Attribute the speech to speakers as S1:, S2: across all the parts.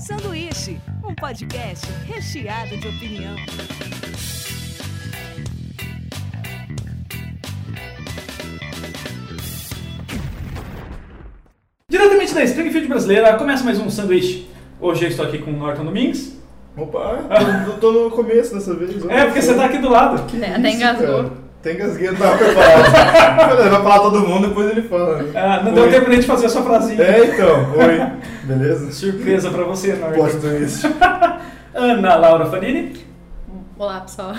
S1: Cast, um podcast recheado de opinião.
S2: Diretamente da Springfield brasileira, começa mais um sanduíche. Hoje eu estou aqui com o Norton Domingues.
S3: Opa, eu tô no começo dessa vez. olha
S2: É, porque
S3: só.
S2: você tá aqui do lado.
S3: Que
S4: Até-
S3: isso,
S4: até engasgou.
S3: cara. Até engasguei, eu não tava preparado. Ele vai falar todo mundo, depois ele fala. né?
S2: Ah, não deu
S3: Oi.
S2: tempo nem de fazer a sua frasinha.
S3: É, então. Oi. Beleza?
S2: Surpresa pra você, Norton.
S3: Plot twist.
S2: Ana Laura Fanini.
S4: Olá, pessoal.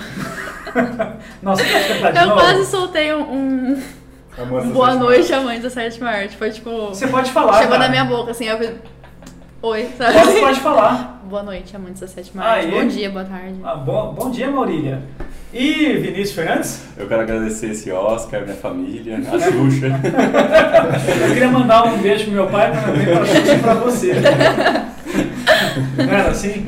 S2: Nossa, pode cantar Tá de
S4: Eu
S2: novo?
S4: quase soltei um, um-
S3: Amor,
S4: um
S3: essa
S4: boa
S3: gente-
S4: noite, amante da sétima arte. Foi tipo.
S2: Você pode falar.
S4: chegou
S2: cara.
S4: na minha boca, assim, eu fiz. Oi, sabe?
S2: Você pode falar.
S4: Boa noite, amantes da sétima
S2: Ah,
S4: arte.
S2: e?
S4: Bom dia, boa tarde.
S2: Ah, bom, bom dia, Maurília. E Vinícius Fernandes?
S5: Eu quero agradecer esse Oscar, minha família, a Xuxa.
S2: Eu queria mandar um beijo pro meu pai, mas eu tenho pra Xuxa e pra você. Não era assim?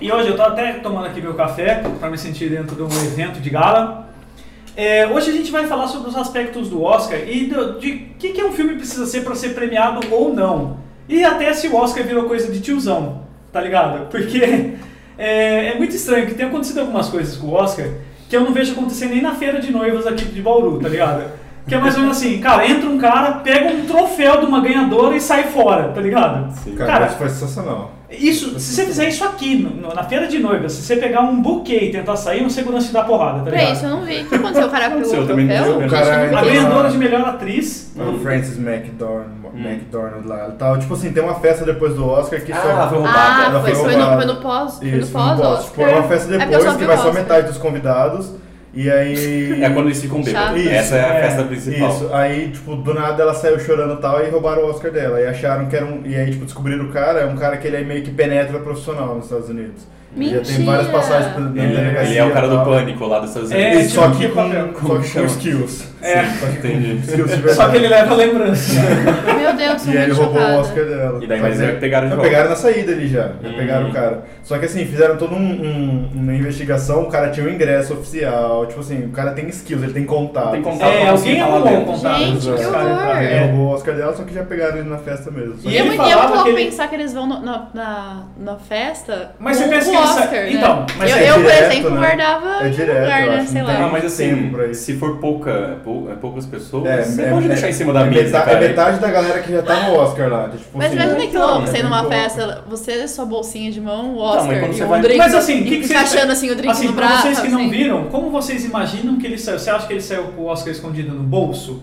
S2: E hoje eu tô até tomando aqui meu café para me sentir dentro de um evento de gala. É, hoje a gente vai falar sobre os aspectos do Oscar e do- de o que, que um filme precisa ser para ser premiado ou não. E até se o Oscar virou coisa de tiozão, tá ligado? Porque é, é muito estranho que tem acontecido algumas coisas com o Oscar que eu não vejo acontecer nem na feira de noivas aqui de Bauru, tá ligado? Que é mais ou menos assim, cara, entra um cara, pega um troféu de uma ganhadora e sai fora, tá ligado?
S5: Sim.
S3: Cara, isso foi sensacional.
S2: Isso, se você fizer isso aqui, no- no- na feira de noivas, se você pegar um buquê e tentar sair, um segurança te dá porrada, tá
S4: Peraí,
S2: ligado?
S4: isso eu não vi. O que aconteceu? O cara pegou
S5: Aconteceu,
S4: o
S5: também não
S4: troféu?
S5: vi,
S3: O
S4: Gente, eu
S3: cara
S4: não
S2: A
S4: vi.
S3: ele-
S2: ganhadora de melhor atriz.
S3: É O Francis
S2: Hum.
S3: McDormand, McDormand lá. Ele tava, tipo assim, tem uma festa depois do Oscar que só.
S5: Ah, foi roubada.
S4: Ah,
S3: Ela
S4: foi,
S3: foi
S4: foi, no,
S3: roubada.
S4: foi no pós. Foi no
S3: Isso, não
S4: pós,
S3: posso. Tipo, é uma festa
S4: porque eu
S3: depois
S4: vi
S3: que
S4: o
S3: vai só
S4: Oscar.
S3: metade dos convidados. E aí.
S5: É quando eles ficam bêbados.
S4: Chato.
S5: Essa é a
S2: É,
S5: festa principal.
S3: Isso, aí, tipo, do nada ela saiu chorando e tal e roubaram o Oscar dela. E acharam que era um. E aí, tipo, descobriram o cara, é um cara que ele é meio que penetra profissional nos Estados Unidos. Ele já tem
S4: Mentira!
S3: várias passagens pela na
S5: Ele,
S3: delegacia.
S5: ele é o cara
S3: e
S5: do
S3: tal.
S5: pânico lá dos Estados
S2: É,
S5: Unidos.
S3: E só que
S4: um
S2: tipo,
S3: com,
S2: papel.
S3: só que com
S5: Chama.
S3: skills.
S2: É.
S3: Sim, só que com
S5: Entendi.
S3: skills de
S2: Só
S3: verdade.
S2: que ele leva lembrança.
S4: Meu Deus, eu
S3: E aí ele
S4: muito
S3: roubou o Oscar
S4: chocada.
S3: dela.
S5: E daí, mas é
S3: Só que-
S5: eles pegaram de
S3: Não,
S5: volta.
S3: é- pegaram na saída ali já. Já
S5: Hum.
S3: pegaram o cara. Só que assim, fizeram toda um, um- uma investigação, o cara tinha um ingresso oficial. Tipo assim, o cara tem skills, ele tem contato.
S5: Tem contato.
S2: É, alguém
S5: Tá lá
S2: arrumou o
S5: dentro.
S2: contato.
S4: Gente,
S2: dos
S4: que
S2: caras
S4: horror.
S2: pra-
S3: Ele
S2: é.
S3: roubou o Oscar dela, só que já pegaram ele na festa mesmo.
S2: E
S3: Só
S4: E
S3: que-
S4: é
S2: ele
S4: muito, e é
S2: falava
S4: muito louco
S2: que ele-
S4: pensar que eles vão no- na, na, na festa.
S2: Mas
S4: com
S2: você pensa
S4: o
S2: que eles sa-
S4: Oscar, né?
S2: Então, mas
S4: eu,
S2: é
S4: eu, por
S3: direto,
S4: exemplo,
S3: né?
S4: guardava
S3: É
S4: em algum
S3: direto,
S4: lugar,
S3: eu
S4: né?
S3: acho,
S4: Sei
S3: não
S4: lá.
S3: tem-
S5: Ah, mas
S3: Sim, por
S5: assim,
S3: aí.
S5: se for pouca, pou- é poucas pessoas,
S3: É,
S5: você
S3: é,
S5: pode
S3: é,
S5: deixar em cima da
S3: é
S5: mesa,
S3: metade,
S5: cara.
S3: é metade da galera que já tá no Oscar lá. Tipo,
S4: Mas
S3: assim,
S4: imagina que louco
S2: né?
S4: você ir numa
S3: é
S4: festa, você, sua bolsinha de mão, o
S5: mas
S4: Oscar
S5: quando
S4: e
S5: você
S4: um
S5: vai-
S4: drink.
S2: Tá, Mas assim, o
S4: e
S2: que, que vocês.
S4: encaixando assim o drink
S2: assim,
S4: no
S2: pra
S4: braço.
S2: vocês que não
S4: assim.
S2: viram, como vocês imaginam que ele saiu? Você acha que ele saiu com o Oscar escondido no bolso?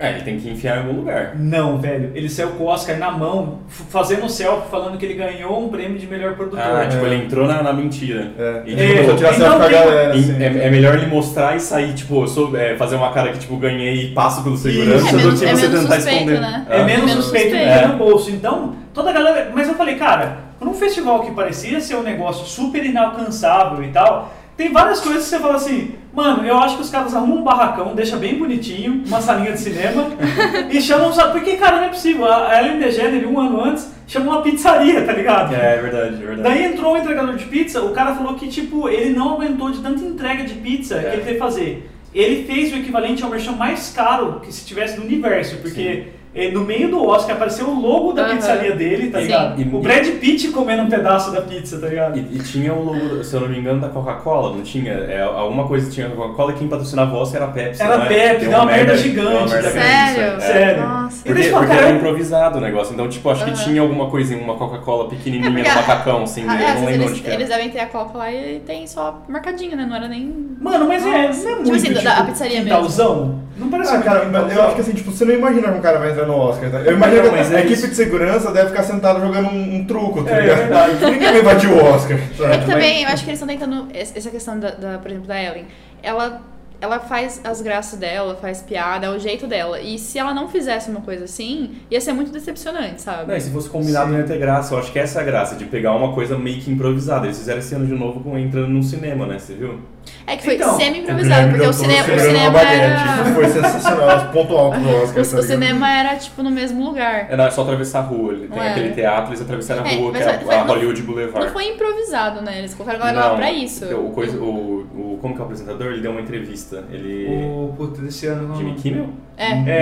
S5: É, ele tem que enfiar em algum lugar.
S2: Não, velho. Ele saiu com o Oscar na mão, f- fazendo o selfie, falando que ele ganhou um prêmio de melhor produtor.
S5: Ah, tipo, ele entrou na, na mentira.
S3: É.
S5: E,
S2: É,
S5: tipo,
S3: Vou tirar
S2: então
S3: selfie com a
S2: tem-
S3: galera,
S5: E-
S3: assim.
S5: É, é melhor ele mostrar e sair, tipo, eu sou, é, fazer uma cara que, tipo, ganhei e passo pelo segurança
S3: Isso, é
S5: do
S3: menos-
S5: que
S3: é
S5: você
S4: menos
S5: tentar
S4: suspeito,
S5: esconder.
S4: né?
S2: É
S5: Ah.
S2: menos
S4: menos
S2: suspeito do que
S5: suspeito.
S2: no bolso. Então, toda a galera. Mas eu falei, cara, num festival que parecia ser um negócio super inalcançável e tal, tem várias coisas que você fala assim, mano, eu acho que os caras arrumam um barracão, deixa bem bonitinho, uma salinha de cinema, e chamam. os- Porque, cara, não é possível. A a Ellen DeGeneres, um ano antes, chamou uma pizzaria, tá ligado?
S5: É, é verdade, é verdade.
S2: Daí entrou o entregador de pizza, o cara falou que, tipo, ele não aguentou de tanta entrega de pizza
S5: É.
S2: que ele teve que fazer. Ele fez o equivalente ao merchan mais caro que se tivesse no universo, porque eh, no meio do Oscar apareceu o logo da
S4: Aham.
S2: pizzaria dele, tá
S4: Sim.
S2: ligado?
S5: E-
S2: o Brad Pitt comendo um pedaço da pizza, tá ligado?
S5: E, e tinha o logo, se eu não me engano, da Coca-Cola, não tinha? É, alguma coisa tinha Coca-Cola e quem patrocinava o Oscar era a Pepsi.
S2: Era
S5: não é?
S2: Pepsi,
S5: Deu
S2: dá uma merda gigante,
S5: deu uma merda
S2: tá
S5: grande,
S4: Sério?
S5: isso aí. É.
S2: Sério.
S4: Nossa.
S2: E deixa
S5: Porque,
S2: eu falar,
S5: porque
S2: cara,
S5: era improvisado o negócio, então, tipo, acho que
S4: Aham.
S5: tinha alguma coisa em uma Coca-Cola pequenininha
S4: É,
S5: no
S4: porque-
S5: macacão, assim,
S4: Ah, é,
S5: eu
S4: às
S5: não
S4: vezes
S5: lembro
S4: eles,
S5: onde que era.
S4: eles devem ter a Coca lá e tem só marcadinho, né? Não era nem.
S2: Mano, mas é, não é muito,
S4: assim, da- da pizzaria mesmo.
S2: quintalzão? Não parece
S3: Ah,
S2: muito
S3: cara, mas eu
S2: quintalzão.
S3: acho que assim, tipo, você não imagina que um cara vai entrar no Oscar, tá? Eu imagino
S5: Não,
S3: que
S5: mas
S3: a
S5: é
S3: equipe
S5: isso.
S3: de segurança deve ficar sentada jogando um, um truco, tá
S2: É,
S3: ligado?
S2: é verdade.
S3: Ninguém vai invadir o Oscar.
S4: É que
S3: sabe? Tipo,
S4: também, eu acho que eles estão tentando. es- Essa questão, da, da- por exemplo, da Ellen. Ela, ela faz as graças dela, faz piada, é o jeito dela. E se ela não fizesse uma coisa assim, ia ser muito decepcionante, sabe?
S5: Não,
S2: É.
S5: e se fosse combinado não ia ter graça. Eu acho que essa é a graça, de pegar uma coisa meio que improvisada. Eles fizeram esse ano de novo com entrando num cinema, né? Você viu?
S4: É que foi
S2: Então,
S4: semi-improvisado,
S3: Guilherme
S4: porque o
S3: Del Toro
S4: cinema, o
S3: segurando uma
S4: cinema
S2: tipo,
S3: baguete. tipo,
S4: era.
S3: Foi sensacional, ponto alto do Oscar.
S4: O,
S3: tá
S4: o
S3: ligado?
S4: cinema era, tipo, no mesmo lugar.
S5: É, não, é só atravessar a rua. Ele tem
S4: Ué.
S5: aquele teatro, eles atravessaram a
S4: É,
S5: rua,
S4: mas
S5: que é a,
S4: foi-
S5: a
S4: não-
S5: Hollywood
S4: Não
S5: Boulevard.
S4: foi improvisado, né? Eles colocaram a galera lá pra isso.
S5: O, Então, coisa, o, o Como que é o apresentador? Ele deu uma entrevista. Ele.
S2: O puta, desse ano. não-
S5: Jimmy Kimmel?
S4: É,
S2: É,
S3: Não,
S2: é.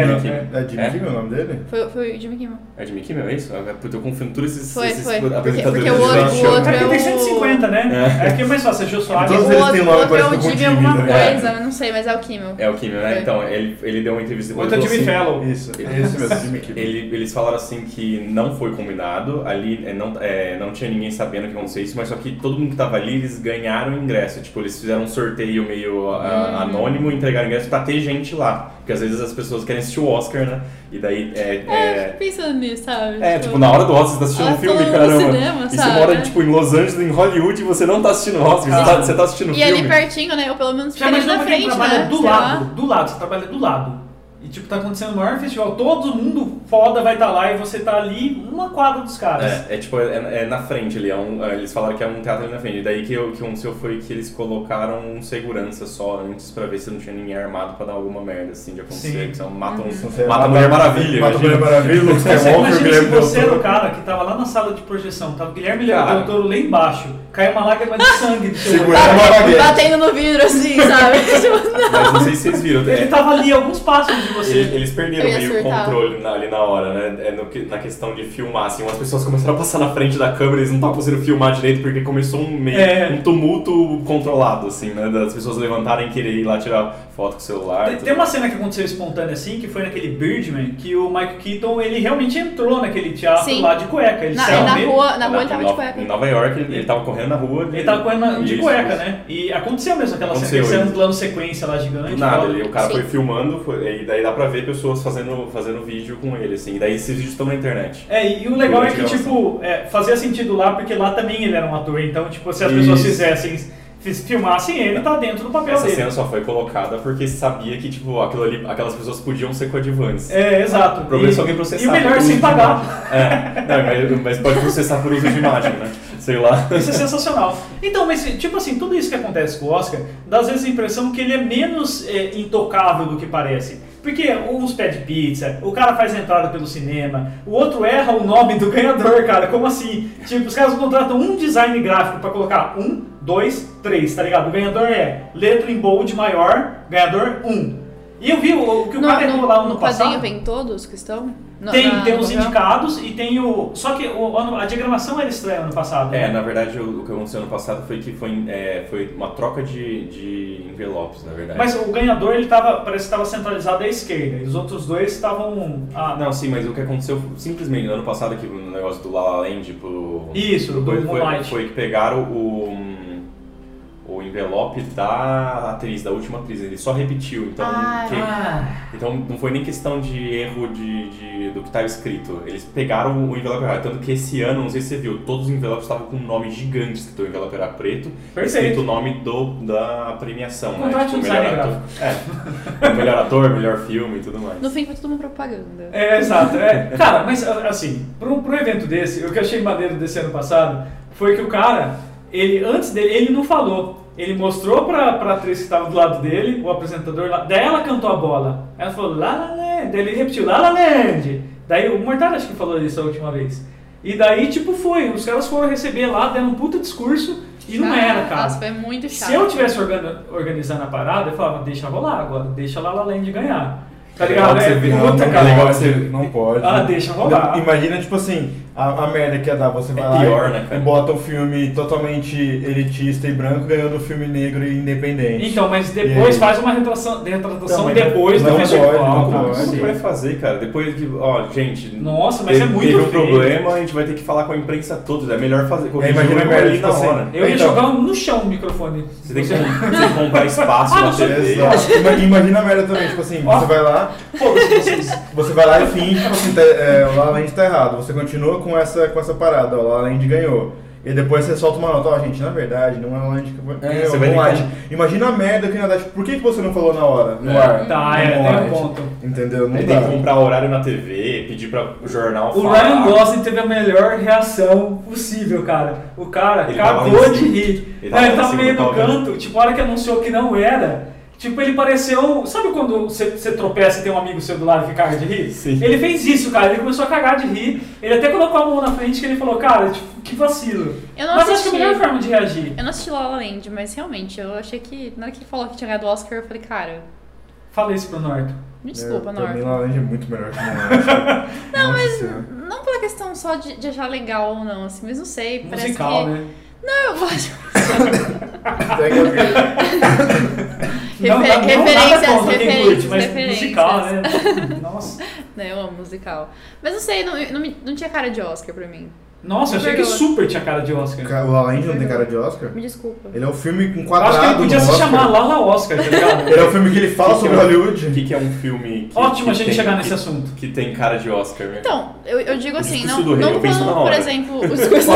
S3: é Jimmy
S5: É?
S3: Kimmel o nome dele?
S4: foi, foi o Jimmy Kimmel.
S5: É Jimmy Kimmel, é isso? É, Puta, eu confundo todos esses,
S4: Foi,
S5: esses
S4: foi. Porque,
S5: apresentadores.
S4: porque o
S5: de
S4: outro,
S5: talk
S4: o
S5: show.
S4: outro
S2: É
S4: é
S2: porque
S4: o...
S2: tem 150, né?
S5: É.
S2: É, que é mais fácil, é Jô Soares.
S3: Todos
S4: O
S3: eles têm
S4: outro, o
S3: nome
S4: outro é
S3: parecido
S4: o
S3: com
S4: Jimmy
S3: Jimmy,
S4: alguma
S3: né?
S4: coisa, eu não sei, mas é o Kimmel.
S5: É o Kimmel, né?
S4: Foi.
S5: Então, ele, ele deu uma entrevista depois.
S2: Outro é
S5: ele falou
S2: Jimmy Fellow.
S3: Isso, é esse mesmo, Jimmy Kimmel.
S5: Ele- eles falaram assim que não foi combinado, ali é, não, é, não tinha ninguém sabendo que ia acontecer isso, mas só que todo mundo que tava ali, eles ganharam ingresso. Tipo, eles fizeram um sorteio meio
S4: Uhum.
S5: a- anônimo, entregaram ingresso pra ter gente lá. Porque às vezes as pessoas querem assistir o Oscar, né? E daí é.
S4: É, eu
S5: é
S4: fico pensando nisso, sabe?
S5: é, tipo, na hora do Oscar você tá assistindo
S4: Ah,
S5: um filme,
S4: tô no
S5: caramba.
S4: cinema,
S5: e você
S4: sabe? Ah.
S5: mora, tipo, em Los Angeles, em Hollywood, e você não tá assistindo o Oscar, você, tá, você tá assistindo o
S4: E
S5: filme.
S4: ali pertinho, né? Ou pelo menos
S2: Já
S4: ficaria
S2: imaginou
S4: na
S2: pra quem
S4: frente,
S2: trabalha
S4: né?
S2: do
S4: sei
S2: lado,
S4: lá.
S2: do lado, você trabalha do lado. E tipo, tá acontecendo o maior festival, todo mundo foda vai estar lá e você tá ali uma quadra dos caras.
S5: É, é tipo, é, é na frente ali, é um- é, eles falaram que é um teatro ali na frente. E daí que, eu, que um seu foi que eles colocaram um segurança só antes pra ver se não tinha ninguém armado pra dar alguma merda assim de acontecer.
S2: Sim.
S5: Que são, matam,
S4: Uhum.
S3: Então, sei lá,
S5: mata a Mulher Maravilha.
S3: Mata a Mulher
S5: imagina.
S3: Maravilha,
S2: Mas
S3: Lucas
S2: você
S3: Skywalker,
S2: imagina se
S3: Guilherme
S2: você era
S3: Del
S2: o
S3: Toro.
S2: cara que tava lá na sala de projeção, tava o Guilherme
S5: Cara.
S2: Del Toro lá embaixo, caiu uma lágrima de sangue do seu
S3: Segura.
S2: olho.
S3: Uma baguete.
S4: Batendo no vidro, assim, sabe? Tipo,
S5: Mas não sei se vocês viram.
S2: Ele
S5: é,
S2: tava ali alguns passos de você.
S5: ele- eles perderam
S4: Eu ia
S5: meio o
S4: surtar.
S5: controle na- ali na hora, né? É no que- na questão de filmar, assim, as pessoas começaram a passar na frente da câmera, eles não estavam conseguindo filmar direito porque começou um meio
S2: É.
S5: um tumulto controlado, assim, né? Das pessoas levantarem e querer ir lá tirar foto com o celular.
S2: Tem-
S5: tudo
S2: Tem um uma cena que aconteceu espontânea assim, que foi naquele Birdman, que o Michael Keaton, ele realmente entrou naquele teatro
S4: Sim.
S2: lá de cueca. Ele
S4: na, é
S2: saiu
S4: na
S2: meio-
S4: rua, na rua ele tava tipo, é, de
S5: Nova-
S4: cueca.
S5: Em Nova York, ele, ele tava correndo na rua.
S2: Ele tava correndo na- de
S5: Isso,
S2: cueca,
S5: isso.
S2: né? E aconteceu mesmo aquela cena,
S5: Aconteceu
S2: que saiu um
S5: isso.
S2: plano sequência lá gigante.
S5: Do nada,
S2: tal.
S5: ele, o cara
S4: Sim.
S5: foi filmando, foi- e daí dá pra ver pessoas fazendo, fazendo vídeo com ele, assim. E daí esses vídeos estão na internet.
S2: É, e o legal é que,
S5: Legal,
S2: tipo, é, fazia sentido lá, porque lá também ele era um ator. Então, tipo, se as pessoas
S5: Isso.
S2: fizessem, fiz- filmassem ele, tá dentro do papel
S5: Essa
S2: dele.
S5: cena só foi colocada porque sabia que, tipo, aquilo ali, aquelas pessoas podiam ser coadjuvantes.
S2: É, exato.
S5: O problema é
S2: E-
S5: se alguém processar.
S2: E o
S5: por
S2: melhor,
S5: uso
S2: sem
S5: de
S2: pagar.
S5: imagem. É, não, mas, mas pode processar por uso de imagem, né? Sei lá.
S2: Isso é sensacional. Então, mas tipo assim, tudo isso que acontece com o Oscar, dá às vezes a impressão que ele é menos é, intocável do que parece. Porque uns pede pizza, é, o cara faz entrada pelo cinema, o outro erra o nome do ganhador, cara. Como assim? Tipo, os caras contratam um design gráfico pra colocar um, dois, três, tá ligado? O ganhador é letra em bold maior, ganhador um. E eu vi o, o que o cara errou lá no,
S4: no
S2: passado.
S4: quadrinho vem todos que estão? No-
S2: Tem,
S4: na-
S2: tem
S4: no
S2: os
S4: papel?
S2: indicados e tem o. Só que o ano- a diagramação era estranha ano passado. né?
S5: É, na verdade, o, o que aconteceu ano passado foi que foi, é, foi uma troca de, de envelopes, na verdade.
S2: Mas o ganhador, ele tava, parece que estava centralizado à esquerda. E os outros dois estavam...
S5: Ah,
S2: Ah,
S5: Não, sim, mas o que aconteceu simplesmente no ano passado aqui no negócio do La La Land pro.
S2: Isso, do
S5: foi, foi,
S2: Moonlight.
S5: foi que pegaram o. o envelope da atriz, da última atriz. Ele só repetiu, então.
S4: Ah,
S5: quem- Então não foi nem questão de erro de, de- do que estava escrito. Eles pegaram o envelope errado. Tanto que esse ano, não sei se você viu, todos os envelopes estavam com um nome gigante escrito. O envelope era preto, escrito
S2: Perfeito.
S5: o nome do, da premiação. né?
S2: Contrate um designer
S5: melhor ator. É. melhor ator, melhor filme e tudo mais.
S4: No fim foi tudo uma propaganda.
S2: É, exato. É. Cara, mas assim, para um evento desse, o que eu achei maneiro desse ano passado foi que o cara, ele antes dele, ele não falou. Ele mostrou pra, pra atriz que estava do lado dele, o apresentador lá. Daí ela cantou a bola. Ela falou, La La Land. Daí ele repetiu, La La Land. Daí o Mortal acho que falou isso a última vez. E daí, tipo, foi. Os caras foram receber lá, deram um puta discurso e não era, cara.
S4: Ah, Nossa, foi muito chato.
S2: Se eu tivesse organ- organizando a parada, eu falava, deixa rolar agora, deixa a La La Land ganhar. Tá
S5: Legal
S2: ligado?
S5: que
S2: É,
S5: você vê-
S3: Não,
S2: puta,
S3: não
S2: cara.
S5: legal
S3: pode,
S5: você-
S3: Não pode.
S2: Ah, deixa rolar.
S3: Imagina, tipo assim, a, a merda que ia dar. Você vai
S5: É
S3: lá
S5: pior,
S3: e,
S5: né, cara?
S3: e bota um filme totalmente elitista e branco ganhando um filme negro e independente.
S2: Então, mas
S3: E
S2: depois
S3: aí?
S2: faz uma retratação, retratação
S5: Não, mas
S2: depois
S3: não
S2: do
S3: pode,
S2: festival.
S3: não
S2: cara.
S3: pode.
S5: Como Então, é assim que
S2: Sim.
S5: vai fazer, cara? Depois que. Ó, gente.
S2: Nossa, mas
S5: teve-
S2: é muito
S5: Teve um
S2: feio.
S5: problema, a gente vai ter que falar com a imprensa toda. É melhor fazer.
S3: É, imagina a
S5: corrigir
S3: merda,
S5: ali
S3: tipo
S5: na
S3: assim,
S5: hora.
S2: Eu ia
S3: Então.
S2: jogar no chão o microfone.
S5: Você tem que, um tem que comprar espaço
S2: Ah,
S5: na
S2: não sou-
S5: TV.
S3: Exato. Ima- Imagina a merda também, tipo assim,
S2: Ó.
S3: você vai lá,
S2: Foda-se vocês.
S3: você vai lá e finge que você tá- é, o La La Land tá errado. Você continua com essa, com essa parada, ó, o La La Land ganhou. E depois você solta uma nota, ó, gente, na verdade, não é o La La Land que foi-
S5: É,
S3: ganhou,
S5: você vai
S3: não
S5: ter que-
S3: acha. Imagina a merda que na verdade, por que, que você não falou na hora, no
S5: É.
S3: ar?
S2: Tá,
S3: Não
S2: é, tem um
S3: pode.
S2: ponto.
S3: Entendeu? Não
S5: Aí tem que
S3: dá.
S5: comprar horário na TV, pedir pra o jornal
S2: O
S5: falar.
S2: Ryan Gosling teve a melhor reação possível, cara. O cara
S5: Ele tava lá
S2: acabou
S5: em
S2: de
S5: cima.
S2: rir. É,
S5: Ele
S2: Ele
S5: tava lá
S2: tava
S5: em
S2: no meio
S5: cima, né?
S2: do
S5: tava
S2: canto, tipo, a hora que anunciou que não era, Tipo, ele pareceu. Sabe quando você você tropeça e tem um amigo seu do lado e fica caga de rir?
S5: Sim.
S2: Ele fez isso, cara. Ele começou a cagar de rir. Ele até colocou a mão na frente que ele falou, cara, tipo, que vacilo.
S4: Eu não
S2: Mas acho
S4: assisti.
S2: que é a melhor forma de reagir.
S4: Eu não assisti La La Land, mas realmente, eu achei que. Na hora que falou que tinha ganhado o Oscar, eu falei, cara,
S2: Fala isso pro Norton.
S4: me desculpa,
S3: é, pra mim,
S4: Norton.
S3: La La Land é muito melhor que Moonlight. não, mas...
S2: né?
S4: Não pela questão só de, de achar legal ou não, assim, mas não sei. Parece
S2: Musical,
S4: que...
S2: né?
S4: Não, eu gosto.
S2: Não,
S4: Refer-
S2: não, não nada
S4: referências,
S2: contra quem curte,
S4: referências,
S2: mas
S4: referências.
S2: musical, né? Nossa,
S4: Né, eu amo musical. Mas não sei, não, não, me- não tinha cara de Oscar pra mim.
S2: Nossa eu achei que super tinha cara de Oscar.
S3: O La La Land não tem cara de Oscar?
S4: Me desculpa.
S3: Ele é um filme com
S2: Eu acho
S3: quadrado
S2: que ele podia
S3: no
S2: se
S3: Oscar.
S2: chamar Lala Oscar, tá ligado?
S3: Ele é um filme que ele fala
S5: Que que
S3: sobre
S5: é?
S3: Hollywood.
S5: O que, que é um filme que.
S2: Ótimo
S5: que
S2: a gente
S5: tem-
S2: chegar nesse
S5: que-
S2: assunto.
S5: Que tem cara de Oscar, né?
S4: Então, eu, eu digo
S5: O
S4: assim,
S5: discurso
S4: não,
S5: do rei, eu
S4: não
S5: penso na
S4: falando, por
S5: hora.
S4: exemplo, o discurso do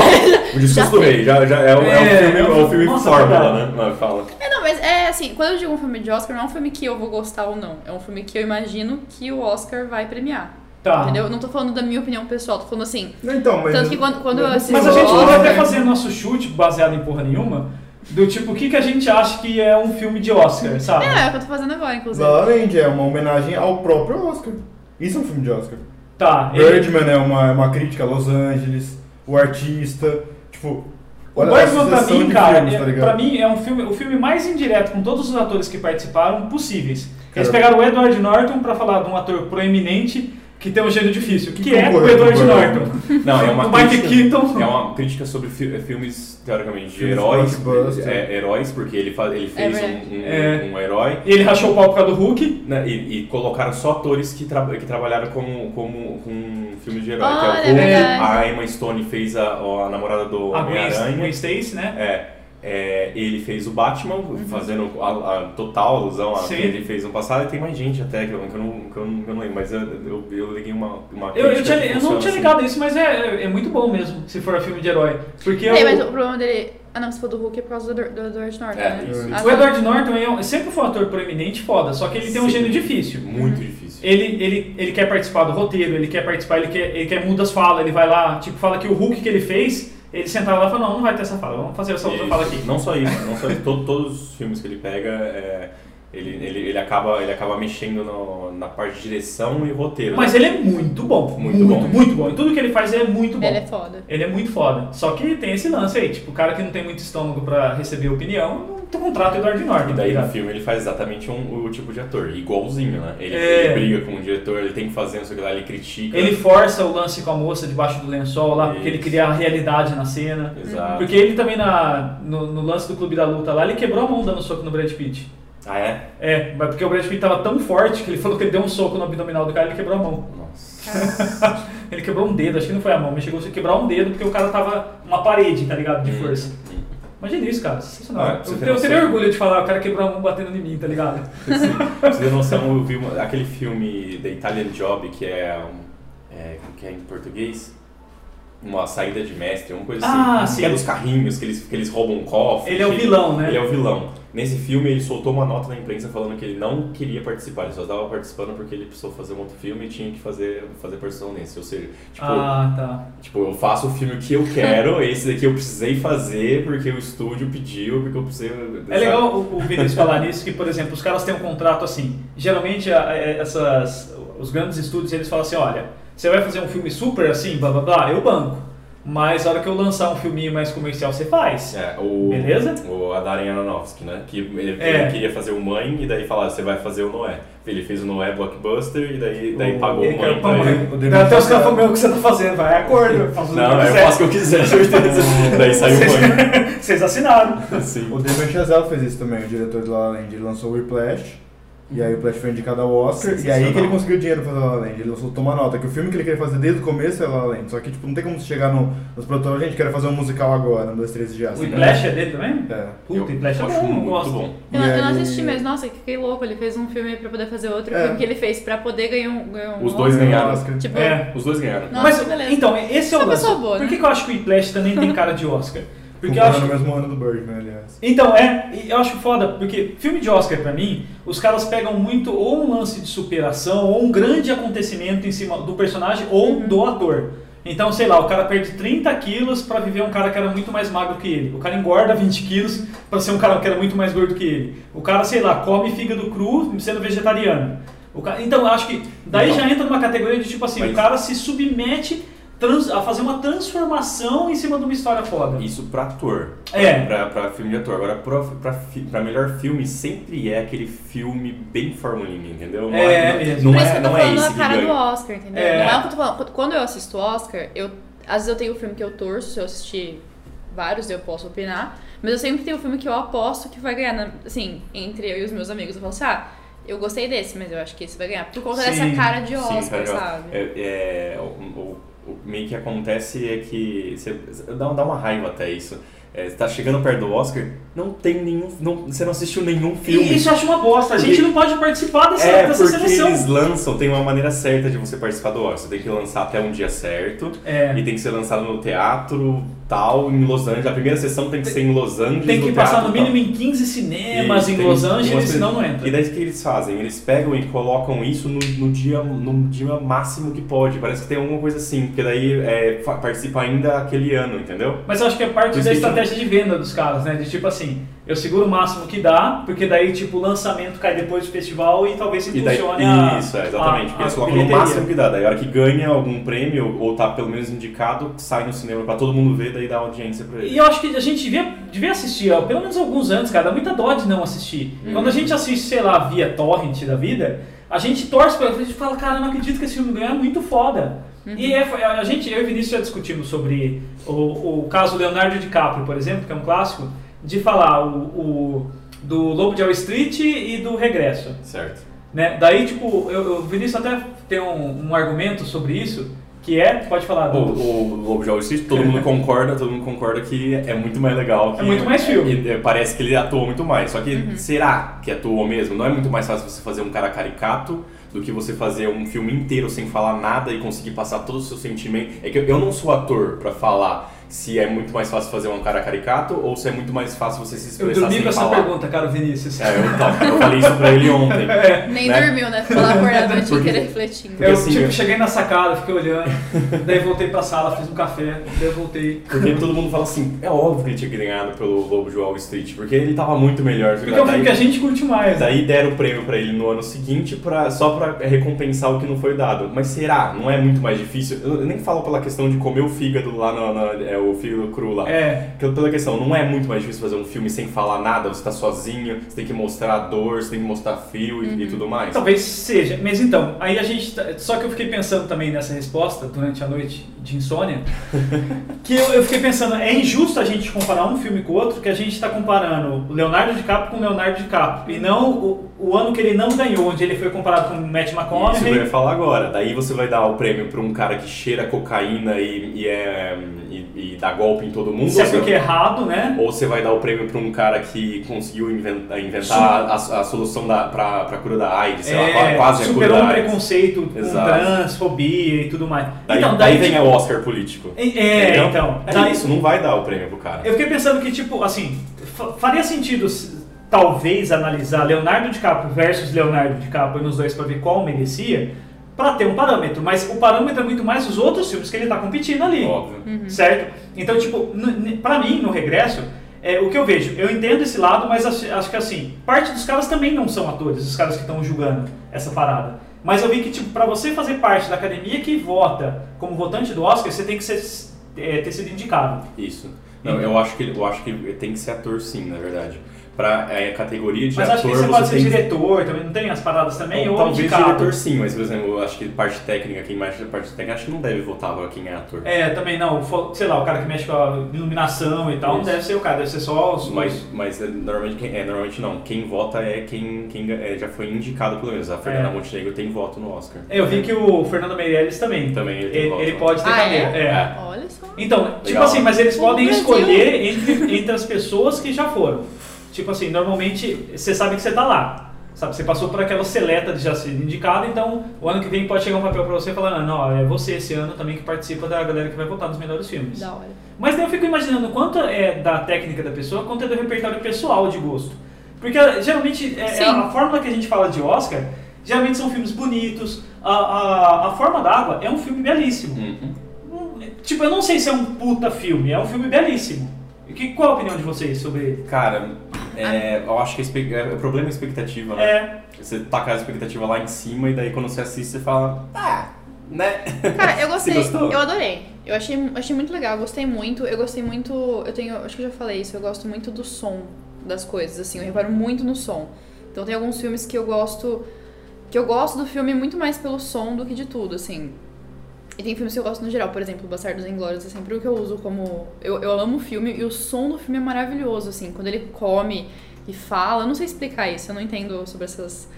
S5: O discurso do rei, já, já é, um- é um
S2: É,
S5: filme, é um filme
S2: nossa,
S5: fórmula,
S2: verdade.
S5: né? Não, fala.
S4: É, não, mas é assim, quando eu digo um filme de Oscar, não é um filme que eu vou gostar ou não. É um filme que eu imagino que o Oscar vai premiar.
S2: Tá.
S4: Entendeu? Não tô falando da minha opinião pessoal, tô falando assim.
S3: Não, então, mas...
S4: Tanto que quando, quando eu assisti
S2: é. Mas a
S4: o
S2: gente pode
S4: Oscar,
S2: até fazer nosso chute baseado em porra nenhuma. Do tipo, o que, que a gente acha que é um filme de Oscar, sabe?
S4: É, é o que eu tô fazendo agora, inclusive.
S3: La La Land é uma homenagem ao próprio Oscar. Isso é um filme de Oscar.
S2: Tá, ele-
S3: Birdman é uma, é uma crítica a Los Angeles, o artista, tipo...
S2: O
S3: olha
S2: Birdman
S3: essa
S2: pra
S3: sucessão
S2: mim,
S3: de
S2: cara,
S3: filmes, tá
S2: é,
S3: ligado?
S2: pra mim é um filme, o filme mais indireto com todos os atores que participaram possíveis. Eles
S3: Cara,
S2: pegaram o Edward Norton pra falar de um ator proeminente que tem um gênio difícil, que,
S3: Que
S2: é o
S3: concorreu com o
S2: Edward
S3: Edward
S2: Norton.
S5: Não, é uma
S2: O Michael
S5: crítica,
S2: Keaton.
S5: É uma crítica sobre fi- é filmes, teoricamente, de
S3: Filmes
S5: heróis.
S3: blockbuster.
S5: é, heróis, porque ele, fa- ele fez um-
S4: verdade.
S5: um-
S2: É.
S5: um herói.
S2: E ele rachou o pau por causa do Hulk.
S5: Né, E, e colocaram só atores que, tra que trabalharam como, como, com filmes de herói.
S4: Olha,
S5: que é o Hulk,
S4: é verdade.
S5: a Emma Stone fez a, a namorada do
S2: A Gwen Gwen
S5: Homem-Aranha.
S2: Stacy, né?
S5: É, é, ele fez o Batman, fazendo a, a total alusão a
S2: Uhum. Sim.
S5: que ele fez no passado. E tem mais gente até que eu, que eu, não, que eu, não, que eu não lembro, mas eu, eu, eu liguei uma, uma
S2: Eu, eu
S5: crítica
S2: tinha-
S5: que
S2: eu não
S5: funciona
S2: tinha
S5: assim.
S2: ligado isso, mas é, é muito bom mesmo, se for filme de herói. Porque
S4: Peraí,
S2: o-
S4: mas o problema dele. Ah, não, você falou do Hulk é por causa do, do Edward Norton.
S5: É,
S4: né?
S5: isso,
S4: Ah,
S5: isso.
S2: o
S4: tá.
S2: Edward Norton é um- sempre foi um ator proeminente foda, só que ele tem um
S5: Sim.
S2: gênio difícil.
S5: Muito difícil.
S2: Ele, ele, ele quer participar do roteiro, ele quer participar, ele quer, ele quer mudas falas, ele vai lá, tipo, fala que o Hulk que ele fez, ele sentava lá e fala, não, não vai ter essa fala, vamos fazer essa outra
S5: Isso.
S2: fala aqui.
S5: Não só isso, não só isso. Todo- todos os filmes que ele pega, é, ele, ele, ele, acaba, ele acaba mexendo no- na parte de direção e roteiro. né?
S2: Mas ele é muito bom, muito,
S5: Muito
S2: bom,
S5: bom.
S2: muito bom. E tudo que ele faz é muito bom.
S4: Ele é foda.
S2: Ele é muito foda. Só que tem esse lance aí, tipo, o cara que não tem muito estômago pra receber opinião, não contrata o Eduardo Norton.
S5: E daí
S2: tá
S5: no
S2: ligado?
S5: filme ele faz exatamente um- o tipo de ator, igualzinho, né? Ele,
S2: É.
S5: ele briga com o diretor, ele tem que fazer não sei o que lá, ele critica.
S2: Ele força o lance com a moça debaixo do lençol lá, porque ele
S5: Isso.
S2: queria a realidade na cena.
S5: Exato.
S2: Porque ele também na, no, no lance do Clube da Luta lá, ele quebrou a mão dando soco no Brad Pitt.
S5: Ah, é?
S2: É, mas porque o Brad Pitt tava tão forte que ele falou que ele deu um soco no abdominal do cara e ele quebrou a mão.
S5: Nossa.
S4: Cara,
S2: Ele quebrou um dedo, acho que não foi a mão, mas chegou a quebrar um dedo porque o cara tava uma parede, tá ligado? De força. Imagina isso, cara. Sensacional.
S5: Ah, você
S2: eu,
S5: tem
S2: eu teria
S5: noção.
S2: orgulho de falar, o cara quebrou a mão batendo em mim, tá ligado?
S5: Assim, pra você ter noção, eu vi uma- aquele filme The Italian Job, que é, um, é, como que é em português? Uma saída de mestre, uma coisa
S2: Ah,
S5: assim.
S2: sim.
S5: Que é dos carrinhos, que eles, que eles roubam um cofre.
S2: Ele é o
S5: que-
S2: vilão, né?
S5: Ele é o vilão. Nesse filme, ele soltou uma nota na imprensa falando que ele não queria participar, ele só estava participando porque ele precisou fazer um outro filme e tinha que fazer, fazer participação nesse. Ou seja, tipo,
S2: Ah, tá.
S5: Tipo, eu faço o filme que eu quero, esse daqui eu precisei fazer porque o estúdio pediu, porque eu precisei.
S2: É legal o, o Vinícius falar nisso, que, por exemplo, os caras têm um contrato assim. Geralmente, a- a- essas, os grandes estúdios, eles falam assim, olha, você vai fazer um filme super assim, blá, blá, blá, eu banco. Mas a hora que eu lançar um filminho mais comercial, você faz.
S5: É, o,
S2: Beleza?
S5: O Darren Aronofsky, né? Que ele,
S2: É.
S5: ele queria fazer o Mãe e daí falaram, você vai fazer o Noé. Ele fez o Noé Blockbuster e daí, daí
S3: O-
S5: pagou o
S2: Ele quer
S5: Mãe
S2: o pão,
S5: pra
S2: né?
S5: ele.
S3: O Demon
S2: Até os
S3: Hunter-
S2: caras falam, meu, o que você tá fazendo? Vai, é acordo. eu faço o que
S5: Não, eu
S2: quiser."
S5: faço o que eu quiser, certeza. daí saiu o Mãe.
S2: Vocês- Vocês assinaram.
S5: Sim.
S3: O Damon Chazelle fez isso também, o diretor do La La Land. Ele lançou o Whiplash, e aí o Whiplash foi indicado ao Oscar, e aí que ele conseguiu dinheiro pra fazer La La Land. Ele lançou Toma Nota, que o filme que ele queria fazer desde o começo é La La Land. Só que, tipo, não tem como você chegar no, nos produtores, gente, quero fazer um musical agora, um, dois, três e já.
S2: O Flash é dele também?
S3: É.
S5: Eu-
S2: Puta, o Flash é
S5: eu
S2: bom,
S5: acho
S2: eu
S5: muito
S2: gosto.
S5: bom.
S4: Eu, não- eu não
S3: E aí-
S4: assisti mesmo. Nossa, que fiquei louco. Ele fez um filme pra poder fazer outro
S3: É.
S4: filme que ele fez pra poder ganhar um. Ganhar um
S5: Os dois
S4: Oscar.
S5: ganharam.
S3: Oscar.
S4: Tipo,
S2: É.
S5: Os dois ganharam.
S4: Nossa,
S2: Mas,
S4: que beleza.
S2: então, esse é
S4: Só
S2: o lance.
S4: pessoa boa,
S2: Por
S4: né?
S2: que, que eu acho que o Whiplash também tem cara de Oscar? Porque eu acho
S3: Comparando o mesmo ano do Birdman, aliás.
S2: Então, é, e eu acho foda, porque filme de Oscar pra mim, os caras pegam muito ou um lance de superação, ou um grande acontecimento em cima do personagem ou do ator. Então, sei lá, o cara perde 30 quilos pra viver um cara que era muito mais magro que ele. O cara engorda 20 quilos pra ser um cara que era muito mais gordo que ele. O cara, sei lá, come fígado cru sendo vegetariano. O ca- Então, eu acho que daí
S5: Não.
S2: já entra numa categoria de tipo assim,
S5: Mas-
S2: o cara se submete trans- a fazer uma transformação em cima de uma história foda.
S5: Isso pra ator.
S2: É.
S5: Pra, pra filme de ator. Agora, pra, pra, fi- pra melhor filme, sempre é aquele filme bem formulinha, entendeu? Não
S2: É,
S5: não-
S2: mesmo.
S5: Não
S4: Por
S5: é,
S4: isso que eu tô
S5: não é
S4: falando
S5: esse
S4: a
S5: que
S4: cara do
S5: ganha.
S4: Oscar, entendeu?
S2: É.
S4: Não é o que eu tô falando. Quando- Quando eu assisto Oscar, eu, às vezes eu tenho um filme que eu torço, se eu assistir vários eu posso opinar, mas eu sempre tenho um filme que eu aposto que vai ganhar, na- assim, entre eu e os meus amigos. Eu falo assim, ah, eu gostei desse, mas eu acho que esse vai ganhar. Por conta
S2: Sim,
S4: dessa cara de
S5: sim,
S4: Oscar,
S5: cara de Oscar.
S4: sabe?
S5: É, é, o, o- o- meio que acontece é que você, dá, dá uma raiva até isso. É, você tá chegando perto do Oscar, não tem nenhum. não- você não assistiu nenhum filme.
S2: E isso eu acho uma bosta. A gente
S5: Porque-
S2: não pode participar dessa,
S5: É,
S2: dessa
S5: porque
S2: seleção.
S5: eles lançam, tem uma maneira certa de você participar do Oscar. Você tem que lançar até um dia certo.
S2: É.
S5: E tem que ser lançado no teatro tal, em Los Angeles. A primeira sessão tem que ser em Los Angeles.
S2: Tem que
S5: no
S2: passar
S5: teatro,
S2: no
S5: tal.
S2: mínimo em 15 cinemas
S5: E
S2: em
S5: tem
S2: Los
S5: algumas
S2: Angeles,
S5: coisas-
S2: senão não
S5: E
S2: entra.
S5: daí o que eles fazem? Eles pegam e colocam isso no, no dia, no dia máximo que pode. Parece que tem alguma coisa assim, porque daí é, fa- participa ainda aquele ano, entendeu?
S2: Mas eu acho que é parte
S5: Mas
S2: da
S5: tem que-
S2: estratégia de venda dos caras, né? De tipo assim, eu seguro o máximo que dá, porque daí tipo o lançamento cai depois do festival e talvez se
S5: E daí,
S2: funcione a.
S5: isso, é, exatamente.
S2: a-
S5: porque
S2: a
S5: eles colocam
S2: bilheteria.
S5: no máximo que dá. Daí a hora que ganha algum prêmio, ou tá pelo menos indicado, sai no cinema pra todo mundo ver, daí dá audiência pra ele.
S2: E eu acho que a gente devia, devia assistir, ó, pelo menos alguns anos, cara. Dá muita dó de não assistir.
S5: Uhum.
S2: Quando a gente assiste, sei lá, via torrent da vida, a gente torce pra a gente fala, cara, eu não acredito que esse filme ganhou, é muito foda.
S5: Uhum.
S2: E é- a gente, eu e Vinícius já discutimos sobre o, o caso Leonardo DiCaprio, por exemplo, que é um clássico, de falar o, o- do Lobo de Wall Street e do Regresso.
S5: Certo.
S2: Né? Daí, tipo, eu, eu- o Vinícius até tem um, um argumento sobre isso, que é, pode falar,
S5: O,
S2: do,
S5: o Lobo de Wall Street, todo mundo concorda, todo mundo concorda que é muito mais legal. que-
S2: É muito mais filme.
S5: e, é, parece que ele atua muito mais. Só que será que atuou mesmo? Não é muito mais fácil você fazer um cara caricato do que você fazer um filme inteiro sem falar nada e conseguir passar todo o seu sentimento. É que eu, eu não sou ator pra falar se é muito mais fácil fazer um cara caricato ou se é muito mais fácil você se
S2: eu
S5: expressar
S2: dormi
S5: sem
S2: com essa
S5: falar.
S2: pergunta, cara, Vinícius.
S5: É, eu, tá, eu falei isso pra ele ontem.
S2: É.
S4: Nem
S5: né?
S4: dormiu, né? Ficou lá acordado a noite
S5: Porque-
S4: inteira refletindo.
S2: eu,
S5: Porque, assim,
S2: tipo,
S5: eu-
S2: cheguei na sacada, fiquei olhando, daí voltei pra sala, fiz um café, daí voltei.
S5: Porque todo mundo fala assim, é óbvio que ele tinha que ganhado pelo Lobo de Wall Street, porque ele tava muito melhor.
S2: Porque é um
S5: Daí-
S2: filme que a gente curte mais. né?
S5: Daí deram o prêmio pra ele no ano seguinte pra, só pra recompensar o que não foi dado. Mas será? Não é muito mais difícil? Eu eu nem falo pela questão de comer o fígado lá, na, na- é, o fígado cru lá.
S2: É.
S5: Pela- Pela questão, não é muito mais difícil fazer um filme sem falar nada, você tá sozinho, você tem que mostrar a dor, você tem que mostrar fio e, e tudo mais.
S2: Talvez seja, mas então, aí a gente. tá- Só que eu fiquei pensando também nessa resposta durante a noite de insônia. que eu, eu fiquei pensando, é injusto a gente comparar um filme com o outro, que a gente está comparando o Leonardo DiCaprio com o Leonardo DiCaprio. E não o, o ano que ele não ganhou, onde ele foi comparado com o Matt
S5: Isso que eu ia
S2: McConaughey.
S5: falar agora. Daí você vai dar o prêmio pra um cara que cheira cocaína e, e é, e, e dá golpe em todo mundo.
S2: Isso é
S5: ou você-
S2: porque é errado, né?
S5: Ou você vai dar o prêmio pra um cara que conseguiu inventar, inventar a, a solução da, pra, pra cura da AIDS, sei lá, qua- quase
S2: É,
S5: a cura
S2: superou
S5: da
S2: um
S5: AIDS.
S2: preconceito com
S5: Exato.
S2: transfobia e tudo mais.
S5: Daí,
S2: então, daí,
S5: daí vem
S2: tipo,
S5: o Oscar político.
S2: É,
S5: Entendeu?
S2: então.
S5: É
S2: Daí-
S5: isso, não vai dar o prêmio pro cara.
S2: Eu fiquei pensando que, tipo, assim, fa- faria sentido se- talvez analisar Leonardo DiCaprio versus Leonardo DiCaprio nos dois pra ver qual merecia, pra ter um parâmetro, mas o parâmetro é muito mais os outros filmes que ele tá competindo ali.
S5: Óbvio.
S4: Uhum.
S2: Certo? Então, tipo, n- n- pra mim, no regresso, é, o que eu vejo, eu entendo esse lado, mas acho, acho que assim, parte dos caras também não são atores, os caras que estão julgando essa parada. Mas eu vi que, tipo, pra você fazer parte da academia que vota como votante do Oscar, você tem que ser, é, ter sido indicado.
S5: Isso. Não, eu acho que eu acho que tem que ser ator sim, na verdade. Pra é, categoria de
S2: Mas acho
S5: ator
S2: que você pode
S5: você
S2: ser
S5: tem que
S2: diretor também, não tem as paradas também?
S5: Então,
S2: ou
S5: talvez
S2: indicado.
S5: diretor sim, mas por exemplo, eu acho que parte técnica, quem mexe na parte técnica, acho que não deve votar pra quem é ator.
S2: É, também não, fo- sei lá, o cara que mexe com a iluminação e tal, não
S5: Isso.
S2: deve ser o cara, deve ser só os...
S5: Mas, mas é, normalmente, quem- é, normalmente não. Quem vota é quem, quem é, já foi indicado pelo menos. A Fernanda
S2: É.
S5: Montenegro tem voto no Oscar.
S2: Eu vi que o Fernando Meirelles também,
S5: É. Também ele tem
S2: ele,
S5: voto.
S2: ele pode ter
S4: Ah,
S2: também.
S4: é?
S2: é.
S4: Olha só.
S2: Então, tipo
S5: Legal.
S2: assim, mas eles
S4: O
S2: podem
S4: Brasil.
S2: escolher entre, entre as pessoas que já foram. Tipo assim, normalmente você sabe que você tá lá. Sabe, você passou por aquela seleta de já ser indicado, então o ano que vem pode chegar um papel pra você falando, não, ó, é você esse ano também que participa da galera que vai votar nos melhores filmes.
S4: Da hora.
S2: Mas daí eu fico imaginando quanto é da técnica da pessoa, quanto é do repertório pessoal de gosto. Porque geralmente é,
S4: Sim.
S2: é a fórmula que a gente fala de Oscar, geralmente são filmes bonitos. A, a, a Forma d'Água é um filme belíssimo.
S5: Uhum.
S2: Não- Tipo, eu não sei se é um puta filme, é um filme belíssimo. E que, qual a opinião de vocês sobre ele?
S5: Cara, é, eu acho que é, espe- é, o problema é expectativa, né?
S2: É,
S5: Você taca a expectativa lá em cima e daí quando você assiste você fala, ah, né?
S4: Cara, eu
S5: Você
S4: gostei,
S5: gostou?
S4: eu adorei. Eu achei, achei muito legal, eu gostei muito. Eu gostei muito, eu tenho, acho que eu já falei isso, eu gosto muito do som das coisas, assim, eu reparo muito no som. Então tem alguns filmes que eu gosto que eu gosto do filme muito mais pelo som do que de tudo, assim. E tem filmes que eu gosto no geral, por exemplo, Bastardos Inglórios é sempre o que eu uso como eu, eu amo o filme e o som do filme é maravilhoso, assim, quando ele come e fala, eu não sei explicar isso, eu não entendo sobre essas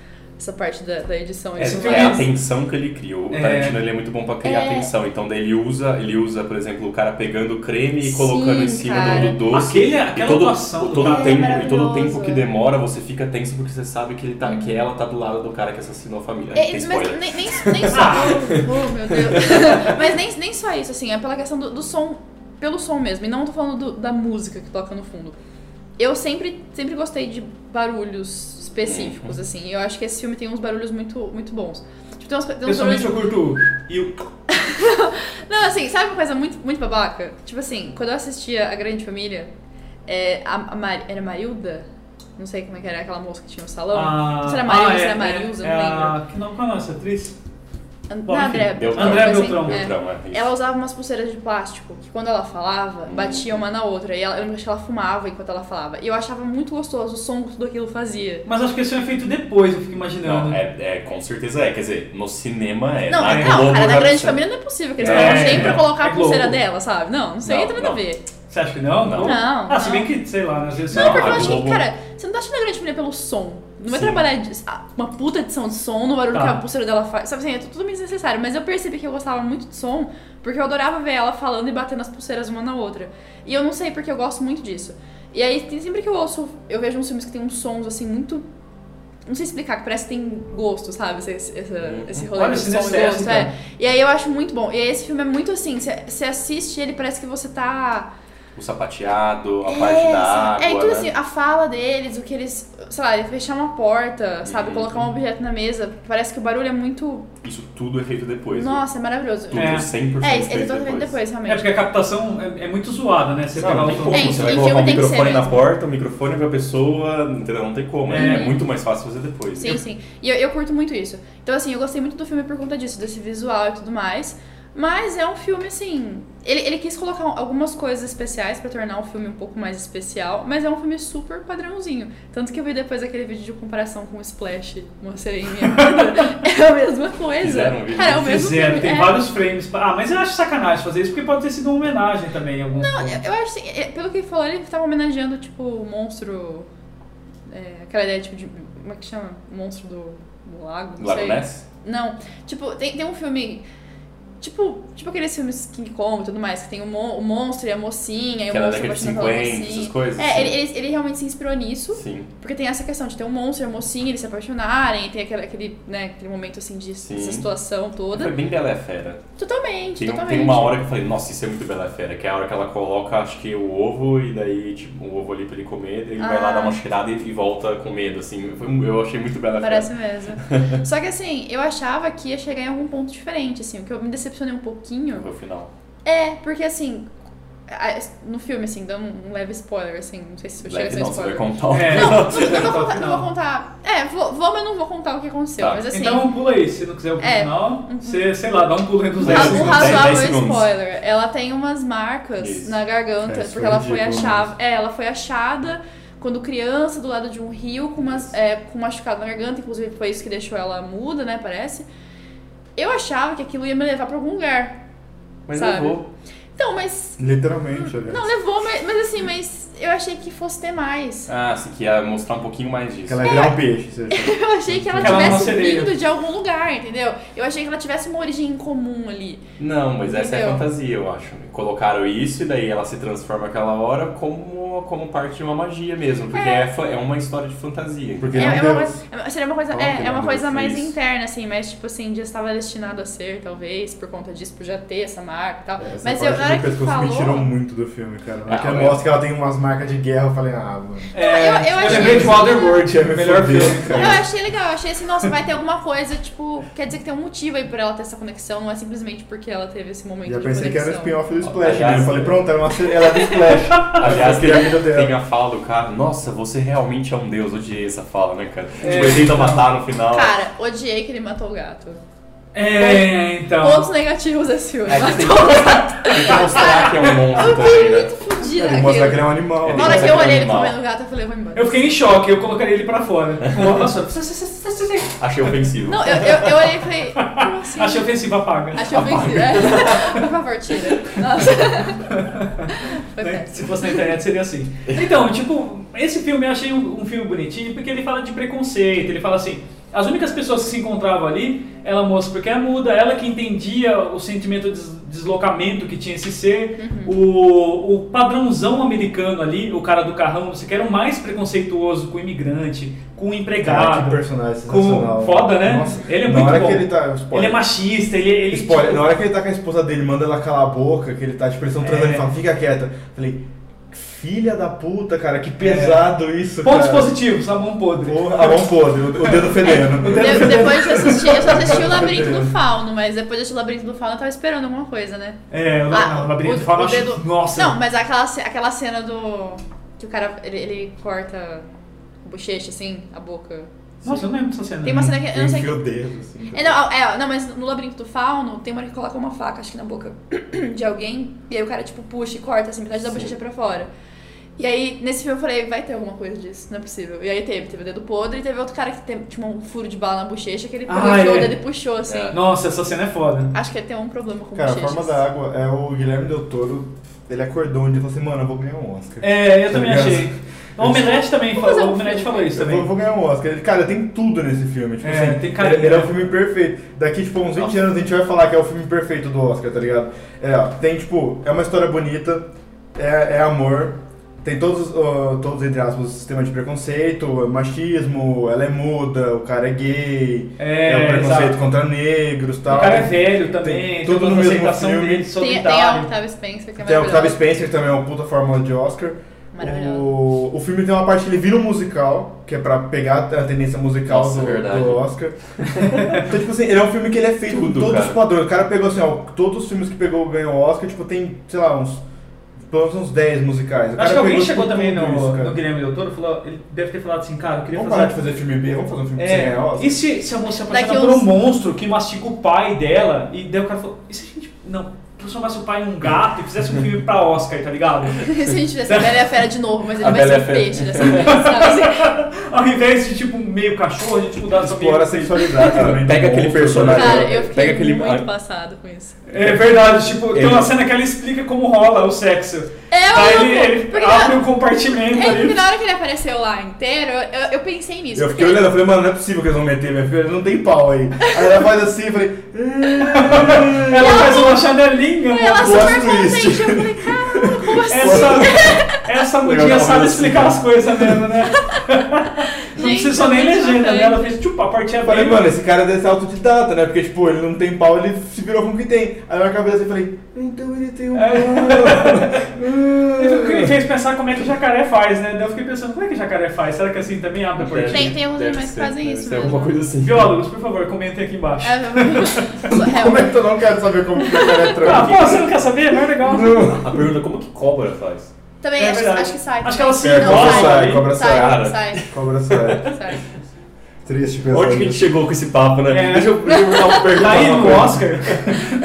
S4: essa parte da, da edição e
S5: É,
S4: tudo
S5: é
S4: mais.
S5: a tensão que ele criou. O
S2: É.
S5: Tarantino ele é muito bom pra criar
S4: É.
S5: tensão. Então daí ele usa, ele usa, por exemplo, o cara pegando o creme e
S4: Sim,
S5: colocando em cima
S4: cara.
S5: do, do doce.
S2: Aquele-
S5: E
S2: aquela
S5: todo,
S2: atuação do
S5: todo
S2: cara.
S5: o tempo,
S4: É
S5: E todo o tempo
S4: maravilhoso,
S5: que
S4: é.
S5: demora, você fica tenso porque você sabe que, ele tá, que ela tá do lado do cara que assassinou a família.
S4: É,
S5: Tem
S4: mas
S5: spoiler.
S4: nem, nem, nem só.
S2: Ah.
S4: oh, meu Deus. mas nem, nem só isso, assim, é pela questão do, do som, pelo som mesmo. E não tô falando do- da música que toca no fundo. Eu sempre, sempre gostei de barulhos específicos,
S2: Uhum.
S4: assim. Eu acho que esse filme tem uns barulhos muito, muito bons. Tipo, tem uns, tem uns barulhos.
S2: pessoalmente eu curto. E o
S4: Não, assim, sabe uma coisa muito, muito babaca? Tipo assim, quando eu assistia A Grande Família, é, a, a Mari- era Marilda? Não sei como é que era aquela moça que tinha no salão.
S2: Ah,
S4: se era Marilda,
S2: ah,
S4: se
S2: é,
S4: era Marilda,
S2: é,
S4: não
S2: é
S4: lembro.
S2: a- que Não, qual é a nossa atriz?
S4: And-
S2: Bom,
S4: não,
S2: enfim,
S4: André
S5: Beltrão.
S4: Beltrão,
S2: André
S4: assim,
S2: Beltrão.
S4: é.
S5: Beltrão, é isso.
S4: Ela usava umas pulseiras de plástico que quando ela falava,
S5: Hum.
S4: batia uma na outra. E ela, eu lembro que ela fumava enquanto ela falava. E eu achava muito gostoso o som que tudo aquilo fazia.
S2: Mas acho que esse é feito depois, eu fico imaginando.
S5: Não, é, é, com certeza é. Quer dizer, no cinema é.
S4: não,
S5: na
S4: é-
S5: Globo
S4: não, cara,
S5: já
S4: na grande
S5: você-
S4: família não é possível que eles
S5: É,
S4: falavam nem
S5: não.
S4: pra colocar
S2: É
S4: a pulseira
S2: Globo.
S4: dela, sabe? Não, não sei,
S5: Não,
S4: tem nada a
S5: não.
S4: ver.
S2: Você acha que não?
S5: Não.
S4: Não,
S2: Ah, se
S4: não.
S2: bem que, sei lá, às vezes.
S4: Não, é
S5: Não,
S4: porque eu
S5: a
S4: acho que,
S5: Globo-
S4: cara, você não tá achando a grande família pelo som. Não vai
S5: Sim.
S4: trabalhar de- ah, uma puta edição de som no barulho
S2: Tá.
S4: que a pulseira dela faz. Sabe assim, é tudo meio desnecessário. Mas eu percebi que eu gostava muito de som, porque eu adorava ver ela falando e batendo as pulseiras uma na outra. E eu não sei porque eu gosto muito disso. E aí, tem- sempre que eu ouço, eu vejo uns filmes que tem uns sons assim muito. Não sei explicar, que parece que tem gosto, sabe? Esse, esse, essa- esse rolê
S2: Uhum. Olha,
S4: de
S2: esse
S4: som e
S2: necessário,
S4: gosto.
S2: então.
S4: É. E aí eu acho muito bom. E aí esse filme é muito assim, você você assiste ele parece que você tá
S5: O sapateado, a parte da
S4: sabe?
S5: água.
S4: É, e tudo
S5: né?
S4: assim, a fala deles, o que eles. Sei lá, ele fechar uma porta, sabe?
S5: Uhum.
S4: Colocar um objeto na mesa. Parece que o barulho é muito.
S5: Isso tudo é feito depois. viu?
S4: Nossa, é maravilhoso.
S5: Tudo
S2: É.
S5: 100%
S4: É,
S5: feito
S4: eles vão depois, depois
S2: É
S4: realmente.
S2: porque a captação é, é muito zoada, né? Você
S5: Não,
S2: pegar
S5: não
S2: o
S5: tem
S2: som-
S5: como.
S4: É,
S5: você
S4: em
S5: vai
S4: filme
S5: colocar
S4: tem
S5: um
S4: que ser
S5: microfone na
S4: mesmo.
S5: porta, o microfone pra pessoa, entendeu? Não tem como. É,
S2: É.
S5: muito mais fácil fazer depois.
S4: Sim, sim. E eu, eu curto muito isso. Então, assim, eu gostei muito do filme por conta disso, desse visual e tudo mais. Mas é um filme, assim. Ele, ele quis colocar algumas coisas especiais pra tornar o filme um pouco mais especial, mas é um filme super padrãozinho. Tanto que eu vi depois aquele vídeo de comparação com o Splash, uma sereia em minha vida. É a mesma coisa.
S5: Fizeram um vídeo
S4: Cara, é o mesmo
S2: Fizeram,
S4: filme.
S2: tem
S4: é.
S2: vários frames. pra- Ah, mas eu acho sacanagem fazer isso, porque pode ter sido uma homenagem também. Em algum não,
S4: Eu- Eu acho assim, é, pelo que ele falou, ele tava homenageando, tipo, o monstro. é, aquela ideia, tipo, de. Como é que chama? O monstro do, do lago? Não
S5: Lago
S4: sei.
S5: Ness?
S4: Não. Tipo, tem, tem um filme. Tipo, tipo aqueles filmes King Kong e tudo mais, que tem o, mon- o monstro e a mocinha, e o
S5: Que era
S4: monstro
S5: década de
S4: batendo pela
S5: 50, essas
S4: mocinha.
S5: coisas.
S4: É,
S5: assim.
S4: ele, ele, ele realmente se inspirou nisso,
S5: Sim.
S4: porque tem essa questão de ter um monstro e a mocinha, eles se apaixonarem, tem aquele, aquele, né, aquele momento assim de
S5: Sim.
S4: dessa situação toda.
S5: Foi bem Bela e a Fera.
S4: Totalmente,
S5: Tem, um-
S4: totalmente.
S5: tem uma hora que eu falei, nossa, isso é muito Bela e a Fera, que é a hora que ela coloca, acho que o ovo, e daí, tipo, o ovo ali pra ele comer, daí ele vai lá
S4: Ah.
S5: dar uma cheirada e, e volta com medo, assim. Foi um- eu achei muito Bela e a Fera.
S4: Parece mesmo. Só que assim, eu achava que ia chegar em algum ponto diferente, assim. O que eu me decepcionei um pouquinho
S5: No final.
S4: é, porque assim, a- no filme, assim, dando um leve spoiler, assim, não sei se eu chego a
S5: Leve
S4: ser
S5: não, você vai
S4: spoiler.
S5: contar o
S2: É.
S4: Não,
S2: Não,
S4: não,
S2: você vai contar o
S4: não vou, contar, não
S2: final.
S4: vou contar. É, vou, vou, mas não vou contar o que aconteceu.
S5: Tá.
S4: Mas assim,
S2: Então pula aí, se não quiser o
S4: É.
S2: final, você, sei lá, dá um pulo entre os
S5: Dez
S4: ra-
S5: segundos,
S4: um
S5: dez-
S4: razoável
S5: dez segundos.
S4: spoiler. Ela tem umas marcas
S5: Isso.
S4: na garganta,
S3: É, isso
S4: porque
S3: foi
S4: ela foi,
S3: ridículo
S4: achava, é, ela foi achada quando criança do lado de um rio com, umas, é, com um machucado na garganta, inclusive foi isso que deixou ela muda, né, parece. Eu achava que aquilo ia me levar pra algum lugar.
S5: Mas
S4: Sabe?
S5: levou.
S4: Então, mas
S3: Literalmente, aliás.
S4: não é levou, mas, mas assim, mas eu achei que fosse ter mais.
S5: Ah, se que ia mostrar um pouquinho mais disso.
S3: Que ela ia virar um peixe, seja.
S4: Eu achei que ela
S2: Ela é uma
S4: tivesse
S2: sereia.
S4: vindo de algum lugar, entendeu? Eu achei que ela tivesse uma origem em comum ali.
S5: Não, mas essa é a
S4: Entendeu?
S5: fantasia, eu acho. Colocaram isso e daí ela se transforma aquela hora como como, como parte de uma magia mesmo, porque é, fa- é uma história de fantasia.
S3: Porque
S4: É,
S3: não
S4: é
S3: deu.
S4: uma coisa, é- seria uma coisa,
S3: um
S5: Não,
S4: é,
S5: que
S4: é uma
S5: não
S4: coisa
S5: fez.
S4: mais interna, assim, mas tipo assim, já estava destinado a ser, talvez, por conta disso, por já ter essa marca e tal.
S3: É, Essa
S4: mas eu,
S3: parte
S4: na hora
S3: do
S4: que
S3: pescoço me
S4: falou.
S3: tirou um- muito do filme, cara. Na hora que
S5: Ah,
S3: ela
S5: eu-
S3: mostra que ela tem umas marcas de guerra, eu falei, ah, mano.
S2: É,
S4: eu- eu achei
S2: lembrei de
S4: isso-
S2: Waterworld, é o
S3: Me
S2: melhor
S3: fudeu,
S2: filme.
S4: Eu achei legal, eu achei assim, nossa, vai ter alguma coisa, tipo, quer dizer que tem um motivo aí por ela ter essa conexão, não é simplesmente porque ela teve esse momento
S3: Já
S4: de
S3: pensei que era um
S4: conexão.
S3: spin-off do Splash, né?
S5: Aliás,
S3: Eu falei, pronto, era uma se- ela é do Splash.
S5: Aliás,
S3: Porque
S5: tem,
S3: a vida dela.
S5: tem a fala do cara, nossa, você realmente é um deus, odiei essa fala, né, cara?
S2: É.
S5: Tipo, ele tenta matar no final.
S4: Cara, odiei que ele matou o gato.
S2: É, então.
S4: Pontos negativos desse filme.
S5: É,
S4: Mas
S5: tem que- tem que mostrar que é um monstro
S4: eu fiquei
S5: também,
S4: muito
S5: né?
S4: fodida
S3: Tem que mostrar que tá ele
S4: naquilo.
S3: é um animal.
S5: É,
S4: Na
S5: tem
S4: hora que eu
S5: mostrar que
S4: olhei
S5: ele
S4: ele
S5: é um animal.
S4: comendo o gato, eu falei, eu vou embora.
S2: Eu fiquei em choque, eu colocaria ele pra fora. Nossa,
S5: Achei ofensivo.
S4: Não, eu, eu, eu olhei e falei, como assim?
S2: achei ofensivo, apaga.
S4: Achei ofensivo, é. Por favor, tira. Nossa. Foi
S2: Né?
S4: péssimo.
S2: Se fosse na internet seria assim. Então, tipo, esse filme eu achei um, um filme bonitinho porque ele fala de preconceito, ele fala assim. As únicas pessoas que se encontravam ali, ela mostra porque é muda, ela que entendia o sentimento de des- deslocamento que tinha esse ser,
S4: Uhum.
S2: o, o padrãozão americano ali, o cara do carrão, você que era o mais preconceituoso com o imigrante, com o
S3: Cara,
S2: empregado.
S3: que é um personagem sensacional.
S2: com, foda, né?
S3: Nossa,
S2: ele é
S3: na
S2: muito
S3: hora
S2: bom.
S3: que ele tá.
S2: Ele
S3: Spoiler.
S2: é machista, ele, ele tipo,
S3: Spoiler, na hora que ele tá com a esposa dele, manda ela calar a boca, que ele tá, tipo, eles tão transando,
S2: É.
S3: ele fala, fica quieta. Falei, filha da puta, cara, que pesado
S2: É.
S3: isso,
S2: Pontos
S3: cara.
S2: positivos, a mão podre.
S3: tá- Porra, ah, a mão podre, o o dedo fedendo.
S4: De- depois de assistir, eu só assisti o Labirinto do Fauno, mas depois de assistir o Labirinto do Fauno eu tava esperando alguma coisa, né?
S2: É, o,
S4: Ah,
S2: o labirinto
S4: o-
S2: do fauno,
S4: o
S2: eu acho-
S4: dedo-
S2: Nossa.
S4: Não, mas aquela, ce- aquela cena do. que o cara ele, ele corta a bochecha, assim, a boca.
S2: Nossa, eu não lembro dessa cena.
S4: Tem uma cena que. Eu não sei.
S3: Enfia o dedo, assim.
S4: É, não, é, não, mas no labirinto do fauno tem uma hora que coloca uma faca, acho que na boca de alguém, e aí o cara, tipo, puxa e corta assim, metade da
S5: Sim.
S4: bochecha pra fora. E aí, nesse filme eu falei, vai ter alguma coisa disso, não é possível. E aí teve, teve o dedo podre e teve outro cara que teve, tinha um furo de bala na bochecha que ele pegou
S2: Ah,
S4: e enfiou
S2: é.
S4: o dedo e puxou, assim.
S5: É.
S2: Nossa, essa cena é foda.
S4: Acho que ele tem um problema com
S3: Cara, a
S4: bochechas.
S3: forma da água é o Guilherme Del Toro. Ele acordou um dia e falou assim, mano, eu vou ganhar um Oscar.
S2: É, eu
S3: Tá
S2: também
S3: ligado?
S2: achei. O Omelete também
S4: Vamos fazer
S2: falou, o
S4: um
S2: Omelete
S4: filme.
S2: falou isso
S3: Eu vou,
S2: também.
S3: vou ganhar um Oscar. Ele- Cara, tem tudo nesse filme. Tipo
S2: É,
S3: assim,
S2: tem carinho,
S3: ele, ele é
S2: né?
S3: um filme perfeito. Daqui, tipo, uns 20 anos a gente vai falar que é o filme perfeito do Oscar, tá ligado? É, ó, tem, tipo, é uma história bonita, é, é amor, tem todos, ó, todos, entre aspas, sistema de preconceito, é machismo, ela é muda, o cara é gay, é,
S2: É,
S3: o preconceito
S2: exato.
S3: contra negros e
S2: O
S3: tal.
S2: cara é velho também,
S3: Tem
S2: tem
S3: tudo
S2: toda
S3: no
S2: a
S3: mesmo
S2: aceitação
S3: filme.
S2: dele
S4: Tem, tem a
S2: solitário.
S4: Octavia Spencer, que é
S3: Tem o Octavio
S4: maravilhosa.
S3: Spencer também, é uma puta fórmula de Oscar.
S4: Maravilhosa.
S3: O, o filme tem uma parte que ele vira um musical, que é pra pegar a tendência musical
S5: Nossa, é
S3: do,
S5: verdade.
S3: do Oscar. então, tipo assim, ele é um filme que ele é feito com
S5: Tudo,
S3: todos
S5: cara.
S3: os padrões. O cara pegou assim, ó, todos os filmes que pegou ganhou o Oscar, tipo, tem, sei lá, uns. Pelo menos uns 10 musicais. O cara
S2: Acho que alguém
S3: pegou,
S2: chegou
S3: tipo,
S2: também
S3: tudo
S2: no,
S3: isso, cara.
S2: no Guilherme Del Toro, falou, ele deve ter falado assim, cara, eu queria
S3: Vamos parar de
S2: fazer...
S3: fazer filme B, vamos fazer um filme sem ganhar
S2: É,
S3: Oscar.
S2: e se, se a moça se apaixonar
S4: Daqui
S2: por
S4: uns-
S2: um monstro que mastiga o pai dela, e daí o cara falou, e se a gente, não, transformasse o pai em um gato e fizesse um filme pra Oscar, tá ligado?
S4: Se a gente tivesse a Bela e a Fera de novo, mas ele
S5: A
S4: vai
S5: Bela
S4: ser
S5: e a
S4: um
S5: Fera.
S4: peixe dessa vez, sabe?
S2: Ao invés de, tipo, meio cachorro, a gente mudasse pra meio-
S3: Explora a sexualidade também.
S5: Pega aquele
S3: Monstro,
S5: personagem.
S3: né?
S4: Cara, eu fiquei
S5: Pega aquele-
S4: muito passado com isso.
S2: É verdade, tipo, tem
S5: Ele-
S2: uma cena que ela explica como rola o sexo.
S4: É, eu
S2: Aí
S4: amo,
S2: ele, ele
S4: porque
S2: abre
S4: na-
S2: um compartimento
S4: É, porque
S2: ali.
S4: na hora que ele apareceu lá inteiro, eu, eu pensei nisso.
S3: Eu
S4: porque
S3: fiquei olhando, eu falei, mano, não é possível que eles vão meter, minha filha, não tem pau aí. Aí ela faz assim, eu falei, "É."
S2: Ela faz uma chanelinha.
S4: um Ela é
S2: mano.
S4: super
S3: Plot twist.
S4: contente, eu falei, caramba,
S3: É,
S4: como assim?
S2: Essa, essa mudinha
S5: Legal,
S2: sabe
S3: assim,
S5: mas-
S2: explicar as coisas mesmo, né? Não
S4: Gente,
S2: precisa nem
S4: muito
S2: legenda, né?
S4: bacana.
S2: Ela fez, tipo, a partinha
S3: Eu falei,
S2: bem-
S3: mano, esse cara deve ser autodidata, né? Porque, tipo, ele não tem pau, ele se virou com o que tem. Aí eu acabei assim e falei, então ele tem um pau.
S2: É. Ele me fez pensar como é que o jacaré faz, né? Daí eu fiquei pensando, como é que o jacaré faz? Será que assim também abre a
S5: Deve-
S2: portinha?
S4: Tem- tem alguns
S5: deve
S4: animais que
S5: ser,
S4: fazem
S5: deve
S4: isso
S5: ser
S4: mesmo.
S5: alguma coisa assim.
S2: Biólogos, por favor, comentem aqui embaixo.
S4: É, é,
S3: Como é que eu não quero saber como que o cara é
S2: Ah, pô,
S3: tranquilo?
S2: você não quer saber? Não é legal.
S5: A pergunta é como que cobra faz?
S4: também
S2: É
S4: acho,
S2: verdade.
S4: acho que sai.
S2: Acho que ela se
S3: É,
S4: Não,
S3: cobra
S4: sai,
S3: sai, cobra sai.
S4: sai,
S5: Cara.
S4: sai,
S3: Cobra sai.
S4: sai.
S3: Triste pensar
S5: Onde que a gente
S3: nisso.
S5: chegou com esse papo, né?
S2: É.
S5: Deixa eu, deixa eu perguntar uma pergunta.
S2: Tá aí
S5: uma
S2: no
S5: coisa.
S2: Oscar?
S5: É,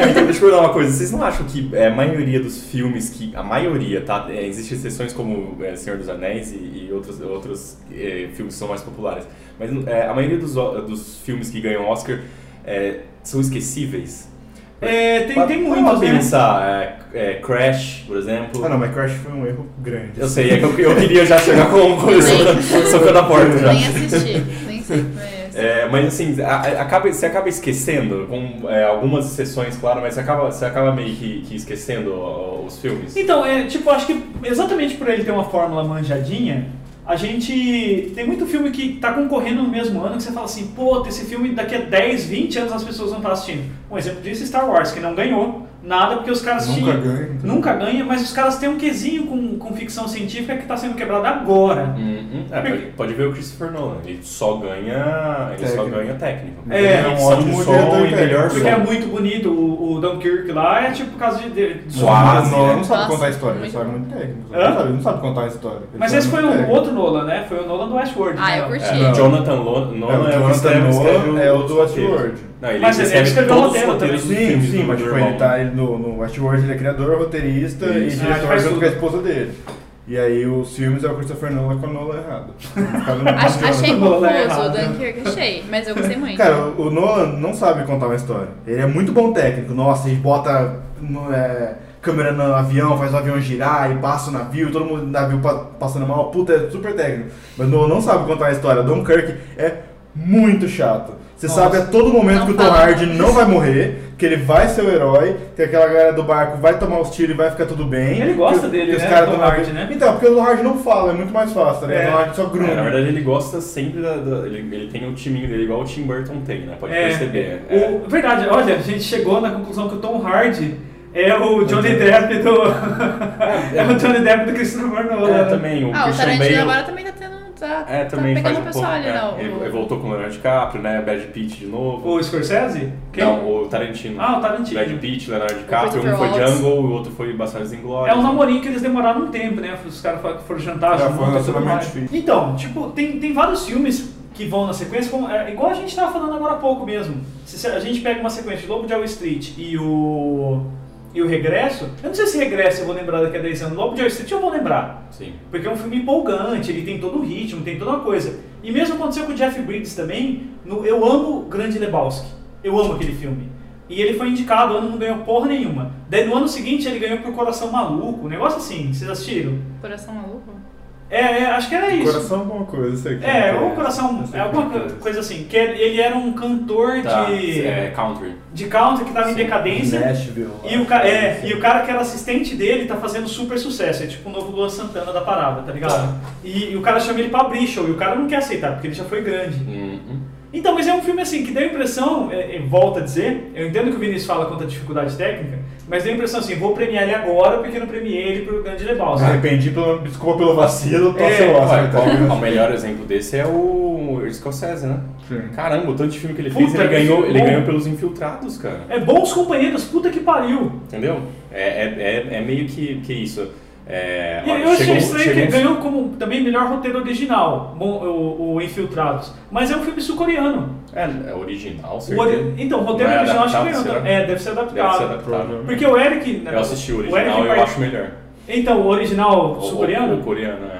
S5: então, deixa eu perguntar uma coisa. Vocês não acham que é, a maioria dos filmes, que a maioria, tá? É, Existem exceções como é, Senhor dos Anéis e, e outros, outros é, filmes que são mais populares. Mas é, a maioria dos, o- dos filmes que ganham Oscar é, são esquecíveis.
S2: É, tem,
S5: Para-
S2: tem
S5: para
S2: muitos, né?
S5: pensar, é, é, Crash, por exemplo.
S3: Ah, não, mas Crash foi um erro grande.
S5: Eu sei, é que eu, eu queria já chegar com com-
S4: Nem-
S5: socando socando a porta já.
S4: Nem assisti, nem sei. como é esse.
S5: É, mas assim, a- a- acaba, você acaba esquecendo, com é, algumas exceções, claro, mas você acaba, você acaba meio que, que esquecendo ó, os filmes.
S2: Então, é, tipo, acho que exatamente por ele ter uma fórmula manjadinha, a gente. Tem muito filme que tá concorrendo no mesmo ano que você fala assim, pô, esse filme daqui a 10, 20 anos as pessoas vão estar assistindo. Um exemplo disso é Star Wars, que não ganhou nada porque os caras
S3: Nunca
S2: tinham.
S3: ganha, então.
S2: Nunca ganha, mas os caras têm um quesinho com, com ficção científica que tá sendo quebrado agora.
S5: Uhum. É, pode, pode ver o Christopher Nolan, ele só ganha. Ele só
S3: Técnico.
S5: ganha técnico.
S3: É,
S5: Ele
S2: é um
S5: edição de
S3: ótimo
S5: som
S3: diretor
S5: e
S3: técnico.
S5: melhor
S2: Porque é
S5: som.
S2: muito bonito, o, o Dunkirk lá é tipo por causa de. de- de-
S5: Quase,
S2: assim,
S3: Não, não
S4: né?
S3: sabe
S4: Nossa,
S3: contar a história, ele
S4: muito
S3: só é muito técnico.
S2: Hã?
S3: Ele sabe- ele não sabe contar a história. ele
S2: Mas
S3: só é
S2: esse foi
S3: muito
S2: o
S3: técnico.
S2: outro Nolan, né? Foi o Nolan do Westworld.
S4: Ah,
S2: né?
S4: eu curti.
S5: É,
S3: Não.
S5: Jonathan Lo- Nolan é o que
S3: Jonathan
S5: escreve, escreve
S3: Nolan
S5: o-
S3: é o
S5: os
S3: do
S5: roteiros.
S3: Westworld.
S5: Não, ele
S2: Mas ele
S5: escreve
S2: escreveu
S5: todos os
S2: roteiro
S5: roteiros dos
S3: Sim,
S5: filmes
S3: sim,
S5: do
S3: mas tipo,
S5: irmão.
S3: ele tá ele no, no Westworld, ele é criador, roteirista e
S5: Isso.
S2: Ah, ele
S3: diretor
S2: faz
S3: junto
S2: tudo.
S3: com a esposa dele. E aí os filmes é o Christopher Nolan com o Nolan errado. Por causa do
S4: Ach- achei
S3: Jonathan.
S2: Nolan é
S4: confuso o
S2: errado.
S4: Dunkirk, achei, mas eu gostei muito.
S3: Cara, o o Nolan não sabe contar uma história. Ele é muito bom técnico. Nossa, ele bota no, é, câmera no avião, faz o avião girar e passa o navio, todo mundo no navio pa- passando mal. Puta, é super técnico. Mas o Nolan não sabe contar a história. Dunkirk é muito chato. Você
S2: Nossa.
S3: sabe a todo momento
S4: Não
S3: que o Tom
S4: fala.
S3: Hardy não vai morrer, que ele vai ser o herói, que aquela galera do barco vai tomar os tiros e vai ficar tudo bem.
S2: Ele gosta
S3: Que-
S2: dele,
S3: que os
S2: né,
S3: caras
S2: Tom
S3: do navio-
S2: Hardy, né?
S3: Então, porque o Tom Hardy não fala, é muito mais fácil, né?
S2: É.
S3: O Tom Hardy só grunha.
S5: É, na verdade, ele gosta sempre da. da- ele, ele tem o timinho dele igual o Tim Burton tem, né? Pode perceber.
S2: O-
S5: É.
S2: Verdade, olha, a gente chegou na conclusão que o Tom Hardy é
S5: Uhum.
S2: o Johnny Depp do. é o Johnny Depp do Christopher Nolan.
S5: É, também o
S4: ah, o
S5: Christian
S4: Tarantino
S5: Bale.
S4: agora também tá tendo. Tá,
S5: É,
S4: tá
S5: também faz
S4: pegando o
S5: um pouco.
S4: pessoal ali,
S5: é.
S4: não.
S5: ele,
S4: o-
S5: ele voltou com o Leonardo DiCaprio, né? Brad Pitt de novo.
S2: O Scorsese? Quem?
S5: Não, o Tarantino.
S2: Ah, o Tarantino.
S5: Brad Pitt, Leonardo DiCaprio, um
S4: Christopher
S5: foi
S4: Waltz.
S5: Jungle, o outro foi Bastardos Inglórios.
S2: É um namorinho que eles demoraram um tempo, né? Os caras foram- foram jantar
S3: É,
S2: junto
S3: foi um
S2: e tudo
S3: relacionamento
S2: mais.
S3: difícil.
S2: Então, tipo, tem, tem vários filmes que vão na sequência, como- é, igual a gente tava falando agora há pouco mesmo. Se, se a gente pega uma sequência de Lobo de Wall Street e o. e o Regresso, eu não sei se Regresso eu vou lembrar daqui a 10 anos. Lobo de Wall Street eu vou lembrar.
S5: Sim.
S2: Porque é um filme empolgante, ele tem todo o ritmo, tem toda a coisa. E mesmo aconteceu com o Jeff Bridges também, no- eu amo Grande Lebowski. Eu amo aquele filme. E ele foi indicado, o ano não ganhou porra nenhuma. Daí no ano seguinte ele ganhou por Coração Maluco, um negócio assim, vocês assistiram?
S4: Coração maluco?
S2: É, é, acho que era isso.
S3: Coração é alguma coisa, né? eu sei que
S2: É,
S3: não
S2: ou Coração,
S3: Eu sei
S2: é alguma
S3: que não
S2: co-
S3: é.
S2: coisa assim. Que ele ele era um cantor
S5: Tá,
S2: de,
S5: é, Country.
S2: de country que tava em decadência.
S3: Nashville.
S2: E o, ca- é, e o cara que era assistente dele tá fazendo super sucesso. É tipo o novo Luan Santana da parada, tá ligado? E, e o cara chama ele pra abrir show. E o cara não quer aceitar, porque ele já foi grande.
S5: Uhum.
S2: Então, mas é um filme assim que deu a impressão, é, é, volta a dizer, eu entendo que o Vinícius fala quanto à dificuldade técnica, mas deu a impressão assim, vou premiar ele agora porque eu não premiei ele pro grande Lebowski.
S3: Arrependi, pelo, desculpa pelo vacilo, tô
S2: É,
S3: sem
S5: Olha,
S3: Oscar. tá
S5: qual-
S3: ligado?
S5: o melhor exemplo desse é o Scorsese, né? Caramba, o tanto de filme que ele fez,
S2: Puta,
S5: ele
S2: que
S5: ganhou,
S2: filme
S5: ele
S2: bom.
S5: ganhou pelos infiltrados, cara.
S2: É bons companheiros, puta que pariu.
S5: Entendeu? É, é, é, é meio que, que isso. É,
S2: E
S5: olha,
S2: eu achei
S5: chegou-
S2: estranho que
S5: chegou
S2: ele
S5: um-
S2: ganhou como também melhor roteiro original, bom, o, o Infiltrados. Mas é um filme sul-coreano.
S5: É, é original,
S2: O
S5: certeza.
S2: ori- Então, o roteiro
S5: Não é
S2: original acho que
S5: adaptado,
S2: ganhou.
S5: será?
S2: tá? É, deve ser
S5: Deve
S2: adaptado.
S5: ser adaptado.
S2: Porque o Eric. né,
S5: Eu assisti o
S2: Eric
S5: original e eu
S2: part-
S5: acho melhor.
S2: Então, o original
S5: O, o
S2: sul-coreano,
S5: coreano, é.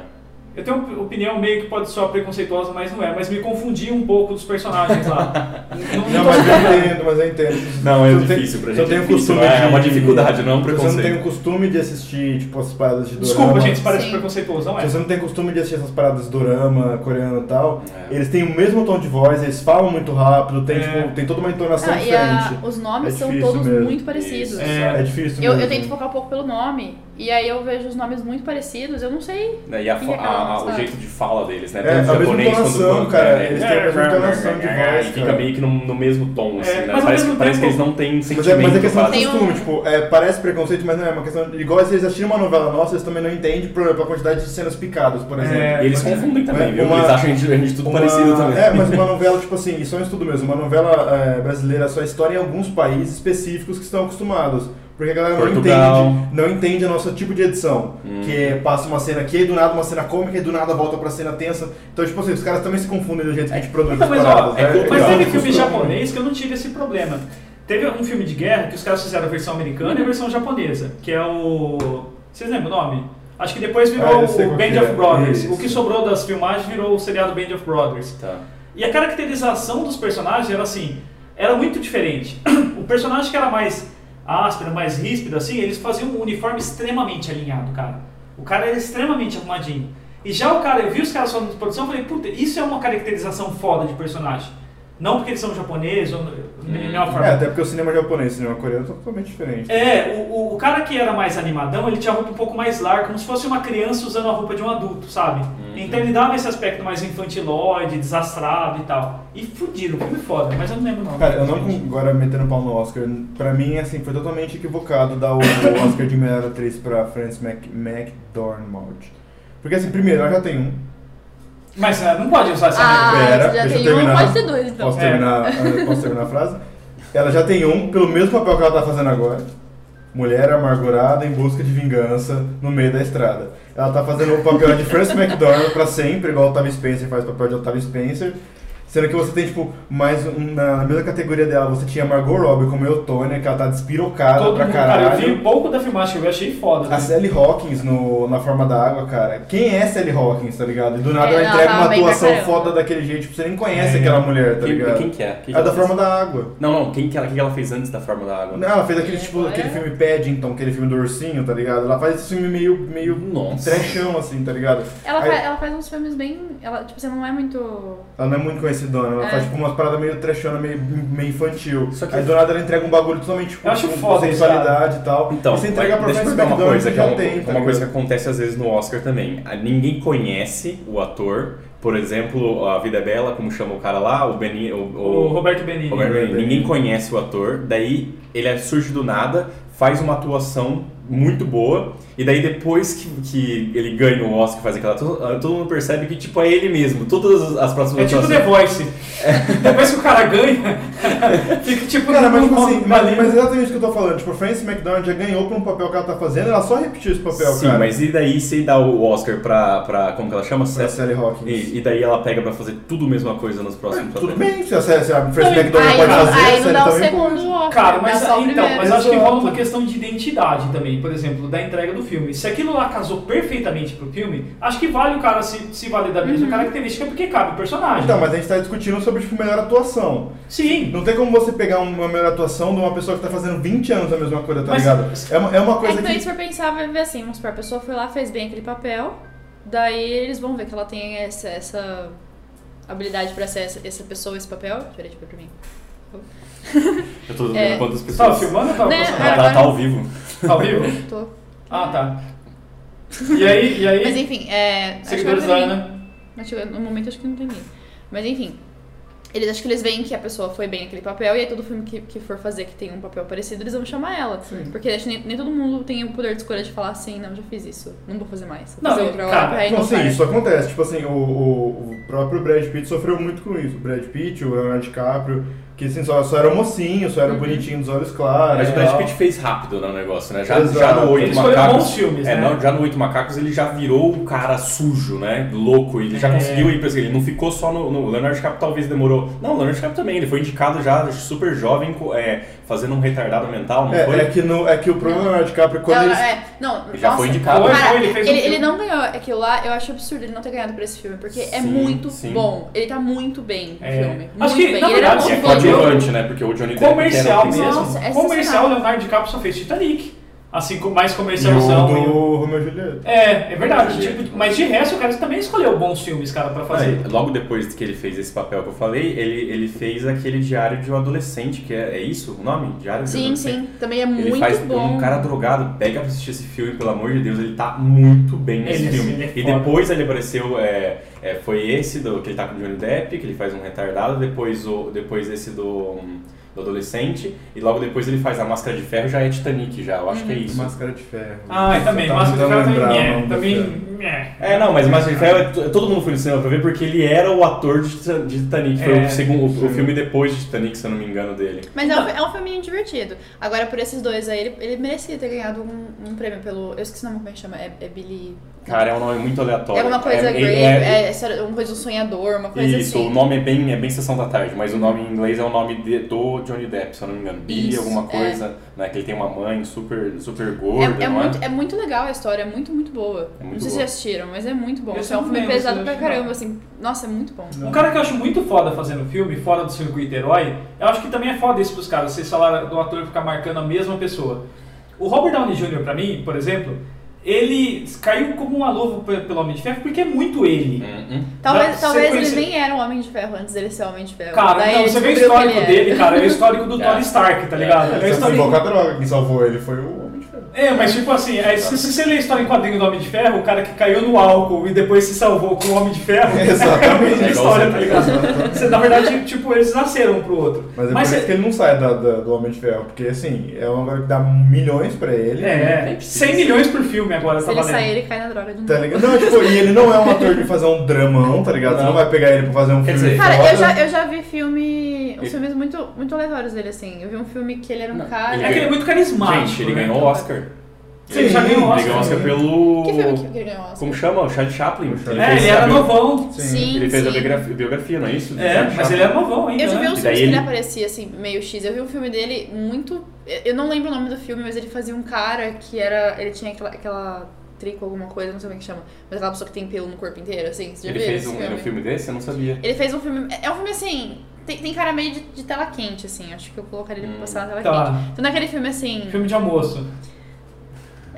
S2: eu tenho uma opinião meio que pode soar preconceituosa, mas não é. Mas me confundi um pouco dos personagens lá. não,
S3: Não, mas eu entendo, mas eu entendo.
S5: Não, é
S3: Se eu tenho-
S5: difícil pra
S3: se eu
S5: gente,
S3: tenho
S5: é difícil,
S3: costume
S5: é
S3: de-
S5: uma dificuldade, não é um
S3: se Você não
S5: preconceito.
S3: tem o costume de assistir, tipo, as paradas de dorama.
S2: Desculpa, gente, isso parece
S4: Sim.
S2: preconceituoso, não é?
S3: Se você não tem costume de assistir essas paradas de dorama, coreano e tal,
S5: É.
S3: eles têm o mesmo tom de voz, eles falam muito rápido, tem,
S2: É.
S3: tipo, tem toda uma entonação
S4: Ah, e a-
S3: diferente.
S4: os nomes
S3: É
S4: são
S3: difícil
S4: todos
S3: mesmo.
S4: muito parecidos.
S5: Isso.
S3: É, difícil
S4: Eu,
S3: mesmo.
S4: eu tento focar um pouco pelo nome, e aí eu vejo os nomes muito parecidos, eu não sei.
S5: Né, E a,
S4: Fica
S5: fa- a- a-
S4: calmo,
S5: o
S4: sabe?
S5: jeito de fala deles, né?
S3: É,
S5: Tanto
S3: a mesma
S5: japonês quanto
S3: entonação,
S5: quanto-
S3: cara,
S5: é,
S3: eles
S5: é,
S3: têm a mesma
S5: é,
S3: entonação de
S5: é,
S3: voz,
S5: E fica
S3: cara.
S5: meio que no, no mesmo tom, assim,
S2: É,
S5: né?
S2: mas ao
S5: Parece, que,
S2: mesmo
S5: parece que
S2: tempo-
S5: eles não têm
S3: Mas é,
S5: sentimento.
S3: mas é questão
S5: quase.
S3: de
S4: Tem um-
S3: costume, tipo, é, parece preconceito, mas não é, é uma questão. de- Igual às vezes assistiram uma novela nossa, eles também não entendem por- pela quantidade de cenas picadas, por exemplo.
S2: É,
S5: E eles
S2: mas-
S5: confundem também,
S3: mas
S5: viu?
S3: uma-
S5: Eles acham a gente, a gente tudo
S3: Uma-
S5: parecido também.
S3: É, mas uma novela, tipo assim, isso é um estudo mesmo. Uma novela é, brasileira só história em alguns países específicos que estão acostumados. Porque a galera não
S5: Portugal.
S3: entende, não entende o nosso tipo de edição. Que é, passa uma cena aqui, aí do nada uma cena cômica, e do nada volta pra cena tensa. Então, tipo assim, os caras também se confundem do jeito que a gente produz
S2: Então,
S3: as
S2: mas, ó,
S3: paradas,
S5: é
S3: né?
S5: culpa-
S2: mas
S5: Legal.
S2: teve filme
S3: Costuma.
S2: japonês que eu não tive esse problema. Teve um filme de guerra que os caras fizeram a versão americana e a versão japonesa, que é o. Vocês lembram o nome? Acho que depois virou
S3: Ah, eu sei
S2: o
S3: qual que
S2: Band
S3: é.
S2: of Brothers.
S3: Isso.
S2: O que sobrou das filmagens virou o seriado Band of Brothers.
S5: Tá.
S2: E a caracterização dos personagens era assim, era muito diferente. O personagem que era mais áspero, mais ríspido, assim, eles faziam um uniforme extremamente alinhado, cara. O cara era extremamente arrumadinho. E já o cara, eu vi os caras falando de produção, eu falei, puta, isso é uma caracterização foda de personagem. Não porque eles são japoneses ou melhor
S3: É,
S2: forma.
S3: até porque o cinema japonês e o cinema coreano são totalmente diferentes.
S2: É, o- o, o cara que era mais animadão, ele tinha a roupa um pouco mais larga, como se fosse uma criança usando a roupa de um adulto, sabe? Então ele dava esse aspecto mais infantiloide, desastrado e tal. E fudido, filme é foda, mas eu não lembro não. né?
S3: Cara, eu não agora metendo pau no Oscar, pra mim assim, foi totalmente equivocado dar o, o Oscar de melhor atriz pra Frances Mac, McDormand. Porque assim, primeiro, ela já tem um.
S2: Mas ah, não pode usar essa
S4: Ah,
S2: merda.
S3: Pera,
S4: você já
S3: deixa eu
S4: tem um,
S3: terminar.
S4: pode ter dois, então.
S3: Posso
S2: É.
S3: terminar, eh, posso terminar a frase? Ela já tem um, pelo mesmo papel que ela tá fazendo agora. Mulher amargurada em busca de vingança no meio da estrada. Ela tá fazendo o papel de Frances McDormand pra sempre, igual o Otávio Spencer faz o papel de Otávio Spencer. Sendo que você tem, tipo, mais um, na mesma categoria dela, você tinha Margot Robbie como Eutônia, que ela tá despirocada
S2: Todo
S3: pra
S2: mundo, cara,
S3: caralho. Tá
S2: eu vi pouco da filmagem, eu achei foda. né?
S3: A Sally Hawkins no, na forma da água, cara. Quem é Sally Hawkins, tá ligado? E do nada
S4: É,
S3: ela
S4: ela
S3: entrega
S4: tava
S3: uma
S4: bem pra
S3: atuação
S4: caramba.
S3: foda daquele jeito, tipo, você nem conhece
S2: É.
S3: aquela mulher, tá
S5: Quem,
S3: ligado?
S5: quem que é? Quem que
S3: É da
S5: ela fez?
S3: forma da água.
S5: Não, não, quem que ela, o que que ela fez antes da forma da água?
S3: Não, ela fez aquele, tipo,
S4: Agora-
S3: aquele filme Paddington, aquele filme do ursinho, tá ligado? Ela faz esse filme meio, meio
S5: Nossa.
S3: trechão, assim, tá ligado?
S4: Ela,
S3: Aí-
S4: faz, ela faz uns filmes bem. Ela, tipo, você não é muito.
S3: Ela não é muito conhecidona, ela
S4: É.
S3: faz, tipo, umas paradas meio trechona, meio, meio infantil.
S5: Só que-
S3: Aí do nada ela entrega um bagulho totalmente, tipo,
S2: Eu acho
S3: com
S2: foda isso,
S3: sexualidade e tal.
S5: Então,
S3: e você entrega
S5: mas
S3: pra
S5: deixa eu
S3: Frances
S5: explicar uma
S3: McDormand,
S5: coisa
S3: que
S5: que é
S3: já
S5: uma,
S3: tem, tá
S5: uma coisa que
S3: ligado?
S5: acontece às vezes no Oscar também. Ah, Ninguém conhece o ator. Por exemplo, a Vida é Bela, como chama o cara lá, o Beni, o,
S2: O
S5: o-
S2: Roberto Benini.
S5: Robert Benigni.
S3: Benigni.
S5: Ninguém conhece o ator. Daí ele é surge do nada, faz uma atuação muito boa e daí depois que, que ele ganha o Oscar, faz aquela atuação, todo mundo percebe que tipo é ele mesmo. Todas as, as próximas
S2: É tipo
S3: Tá
S2: The Voice. Depois que o cara ganha, fica tipo.
S3: É. Cara, mas
S2: um
S3: tipo assim,
S2: nome
S3: mas,
S2: maligno.
S3: mas
S4: né?
S3: é exatamente o que eu tô falando. Tipo, a Frances McDormand já ganhou por um papel que ela tá fazendo, ela só repetiu esse papel,
S5: Sim,
S3: cara.
S5: mas e daí se dá o Oscar pra, pra como que ela chama?
S3: Pra Sally Hawkins.
S5: E, e daí ela pega pra fazer tudo a mesma coisa nos próximos
S3: Tudo
S5: papéis.
S3: bem, se a, se a se a Frances
S2: Não,
S3: McDormand
S4: aí
S3: pode
S4: não-
S3: fazer,
S4: aí
S3: a tá
S4: não
S3: Sally
S4: dá o
S3: também
S4: segundo Oscar,
S2: Cara, mas,
S4: dá só o
S2: então,
S4: primeiro.
S2: mas acho que
S3: Exato.
S2: rola uma questão de identidade também, por exemplo, da entrega do filme. Se aquilo lá casou perfeitamente pro filme, acho que vale o cara se, se valer da
S4: Uhum.
S2: mesma característica porque cabe o personagem.
S3: Então, mas a gente tá discutindo sobre, tipo, melhor atuação.
S2: Sim.
S3: Não tem como você pegar uma melhor atuação de uma pessoa que tá fazendo 20 anos a mesma coisa, tá
S2: Mas-
S3: ligado? É uma, é uma
S4: É,
S3: coisa
S4: então,
S3: que...
S4: isso pra pensar, vai ver assim, vamos supor, a pessoa foi lá, fez bem aquele papel, daí eles vão ver que ela tem essa, essa habilidade pra ser essa, essa pessoa, esse papel. Peraí, tipo, pra mim.
S5: Eu tô vendo
S4: É.
S5: quantas
S2: Você tava
S5: pessoas.
S2: Tá filmando ou tava
S4: Né?
S2: passando?
S5: Ela tá- tá ao vivo.
S2: Tá ao vivo?
S4: Tô.
S2: Ah, tá. E aí, e aí?
S4: Mas enfim, é. acho que
S2: seguidores né?
S4: vai
S2: da
S4: pra mim.
S2: Ana.
S4: Mas tipo, no momento acho que não tem ninguém. Mas enfim. Eles acho que eles veem que a pessoa foi bem naquele papel, e aí todo filme que, que for fazer que tem um papel parecido, eles vão chamar ela. Porque acho que nem, nem todo mundo tem o poder de escolha de falar assim, não, já fiz isso, não vou fazer mais. Vou
S2: Não,
S4: fazer outra
S2: cara,
S4: hora, aí
S3: Não,
S4: não
S3: sim,
S4: faz.
S3: isso acontece. Tipo assim, o, o, o próprio Brad Pitt sofreu muito com isso. O Brad Pitt, o Leonardo DiCaprio, que assim, só, só era mocinho, só era
S4: Uhum.
S3: bonitinho dos olhos claros.
S5: Mas o
S3: e
S5: Brad
S3: tal.
S5: Pitt fez rápido no negócio, né? Já,
S3: Exato.
S5: já no
S2: Ele
S5: Oito
S2: escolheu
S5: Macacos.
S2: bons filmes,
S5: É,
S2: né?
S5: não, já no Oito Macacos ele já virou o cara sujo, né? Louco. Ele já
S2: É.
S5: conseguiu ir pra esse- Ele não ficou só no. no o Leonardo DiCaprio talvez demorou. Não, o Leonardo DiCaprio também. Ele foi indicado já super jovem, co- é, fazendo um retardado mental, não foi?
S3: É, é, que no, é que o problema do Leonardo DiCaprio, quando
S4: Ela-
S3: eles
S4: é, não,
S5: Ele já
S4: nossa,
S5: foi indicado.
S2: Foi,
S4: Cara,
S2: foi, ele
S4: ele,
S2: fez um
S4: ele
S2: filme.
S4: não ganhou aquilo lá, eu acho absurdo ele não ter ganhado pra esse filme, porque é
S5: Sim,
S4: muito
S5: sim.
S4: bom. Ele tá muito bem no
S2: É.
S4: filme.
S2: Acho
S4: muito
S2: que,
S4: bem.
S2: na
S4: E ele era
S2: verdade,
S5: Que é
S4: muito bom.
S5: coadjuvante, né? Porque o Johnny Depp
S2: Comercial
S5: que era o
S2: mesmo.
S5: príncipe.
S4: Nossa, é
S2: comercial,
S4: sensacional.
S2: Leonardo DiCaprio só fez Titanic. Assim, com mais né?
S3: E o
S2: comercialzão. e-
S3: do Romeo e Julieta.
S2: É, é verdade.
S5: Entendi.
S2: tipo, mas de resto, o cara também escolheu bons filmes, cara, pra fazer.
S5: Aí, logo depois que ele fez esse papel que eu falei, ele, ele fez aquele Diário de um Adolescente, que é, é isso o nome? Diário de um
S4: Sim,
S5: Adolescente?
S4: sim, também é
S5: Ele
S4: muito
S5: faz
S4: bom.
S5: um cara drogado, pega pra assistir esse filme, pelo amor de Deus, ele tá muito bem nesse
S2: Ele-
S5: filme.
S2: ele é
S5: e
S2: foda.
S5: depois ele apareceu, é, é, foi esse do, que ele tá com o Johnny Depp, que ele faz um retardado, depois, o, depois esse do, hum, do adolescente, e logo depois ele faz a Máscara de Ferro, já é Titanic já, eu acho
S4: Uhum.
S5: que é isso.
S3: Máscara de Ferro.
S2: Ah, e também.
S3: Eu tava
S2: Máscara de Ferro também.
S3: tentando lembrar Então, o
S2: nhé,
S3: nome do filme.
S2: Também. nhé.
S5: É, não, mas o Máscara de Ferro, é t- todo mundo foi no cinema pra ver porque ele era o ator de Titan- de Titanic. Foi
S2: É.
S5: o, segundo, o- o filme depois de Titanic, se eu não me engano, dele.
S4: Mas
S2: Então.
S4: é um, é um filminho divertido. Agora, por esses dois aí, ele, ele merecia ter ganhado um, um prêmio pelo. Eu esqueci o nome como é que chama. É, é Billy.
S5: Cara, é um nome muito aleatório.
S4: É uma coisa
S5: é,
S4: grave,
S5: é-
S4: é, história- uma coisa de um sonhador, uma coisa
S5: Isso,
S4: assim.
S5: o nome é bem, é bem Sessão da Tarde, mas o nome em inglês é o nome de- do Johnny Depp, se eu não me engano. Billy,
S4: Isso,
S5: alguma
S4: é.
S5: coisa, né? Que ele tem uma mãe super, super
S4: É,
S5: gorda,
S4: é
S5: não
S4: muito, é muito legal a história, é muito, muito boa.
S5: É muito
S4: não sei se
S5: boa.
S4: vocês assistiram, mas é muito bom.
S2: Esse
S4: é
S2: eu
S4: um
S2: não
S4: filme
S2: lembro,
S4: pesado
S2: esse eu
S4: pra
S2: acho que não.
S4: caramba, assim. Nossa, é muito bom.
S2: Um cara que eu acho muito foda fazendo filme, fora do circuito herói, eu acho que também é foda isso pros caras, vocês falaram do ator ficar marcando a mesma pessoa. O Robert Downey Jr., pra mim, por exemplo, Ele caiu como uma luva pe- pelo Homem de Ferro porque é muito ele.
S5: Uhum.
S4: Talvez,
S2: Dá-
S4: talvez
S2: sequência-
S4: ele nem era um Homem de Ferro antes dele ser Homem de Ferro.
S2: Cara,
S4: Daí
S2: não,
S4: ele
S2: você vê o
S4: descobriu
S2: histórico
S4: que ele
S2: dele,
S4: era.
S2: cara. É o histórico do
S5: Yeah.
S2: Tony Stark, tá
S5: Yeah.
S2: ligado? É, o
S3: Só que
S2: histórico-
S3: qualquer droga, quem salvou ele foi o Homem de Ferro.
S2: É, mas tipo assim, aí se, se você lê a história em quadrinho do Homem de Ferro, o cara que caiu no álcool e depois se salvou com o Homem de Ferro, é a
S3: Exatamente.
S2: mesma
S5: É
S2: história,
S5: igualzinho,
S2: tá ligado? Você, na verdade, tipo, eles nasceram um pro outro.
S3: Mas é
S2: Mas
S3: por
S2: você-
S3: isso que ele não sai da- da- do Homem de Ferro, porque assim, é uma coisa que dá milhões pra ele.
S2: É, é, 100 milhões por filme agora,
S4: Se
S2: tá
S4: ele
S2: valendo.
S4: sair, ele cai na droga de novo.
S3: Tá ligado? Não, tipo, e ele não é um ator de fazer um dramão, tá ligado? Você não
S5: Não.
S3: vai pegar ele pra fazer um
S5: Quer
S3: filme.
S5: dizer-
S4: Cara,
S3: foda.
S4: eu já, eu já vi filme. Uns filmes muito, muito aleatórios dele, assim. Eu vi um filme que ele era um
S5: Não,
S4: cara.
S5: ele
S2: É que ele é muito carismático.
S5: Gente, ele
S2: né?
S5: ganhou o Oscar.
S2: Sim, ele já ganhou o
S5: Ele
S2: Oscar.
S5: ganhou o Oscar
S3: Sim.
S5: pelo.
S4: É Que filme que- que ele ganhou o Oscar?
S5: Como chama? O Charlie Chaplin.
S2: É,
S5: fez
S2: ele era
S5: a bio-
S2: novão.
S3: Sim.
S5: Ele fez a
S4: sim.
S5: biografia, biografia, não é isso? Do
S2: É,
S5: Charlie
S2: mas
S5: Chaplin.
S2: ele era novão ainda.
S4: Eu já vi
S2: né?
S4: uns
S5: E
S4: filmes
S5: daí
S4: que ele...
S5: ele-
S4: aparecia, assim, meio X. Eu vi um filme dele muito. eu- Eu não lembro o nome do filme, mas ele fazia um cara que era. Ele tinha aquela. aquela trico, alguma coisa, não sei como é que chama. Mas aquela pessoa que tem pelo no corpo inteiro, assim. Você já
S5: Ele
S4: viu
S5: fez
S4: esse
S5: um,
S4: filme?
S5: um filme desse? Eu não sabia.
S4: Ele fez um filme. É um filme assim. Tem, tem cara meio de, de tela quente, assim. Acho que eu colocaria ele pra
S5: Hum,
S4: passar na tela
S2: Tá,
S4: quente. Então naquele filme assim.
S2: filme de almoço.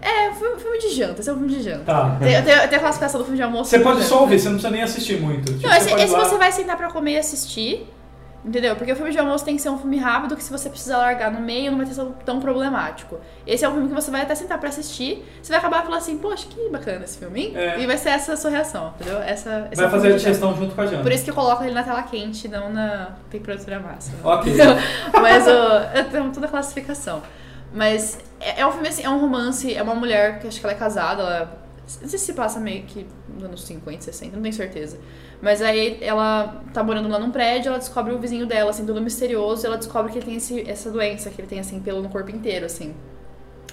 S4: É, um filme, filme de janta. Esse é um filme de janta.
S2: Tá.
S4: Tem, tem, tem a classificação do filme de almoço.
S2: Você
S4: filme
S2: pode
S4: de
S2: só
S4: janta.
S2: ouvir, você não precisa nem assistir muito. Tipo,
S4: Não,
S2: você
S4: esse,
S2: pode
S4: esse
S2: ir lá-
S4: você vai sentar pra comer e assistir. Entendeu? Porque o filme de almoço tem que ser um filme rápido que se você precisar largar no meio não vai ser tão problemático. Esse é um filme que você vai até sentar pra assistir, você vai acabar falando assim, poxa, que bacana esse filme, hein?
S2: É.
S4: E vai ser essa a sua reação, entendeu? Essa, esse
S2: vai
S4: é o filme
S2: fazer a
S4: de janta.
S2: digestão junto com a janta.
S4: Por isso que eu coloco ele na tela quente, não na temperatura máxima.
S2: Ok.
S4: Mas o, eu tenho toda a classificação. Mas é, é um filme assim, é um romance, é uma mulher que acho que ela é casada, ela. Não sei se passa meio que nos anos 50, 60, não tenho certeza. Mas aí ela tá morando lá num prédio, ela descobre o vizinho dela, assim, todo misterioso, e ela descobre que ele tem esse- essa doença, que ele tem, assim, pelo no corpo inteiro, assim.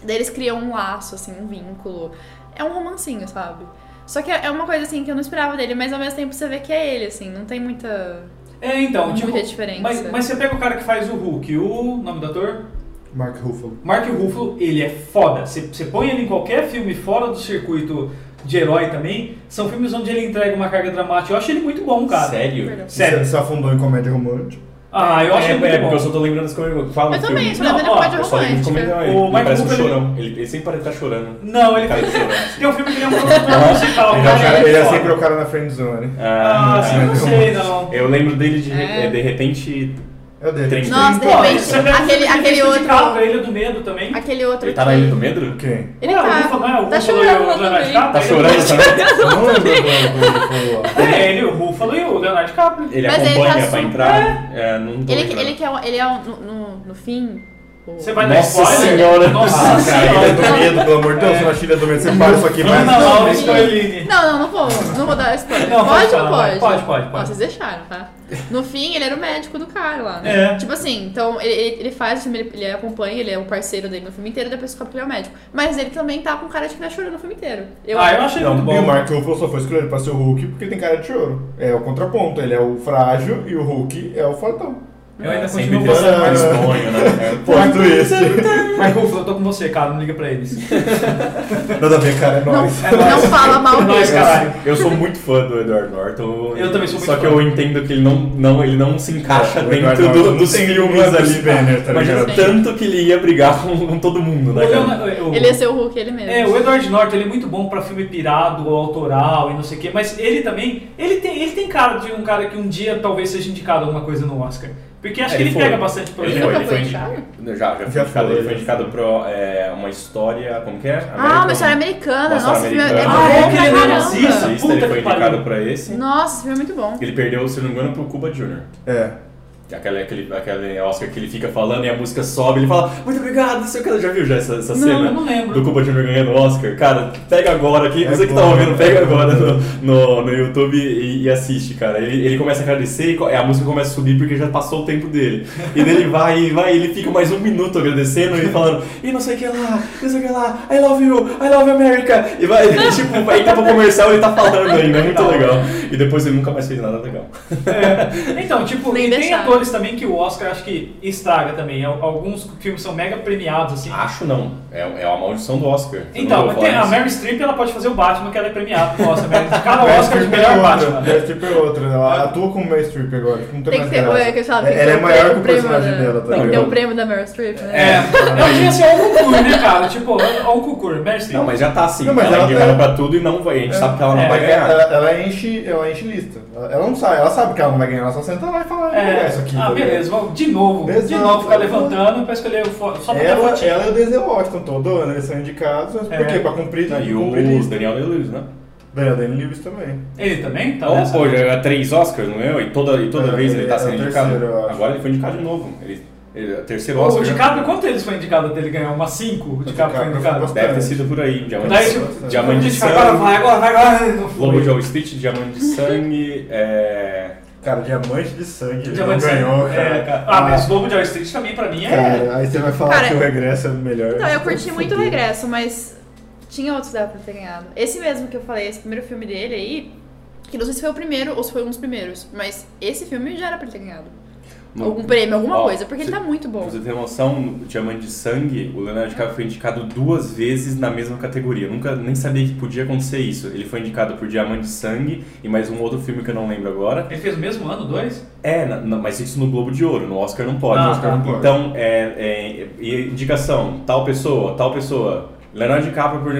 S4: Daí eles criam um laço, assim, um vínculo. É um romancinho, sabe? Só que é é uma coisa, assim, que eu não esperava dele, mas ao mesmo tempo você vê que é ele, assim, não tem muita,
S2: É, então, tipo.
S4: muita diferença.
S2: Mas, mas você pega o cara que faz o Hulk, o nome do ator?
S3: Mark Ruffalo.
S2: Mark Ruffalo, ele é foda. Você, você põe ele em qualquer filme fora do circuito de herói também, são filmes onde ele entrega uma carga dramática. Eu acho ele muito bom, cara.
S5: Sério?
S4: Perdão.
S2: Sério.
S3: Você se afundou em comédia romântica.
S2: Ah, eu acho
S5: é,
S2: ele muito
S5: é,
S2: bom.
S5: porque eu só tô lembrando das coisas. Fala
S4: Eu
S5: um
S4: também,
S5: filme.
S4: sou lembro da
S2: Não, ó,
S4: comédia
S5: Eu só lembro de
S4: romântica.
S5: comentar.
S2: O
S5: Ele, ele
S2: Michael
S5: parece um
S2: Cooper, ele-
S5: chorão. Ele, ele sempre parece estar chorando.
S2: Não, ele
S5: Cara de
S2: faz.
S5: chorão, assim.
S2: Tem um filme que ele é um produtor musical.
S5: Ele é
S3: Ele é, o
S2: cara, ele
S3: cara,
S2: é
S3: ele é
S2: foda.
S3: sempre o cara na friend zone.
S2: Ah,
S5: Ah,
S2: assim, eu não sei, não.
S5: Eu lembro dele de,
S4: É.
S5: é, de repente.
S3: É o dele.
S5: Tem-
S4: Nossa, de
S2: Pô,
S4: repente,
S2: você pega
S4: aquele,
S2: um filme que
S4: aquele
S2: ele fez de cabra,
S4: outro.
S2: Ele é do medo também.
S4: Aquele outro.
S5: Ele tá na
S4: que-
S5: Ilha do Medo?
S3: Quem?
S4: Ele
S2: Não,
S4: tá.
S2: eu vou falar, o
S4: tá
S2: Rúfalo e o
S4: chorando lá
S2: Leonardo
S4: também.
S2: DiCaprio.
S5: Tá chorando também?
S3: Não lembro quando- quando falou.
S2: É, ele, o Rúfalo e o Leonardo DiCaprio.
S5: Ele
S4: Mas ele
S5: acompanha
S4: tá
S5: pra
S4: super-
S5: entrar. É, não tô
S4: Ele,
S5: lembrando.
S4: ele, que é, um- ele é um- no, no, no fim. o-
S2: Você vai dar
S5: Nossa
S2: spoiler?
S5: Senhora.
S2: Nossa
S3: Ah, cara,
S5: é
S3: Ilha do
S2: Senhora.
S3: Medo, pelo amor de Deus,
S2: É.
S3: sua filha do medo, você para isso aqui mais.
S2: Ana Laura
S4: Não,
S2: Scoilini.
S4: Não, não, não vou, não vou dar spoiler.
S2: Não, pode
S4: pode ou
S2: falar,
S4: não
S2: vai.
S4: pode?
S2: Pode, pode,
S4: Ó,
S2: pode.
S4: vocês deixaram, tá? No fim, ele era o médico do cara lá, né?
S2: É.
S4: Tipo assim, então ele, ele- ele faz o filme, ele, ele acompanha, ele é o parceiro dele no filme inteiro, depois descobre que ele é o médico. Mas ele também tá com cara de que tá chorando no filme inteiro. Eu,
S2: Ah, eu achei
S3: Não,
S2: muito
S3: e o
S2: bom.
S3: Mark Ruffalo só foi escolhido pra ser o Hulk porque ele tem cara de choro. É o contraponto, ele é o frágil e o Hulk é o fortão.
S2: Eu ainda
S5: sempre
S2: continuo
S5: tem essa
S2: gostando mais
S3: essa-
S2: do
S5: vergonha, né?
S3: Pô, tudo isso.
S2: Mark Ruffalo, eu tô com você, cara, não liga pra eles.
S3: Nada a ver, cara, é nóis.
S2: É
S4: não
S2: nóis.
S4: fala mal
S2: É nóis,
S4: dele.
S2: caralho.
S5: Eu sou muito fã do Edward Norton.
S2: Eu também sou muito
S5: Só que
S2: fã.
S5: eu entendo que ele não, não, ele não se encaixa
S3: É, o Edward
S5: dentro
S3: Norton
S5: do, dos
S3: não tem
S5: filmes
S3: nenhum
S5: ali.
S3: Bruce Banner, tá
S5: Imagina
S3: ligado?
S5: tanto que ele ia brigar com, com todo mundo,
S2: O
S5: né, cara?
S2: Leonardo- o-
S4: Ele ia ser o Hulk, ele mesmo.
S2: É, o Edward Norton ele é muito bom pra filme pirado, autoral e não sei o quê, mas ele também, ele tem, ele tem cara de um cara que um dia talvez seja indicado alguma coisa no Oscar. Porque acho
S5: É,
S2: que ele,
S5: ele foi.
S2: pega bastante
S5: Ele
S2: projeto.
S5: foi,
S4: nunca
S5: ele foi
S4: indicado?
S5: indicado. Já, já foi
S3: Já
S5: indicado.
S3: foi,
S5: Ele foi né?
S3: já.
S5: indicado pra é, uma história. Como que é?
S4: Ah,
S5: American-
S4: uma história americana.
S5: Uma
S4: Nossa,
S5: história
S4: esse filme é
S5: americana.
S2: Ah, é
S4: bom
S2: que ele
S4: pra
S2: era
S4: caramba.
S2: nazista?
S5: Racista,
S2: Puta
S5: Ele
S2: que
S5: foi
S2: pariu.
S5: indicado pra esse.
S4: Nossa, esse filme é muito bom.
S5: Ele perdeu, se não me engano, pro Cuba Jr.
S3: É.
S5: Aquele, aquele, aquele Oscar que ele fica falando e a música sobe, ele fala, muito obrigado, não sei o que. Já viu já essa, essa
S2: Não,
S5: cena?
S2: não lembro.
S5: Do Cuba Jr. ganhando Oscar? Cara, pega agora aqui,
S3: É
S5: você que tá
S3: bom,
S5: ouvindo,
S3: é
S5: pega
S3: bom.
S5: agora no, no, no YouTube e, e assiste, cara. Ele, ele começa a agradecer e co- a música começa a subir porque já passou o tempo dele. E daí ele vai e vai, ele fica mais um minuto agradecendo e falando, e não sei o que lá, não sei o que lá, I love you, I love America. E vai, ele, tipo, vai entrar pro comercial e ele tá falando ainda, é muito legal. E depois ele nunca mais fez nada legal.
S2: Então, tipo,
S4: Nem
S2: e tem
S4: deixaram.
S2: atores fatores também que o Oscar acho que estraga também. Al- Alguns filmes são mega premiados, assim.
S5: Acho não. É, é a maldição do Oscar. Eu não
S2: Então,
S5: vou
S2: tem-
S5: falar
S2: a
S5: isso.
S2: Mary Streep ela pode fazer o Batman que ela é premiada com o Oscar. mas Cada
S3: Meryl
S2: Oscar de
S3: Streep
S2: melhor
S3: é outra,
S2: Batman.
S3: Meryl Streep é outra. Ela atua como Meryl Streep agora. Tipo, não tem,
S4: Tem que
S3: mais
S4: ter,
S3: graça.
S4: é, que eu falo, tem que
S3: Ela
S4: ter
S3: é maior que o
S4: prêmio
S3: personagem
S4: da-
S3: dela, tá
S4: Tem que ter
S3: ligado?
S4: o prêmio da Meryl Streep, né?
S2: É, eu achei assim, ao concurso, né, cara? Tipo, ao concurso, Meryl Streep.
S5: Não, mas já tá assim.
S3: Não, mas
S5: ela é
S3: ela-
S5: indicada pra tudo e não vai. A gente
S3: É.
S5: sabe que ela não
S2: É,
S5: vai ganhar.
S3: Ela, ela enche, ela é enche lista. Ela ela não sabe, ela sabe que ela não vai ganhar, ela só senta lá e fala, "Eu vou ganhar
S2: É,
S3: isso aqui. tá
S2: ah,
S3: ligado?"
S2: beleza, vamos de novo. De
S3: Exato.
S2: novo, ficar levantando pra escolher o fo- só pra ter
S3: Ela, é-
S2: fotinho.
S3: ela e o Denzel Washington todo ano, eles são indicados, mas
S2: É.
S3: por quê? Pra cumprir,
S5: Tá, e
S3: cumprir
S5: o
S3: lista.
S5: Daniel Day-Lewis, né?
S3: Daí o Daniel Lewis também.
S2: Ele também? Tá
S5: Então,
S2: nessa?
S5: pô, já é três Oscars, não é? E toda, e toda
S3: É,
S5: vez ele tá
S3: é o
S5: sendo indicado.
S3: terceiro, eu acho.
S5: Agora ele foi indicado de novo. Ele, ele, é o terceiro Oscar.
S2: O DiCaprio, quanto eles foi indicado dele ganhar? Uma 5? O DiCaprio foi
S3: DiCaprio
S2: indicado.
S3: foi
S5: Deve ter sido por aí.
S2: Daí,
S5: Diamante,
S2: tipo,
S5: Diamante de
S2: tipo, agora vai,
S5: Sangue,
S2: agora vai, agora não
S5: Lobo de
S2: foi.
S5: Wall Street, Diamante de Sangue, é...
S3: Cara, diamante de sangue, ele não
S2: Diamante de Sangue.
S3: ganhou,
S2: É,
S3: cara.
S2: Ah, mas Lobo de Wall Street também pra mim é...
S3: Cara, aí você vai falar
S4: Cara,
S3: que o regresso é melhor.
S4: Então, eu curti muito o
S3: Fudeu.
S4: regresso, mas tinha outros que dava pra ter ganhado. Esse mesmo que eu falei, esse primeiro filme dele aí, que não sei se foi o primeiro ou se foi um dos primeiros, mas esse filme já era pra ele ter ganhado. Algum prêmio, alguma
S5: Ó,
S4: coisa, porque ele
S5: você-
S4: tá muito bom.
S5: Pra você ter noção, no Diamante de Sangue, o Leonardo DiCaprio foi indicado duas vezes na mesma categoria. Eu nunca nem sabia que podia acontecer isso. Ele foi indicado por Diamante de Sangue e mais um outro filme que eu não lembro agora.
S2: Ele fez o mesmo ano, dois?
S5: É, na- na- mas isso no Globo de Ouro, no Oscar não pode.
S2: Ah,
S5: Oscar
S2: tá.
S5: não pode. Então, é, é, e indicação, tal pessoa, tal pessoa. Leonardo DiCaprio por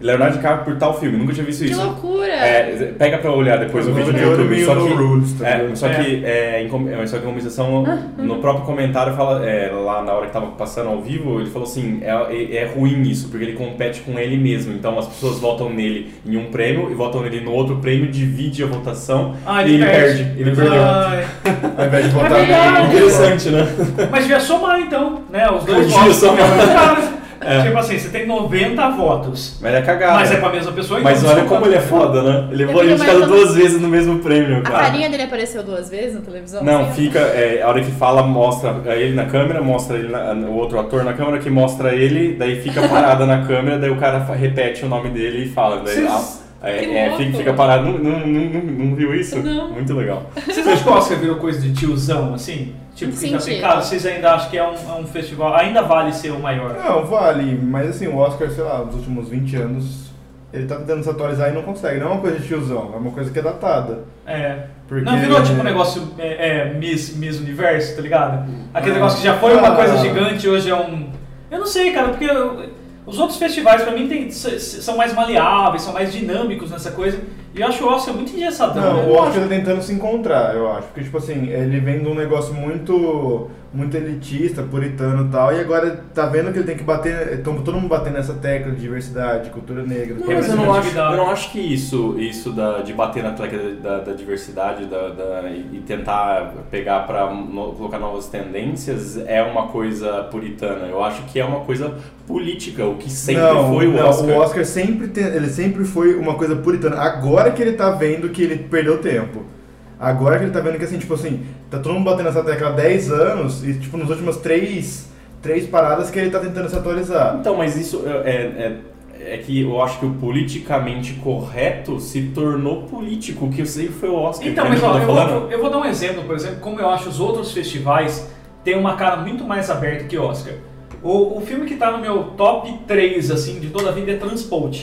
S5: Leonardo DiCaprio por tal filme, nunca tinha visto
S4: Que
S5: isso.
S4: loucura!
S5: É, pega pra olhar depois o
S3: Globo
S5: vídeo no
S3: de Ouro
S5: YouTube.
S3: meio
S5: Só
S3: no
S5: que,
S3: rules, tá
S5: é,
S3: ligado?
S5: só
S2: É.
S5: que, é, em, com- é, só que a compensação, no próprio comentário, fala, é, lá na hora que tava passando ao vivo, ele falou assim: é, é- é ruim isso, porque ele compete com ele mesmo. Então as pessoas votam nele em um prêmio e votam nele no outro prêmio, divide a votação
S2: Ah,
S5: e ele perde. Ah. Ele perdeu.
S2: Ai,
S3: Ao invés de
S4: É
S3: botar
S2: verdade.
S5: Interessante, né?
S2: Mas devia somar então, né? Os
S5: Eu
S2: dois
S5: devia
S2: votos.
S5: somar.
S2: É. Tipo assim, você tem 90 votos.
S5: Mas é cagado.
S2: Mas é pra mesma pessoa, então
S5: Mas olha
S2: desconta.
S5: como ele é foda, né? Ele
S4: Eu
S5: foi
S4: fico
S5: indicado
S4: imaginando-
S5: duas vezes no mesmo prêmio,
S4: A
S5: cara.
S4: carinha dele apareceu duas vezes na televisão?
S5: Não,
S4: assim,
S5: fica. é, a hora que fala, mostra é, ele na câmera, mostra ele na- o outro ator na câmera que mostra ele, daí fica parada na câmera, daí o cara fa- repete o nome dele e fala. Daí,
S2: Vocês-
S5: ah, é,
S4: que
S5: é,
S4: louco.
S5: fica, fica parado. Não, não, não, não- não viu isso?
S4: Não.
S5: Muito legal.
S2: Vocês acham que o Oscar virou coisa de tiozão, assim? Tipo,
S4: Em
S2: que já tem
S4: sentido.
S2: cara, vocês ainda acham que é um, é um festival, ainda vale ser o maior.
S3: Não, vale, mas assim, o Oscar, sei lá, nos últimos 20 anos, ele tá tentando se atualizar e não consegue. Não é uma coisa de tiozão, é uma coisa que é datada.
S2: É.
S3: Porque-
S2: Não virou tipo um negócio é, é, Miss, Miss Universo, tá ligado? Aquele
S3: Ah.
S2: negócio que já foi uma
S3: Ah.
S2: coisa gigante, hoje é um. Eu não sei, cara, porque eu- os outros festivais pra mim tem- s- s- são mais maleáveis, são mais dinâmicos nessa coisa. E eu acho o Oscar muito engessadão.
S3: Não,
S2: né?
S3: o Oscar tá tentando se encontrar, eu acho. Porque, tipo assim, ele vem de um negócio muito, muito elitista, puritano e tal, e agora tá vendo que ele tem que bater, tão todo mundo batendo nessa tecla de diversidade, cultura negra.
S5: Não, mas eu não acho,
S2: Representatividade.
S5: eu não acho que isso, isso da, de bater na tecla da, da diversidade da, da- e e tentar pegar para colocar novas tendências é uma coisa puritana. Eu acho que é uma coisa política, o que sempre
S3: Não,
S5: foi o
S3: não,
S5: Oscar.
S3: O Oscar sempre, tem- ele sempre foi uma coisa puritana. Agora que ele tá vendo que ele perdeu tempo. Agora que ele tá vendo que assim, tipo assim, tá todo mundo batendo essa tecla há 10 anos e tipo, nas últimas três, três paradas que ele tá tentando se atualizar.
S5: Então, mas isso é, é- é- é que eu acho que o politicamente correto se tornou político, que eu sei que foi o Oscar.
S2: Então,
S5: pra
S2: mas
S5: mim,
S2: ó,
S5: eu tô
S2: eu,
S5: falando.
S2: vou, eu vou dar um exemplo, por exemplo, como eu acho os outros festivais têm uma cara muito mais aberta que Oscar. O, o filme que tá no meu top 3, assim, de toda a vida é Transport.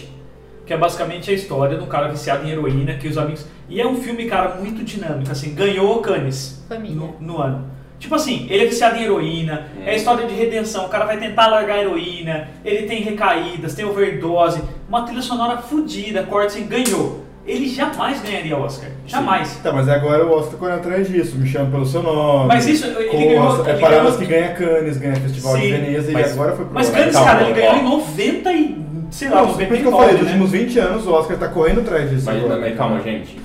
S2: Que é basicamente a história de um cara viciado em heroína, que os amigos... E é um filme, cara, muito dinâmico, assim, ganhou o Cannes
S4: Família.
S2: no, no ano. Tipo assim, ele é viciado em heroína,
S5: Hum.
S2: é história de redenção, o cara vai tentar largar a heroína, ele tem recaídas, tem overdose, uma trilha sonora fodida, corte assim, ganhou. Ele jamais ganharia Oscar, jamais.
S3: Tá, mas agora o Oscar correu atrás disso, me chama pelo seu nome.
S2: Mas isso, ele
S3: Costa,
S2: ganhou-
S3: É
S2: ele
S3: paradas
S2: ganhou-
S3: que ganha Cannes, ganha Festival
S2: Sim,
S3: de Veneza
S5: mas-
S3: e agora foi pro
S2: Mas
S3: Oscar.
S2: Cannes,
S5: Calma,
S2: cara, ele ganhou
S5: ó.
S2: em 90 e, sei lá,
S3: Não, por
S2: 90
S3: isso
S2: e
S3: que eu falei,
S2: nove,
S3: dos
S2: né?
S3: últimos 20 anos o Oscar tá correndo atrás disso
S5: Mas,
S3: agora.
S5: mas calma, gente.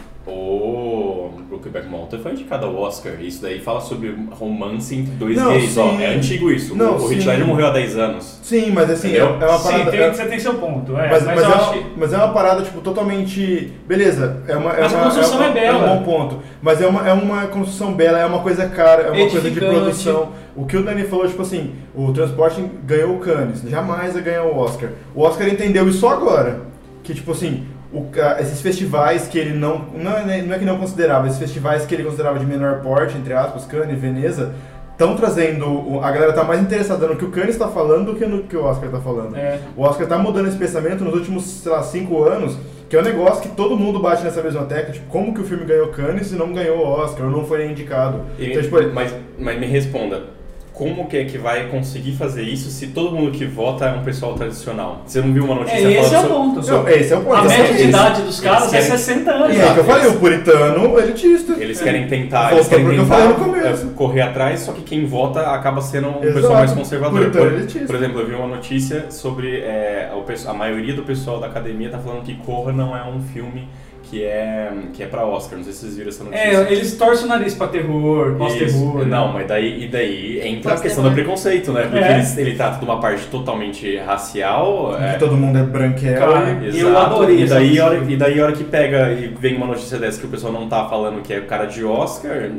S5: O Brookback Mountain foi indicado ao Oscar. Isso daí fala sobre romance entre dois
S3: Não,
S5: gays. Ó,
S3: sim.
S5: é antigo isso.
S3: Não,
S5: o
S3: sim.
S5: Hitler morreu há 10 anos.
S3: Sim, mas assim, é, é
S5: Entendeu?
S3: uma parada...
S2: Sim, tem-
S3: é-
S2: você tem seu ponto, é,
S3: mas,
S2: mas,
S3: mas,
S2: eu
S3: é
S2: acho
S3: uma,
S2: que...
S3: mas é uma parada, tipo, totalmente. Beleza, é uma. É
S2: Mas a
S3: uma,
S2: construção é
S3: é, uma,
S2: bela.
S3: É um bom ponto. Mas é uma, é uma construção bela, é uma coisa cara, é uma coisa de
S2: Edificante.
S3: produção. O que o Dani falou, tipo assim, o Transporte ganhou o Cannes, jamais ia ganhar o Oscar. O Oscar entendeu isso só agora. Que, tipo assim, o ca- esses festivais que ele não. Não é, não é que não considerava, esses festivais que ele considerava de menor porte, entre aspas, Cannes, Veneza, estão trazendo. o- A galera tá mais interessada no que o Cannes está falando do que no que o Oscar tá falando.
S2: É.
S3: O Oscar tá mudando esse pensamento nos últimos, sei lá, cinco anos, que é um negócio que todo mundo bate nessa mesma tecla, tipo, como que o filme ganhou Cannes e não ganhou o Oscar, ou não foi indicado.
S5: E-
S3: Então, tipo, ele-
S5: mas, mas me responda, como que é que vai conseguir fazer isso se todo mundo que vota é um pessoal tradicional? Você não viu uma notícia
S2: É, esse é
S5: falando
S2: o
S5: sobre-
S2: ponto.
S3: Não, esse é o ponto.
S2: A
S3: esse é
S2: média
S3: o
S5: eles-
S2: de
S3: ponto.
S2: idade dos
S5: eles
S2: caras é
S5: querem-
S2: 60 anos.
S3: E é o que eu
S5: Exato.
S3: falei, o puritano é elitista.
S5: Eles querem tentar, eles
S3: Voltou
S5: querem
S3: pro que eu
S5: tentar
S3: falei no começo.
S5: é, correr atrás, só que quem vota acaba sendo um
S3: Exato.
S5: pessoal mais conservador.
S3: Puritano é
S5: Por,
S3: elitista.
S5: por exemplo, eu vi uma notícia sobre é, o pesso- a maioria do pessoal da academia tá falando que Corra não é um filme que é, que é pra Oscar. Não sei se vocês viram essa notícia.
S2: É, eles torcem o nariz pra terror, pós-terror. né?
S5: Isso. Não, mas daí, e daí entra a
S4: Pós-terror.
S5: questão do preconceito, né? Porque
S2: É.
S5: eles- ele trata de uma parte totalmente racial. é,
S3: Que todo mundo é branquelo.
S2: Cara,
S3: e-
S2: Eu adorei
S5: Ah, E
S2: essa
S5: daí,
S2: notícia.
S5: a hora, e daí a hora que pega e vem uma notícia dessa que o pessoal não tá falando que é cara de Oscar, é,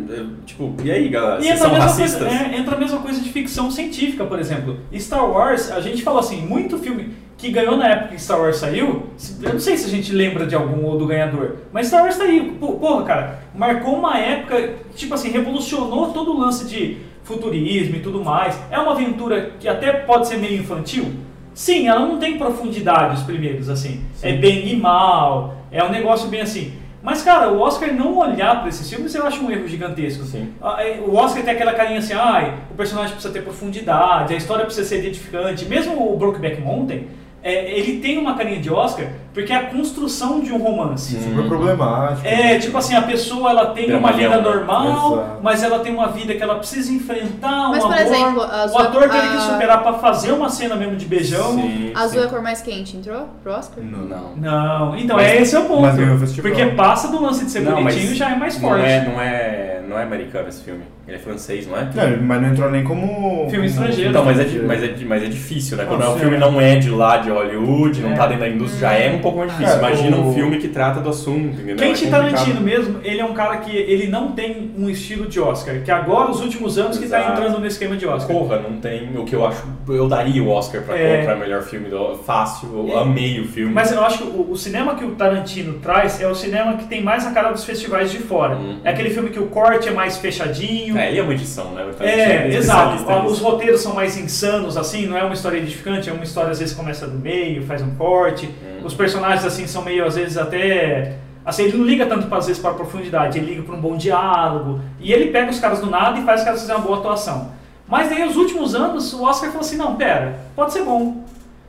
S5: tipo, e aí, galera?
S2: E
S5: Vocês
S2: entra a,
S5: são
S2: mesma
S5: racistas?
S2: coisa, é, entra a mesma coisa de ficção científica, por exemplo. Star Wars, a gente fala assim, muito filme que ganhou na época que Star Wars saiu, se- eu não sei se a gente lembra de algum ou do ganhador, mas Star Wars saiu. Pô- Porra, cara, marcou uma época, tipo assim, revolucionou todo o lance de futurismo e tudo mais. É uma aventura que até pode ser meio infantil. Sim, ela não tem profundidade os primeiros, assim. É bem e mal, é um negócio bem assim. Mas, cara, o Oscar não olhar pra esses filmes eu acho um erro gigantesco.
S5: Sim.
S2: Ah, é, O Oscar tem aquela carinha assim, ai, o personagem precisa ter profundidade, a história precisa ser edificante. Mesmo o Brokeback Mountain, é, ele tem uma carinha de Oscar porque é a construção de um romance.
S3: Super problemático.
S2: É, tipo assim, a pessoa ela tem uma
S5: Dramalhão,
S2: vida
S5: né?
S2: normal,
S3: Exato.
S2: mas ela tem uma vida que ela precisa enfrentar, um
S4: Mas, por
S2: amor.
S4: exemplo, a
S2: o
S4: Zoe-
S2: ator teve que
S4: a-
S2: superar pra fazer uma cena mesmo de beijão.
S5: Sim,
S4: Azul é
S5: sim.
S4: a cor mais quente, entrou pro Oscar?
S5: assim.
S3: Não.
S5: Não.
S2: Não, então
S5: Mas-
S2: é esse é o ponto.
S3: mas ganhou o festival.
S2: Porque passa do lance de ser
S5: Não, mas
S2: bonitinho já é mais forte.
S5: Não é, não, é, não é americano esse filme. Ele é francês, não é?
S3: Não, mas não entrou nem como.
S2: Filme estrangeiro.
S5: Então, mas é, di- mas, é, di- mas é difícil, né? Quando
S3: Não,
S5: é um
S3: sim.
S5: filme não é de lá, de Hollywood, não
S2: É.
S5: tá dentro da indústria, já é um pouco mais difícil.
S3: É,
S5: Imagina
S3: o-
S5: um filme que trata do assunto, entendeu?
S2: Quentin
S5: é
S2: Tarantino
S5: complicado.
S2: mesmo, ele é um cara que ele não tem um estilo de Oscar, que agora os últimos anos que tá
S5: Exato.
S2: entrando no esquema de Oscar.
S5: Corra, não tem o que eu acho. Eu daria o Oscar pra,
S2: É.
S5: pra melhor filme do. Fácil, eu
S2: É.
S5: amei o filme.
S2: Mas eu acho que o, o cinema que o Tarantino traz é o cinema que tem mais a cara dos festivais de fora.
S5: Uhum.
S2: É aquele filme que o corte é mais fechadinho.
S5: É, ele é uma edição, né? O Tarantino
S2: É, exato.
S5: especialista nisso.
S2: Os roteiros são mais insanos, assim, não é uma história edificante, é uma história às vezes começa do meio, faz um corte. Os personagens, assim, são meio, às vezes, até. Assim, ele não liga tanto, às vezes, para profundidade, ele liga para um bom diálogo. E ele pega os caras do nada e faz os caras fazerem uma boa atuação. Mas daí, nos últimos anos, o Oscar falou assim: não, pera, pode ser bom.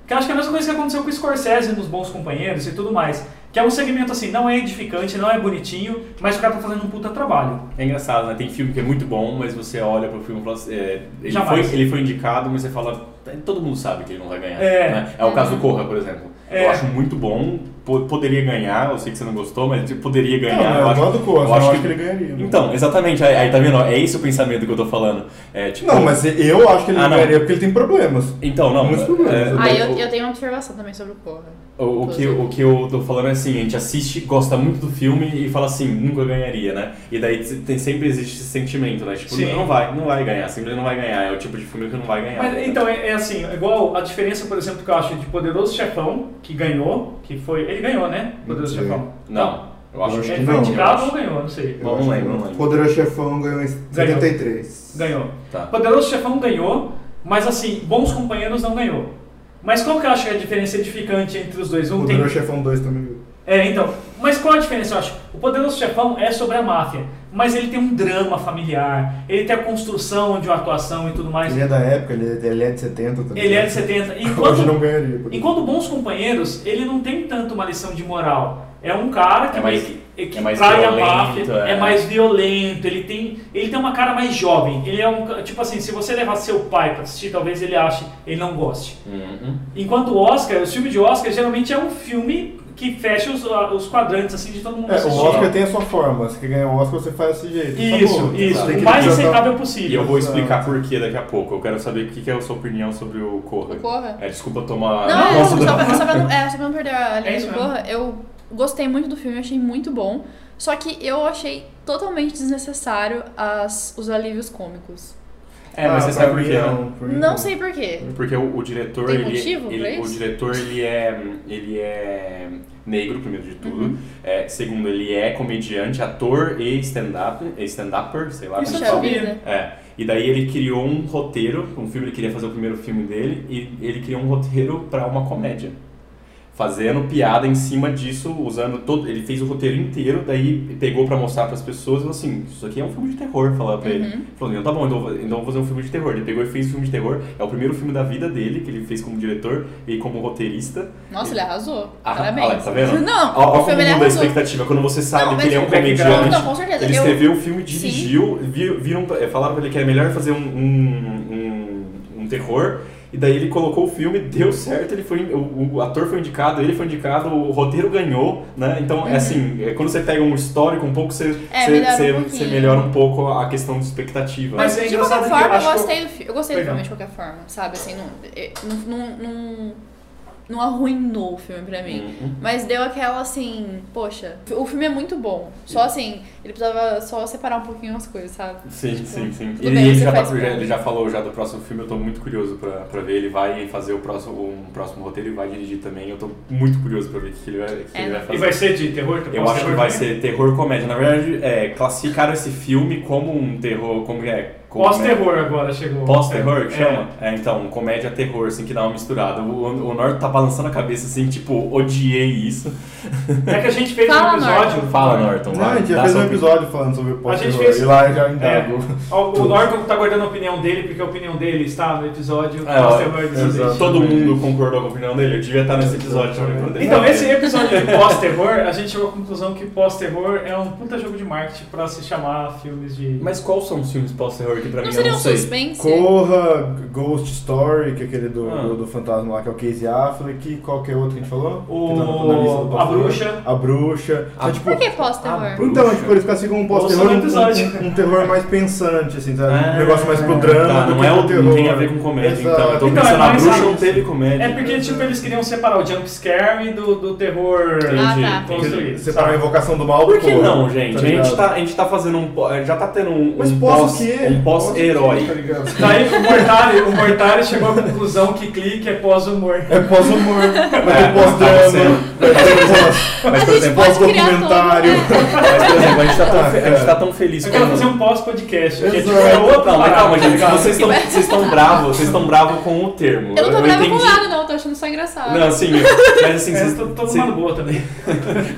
S2: Que eu acho que é a mesma coisa que aconteceu com o Scorsese nos Bons Companheiros e tudo mais. Que é um segmento assim, não é edificante, não é bonitinho, mas o cara tá fazendo um puta trabalho.
S5: É engraçado, né? Tem filme que é muito bom, mas você olha pro filme e fala assim, é, ele, foi,
S2: Jamais.
S5: ele foi indicado, mas você fala. "É, Todo mundo sabe que ele não vai ganhar.
S2: É.
S5: né? é o caso do Corra, por exemplo.
S2: É.
S5: Eu acho muito bom, po- poderia ganhar, eu sei que você não gostou, mas tipo, poderia
S3: Não,
S5: ganhar.
S3: eu
S5: acho-
S3: gosto do Costa,
S5: eu acho que-
S3: ele ganharia. né?
S5: Então, exatamente, aí, aí tá vendo? É esse o pensamento que eu tô falando. É, tipo,
S3: Não, mas eu acho que ele
S5: Ah,
S3: não
S5: não.
S3: ganharia porque ele tem problemas.
S5: Então, não.
S3: Muitos problemas.
S5: é,
S4: Ah,
S5: o-
S4: eu, eu tenho uma observação também sobre o Corra.
S5: O, o que, o que eu tô falando é assim, a gente assiste, gosta muito do filme e fala assim, nunca ganharia, né? E daí t- tem, sempre existe esse sentimento, né? Tipo,
S2: Sim.
S5: não vai, não vai ganhar, simplesmente não vai ganhar. É o tipo de filme que não vai ganhar. né?
S2: Mas, então, é, é assim, é igual a diferença, por exemplo, que eu acho de Poderoso Chefão, que ganhou, que foi... Ele ganhou, né? Poderoso
S3: Não sei.
S2: Chefão.
S5: Não, eu acho que
S2: Ele
S3: não,
S2: foi
S3: eu
S2: indicado ou ganhou, não sei.
S5: Bom, não lembro, não lembro.
S3: Poderoso Chefão ganhou em
S2: Ganhou.
S3: 73.
S2: Ganhou.
S5: Tá.
S2: Poderoso Chefão ganhou, mas assim, Bons Companheiros não ganhou. Mas qual que eu acho que é a diferença edificante entre os dois? Um tem
S3: Poderoso Chefão 2 também ganhou.
S2: É, então. Mas qual a diferença, eu acho? O Poderoso Chefão é sobre a máfia, mas ele tem um drama familiar, ele tem a construção de uma atuação e tudo mais.
S3: Ele é da época, ele é, ele é de 70 também.
S2: Ele é de 70. E
S3: Hoje
S2: quando-
S3: não ganharia. por
S2: Enquanto Bons Companheiros, ele não tem tanto uma lição de moral. É um cara que,
S5: É mais-
S2: meio que
S5: é mais
S2: trai
S5: violento,
S2: a máfia, é.
S5: é.
S2: mais violento, ele tem, ele tem uma cara mais jovem. Ele é um. ca- Tipo assim, se você levar seu pai pra assistir, talvez ele ache, ele não goste.
S5: Uhum.
S2: Enquanto o Oscar, o filme de Oscar geralmente é um filme que fecha os, os quadrantes assim de todo mundo
S3: É, o
S2: assistir.
S3: Oscar tem a sua forma. Se quer ganhar o Oscar, você faz desse jeito. Tá
S2: Isso,
S3: Acabou.
S2: isso.
S3: Tem que
S2: O mais
S3: representar-
S2: aceitável
S5: E eu
S2: possível.
S5: vou explicar por que daqui a pouco. Eu quero saber o que que é a sua opinião sobre o Corra.
S4: O Corra?
S5: É, desculpa tomar.
S4: Não, é, só,
S5: Nossa, não.
S4: pra, só pra não, é, só pra não perder a linha
S2: É isso
S4: do
S2: mesmo.
S4: Corra, eu gostei muito do filme, achei muito bom. Só que eu achei totalmente desnecessário as, os alívios cômicos.
S5: É, mas
S3: Ah,
S5: você sabe
S3: pra
S5: por
S3: mim
S5: quê, né?
S3: não, pra mim
S4: Não sei porquê.
S5: Porque o, o diretor,
S4: Tem
S5: ele,
S4: motivo pra
S5: ele o
S4: isso?
S5: diretor ele é ele é negro primeiro de
S4: Uhum.
S5: tudo, É, segundo ele é comediante, ator e stand-up, e stand-upper, sei lá.
S2: Isso
S5: como
S2: eu
S4: Puxa
S5: fala.
S2: não sabia.
S4: vida.
S5: É. E daí ele criou um roteiro, um filme, ele queria fazer o primeiro filme dele, e ele criou um roteiro pra uma comédia. Fazendo piada em cima disso, usando todo. Ele fez o roteiro inteiro, daí pegou pra mostrar pras pessoas e falou assim: Isso aqui é um filme de terror, falar pra ele. Ele Falou: Não, tá bom, então, eu vou- então eu vou fazer um filme de terror. Ele pegou e fez um filme de terror, é o primeiro filme da vida dele, que ele fez como diretor e como roteirista.
S4: Nossa, ele arrasou.
S5: Ah,
S4: Parabéns.
S5: olha, tá vendo?
S4: Não,
S5: Olha
S4: o
S5: como
S4: filme ele
S5: muda a
S4: arrasou.
S5: expectativa quando você sabe
S4: Não,
S5: que ele é um
S4: mas-
S5: comediante.
S4: Não, com certeza.
S5: Ele
S4: tá Eu-
S5: escreveu o filme, dirigiu, vi- viram, eh, falaram pra ele que era melhor fazer um, um, um, um terror. E daí ele colocou o filme, deu certo, ele foi, o, o ator foi indicado, ele foi indicado, o roteiro ganhou, né? Então, é assim, é, quando você pega um histórico um pouco, você,
S4: Uhum. É,
S5: você,
S4: melhora um
S5: você-
S4: pouquinho.
S5: você melhora um pouco a questão de expectativa.
S2: Mas
S5: né?
S2: é
S4: De
S2: engraçado
S4: qualquer
S2: que
S4: forma, eu
S2: acho que
S4: gostei do filme. Eu gostei do
S2: Perdão.
S4: filme de qualquer forma, sabe? Assim, não, eh, não, não, não, não arruinou o filme pra mim.
S5: Uhum.
S4: Mas deu aquela assim, poxa, o filme é muito bom. Só assim, ele precisava só separar um pouquinho as coisas, sabe?
S5: Sim,
S4: Tipo,
S5: sim, sim.
S4: tudo
S5: E
S4: bem,
S5: ele
S4: você
S5: já, tá-
S4: faz
S5: já-
S4: bom.
S5: ele já falou já do próximo filme, eu tô muito curioso pra, pra ver. Ele vai fazer o próximo, um próximo roteiro e vai dirigir também. Eu tô muito curioso pra ver o que ele vai, o que
S4: É,
S5: ele vai
S4: né?
S5: fazer.
S2: E vai ser de terror?
S5: Eu
S2: Pós-
S5: acho que
S2: terror
S5: vai
S2: também?
S5: ser terror comédia. Na verdade, é, classificaram esse filme como um terror. Como que é? Como-
S2: Pós-terror agora chegou.
S5: Pós-terror que
S2: É.
S5: chama? É. então, comédia terror, assim, que dá uma misturada. O, o Norton tá balançando a cabeça assim, tipo, odiei isso. Tipo,
S2: É que a gente fez
S4: Fala,
S2: um episódio.
S5: Fala, Norton.
S3: Não,
S5: Então vai,
S3: a gente já
S5: dá
S3: fez um
S5: sua opinião.
S3: episódio falando sobre o
S2: A gente
S3: pós-terror
S2: fez-
S3: e lá já
S2: É.
S3: indago.
S2: O o Norton tá guardando a opinião dele, porque a opinião dele está no episódio
S5: É, ó,
S2: pós-terror de
S3: exato.
S2: Resident Evil.
S5: Todo mundo concordou com a opinião dele. Eu devia estar nesse episódio.
S3: Exatamente.
S2: Então, esse episódio de pós-terror, a gente chegou à conclusão que pós-terror é um puta jogo de marketing pra se chamar filmes de.
S5: Mas quais são os filmes pós-terror que pra
S4: Não
S5: mim eu
S4: seria
S5: não
S4: um
S5: sei?
S4: suspense?
S3: Corra, Ghost Story, que é aquele do,
S5: Ah.
S3: do, do fantasma lá, que é o Casey Affleck, e qual que é outro que a gente falou?
S2: O-
S3: Que tá na- na lista do
S2: a
S3: pós-terror.
S2: Bruxa.
S3: A Bruxa.
S5: A-
S3: Então, tipo,
S4: Por que pós-terror?
S3: Então, tipo, eles classificam um pós-terror
S2: Ouça no
S3: um,
S2: episódio.
S3: um, um terror mais pensante, assim, sabe?
S5: Ah,
S3: um negócio mais pro drama.
S5: Tá,
S3: do
S5: não
S3: que
S5: é
S3: pro
S5: o
S3: terror.
S5: não tem a ver com comédia, então. Eu tô
S2: Então, é
S5: pensando, a
S2: mais
S5: bruxa
S2: a-
S5: não teve comédia.
S2: É porque, tipo, eles queriam separar o jump scare do, do terror.
S5: Entendi.
S4: Ah, tá.
S2: construído,
S3: Você
S2: sabe?
S3: tá a invocação do mal
S5: Por
S3: do
S5: que
S3: corpo,
S5: não, gente?
S3: tá
S5: a, gente
S3: ligado?
S5: tá, a gente tá fazendo um. pó- Já tá tendo um,
S3: Mas
S5: um
S3: pós
S5: pós,
S3: o quê?
S5: um
S3: Pós o quê, tá
S5: pós-herói.
S3: ligado?
S2: Daí o Mortari, o Mortari chegou à conclusão que clique é pós-humor.
S3: É pós-humor, vai
S5: É,
S3: ter um pós-drama,
S5: tá
S3: vai ter pós-
S5: Mas, por
S4: A gente
S5: exemplo,
S4: pode criar
S3: pós-documentário.
S4: todo, né?
S5: mas, por exemplo, a gente tá
S3: Ah,
S5: tão, fe- a gente tá tão feliz
S2: Eu
S5: com
S2: quero fazer um pós-podcast. Que é tipo,
S3: Exato.
S2: é outra
S5: Não, mas
S2: parada,
S5: calma,
S2: tá
S5: gente.
S2: ligado?
S5: Vocês estão- vocês estão bravos, vocês estão bravos com o termo.
S4: Eu não tô brava com
S5: entendi.
S4: nada, não, tô achando só engraçado.
S5: Não, assim, mas assim,
S2: É,
S5: vocês
S2: tô, tô
S5: vocês-
S2: numa boa também.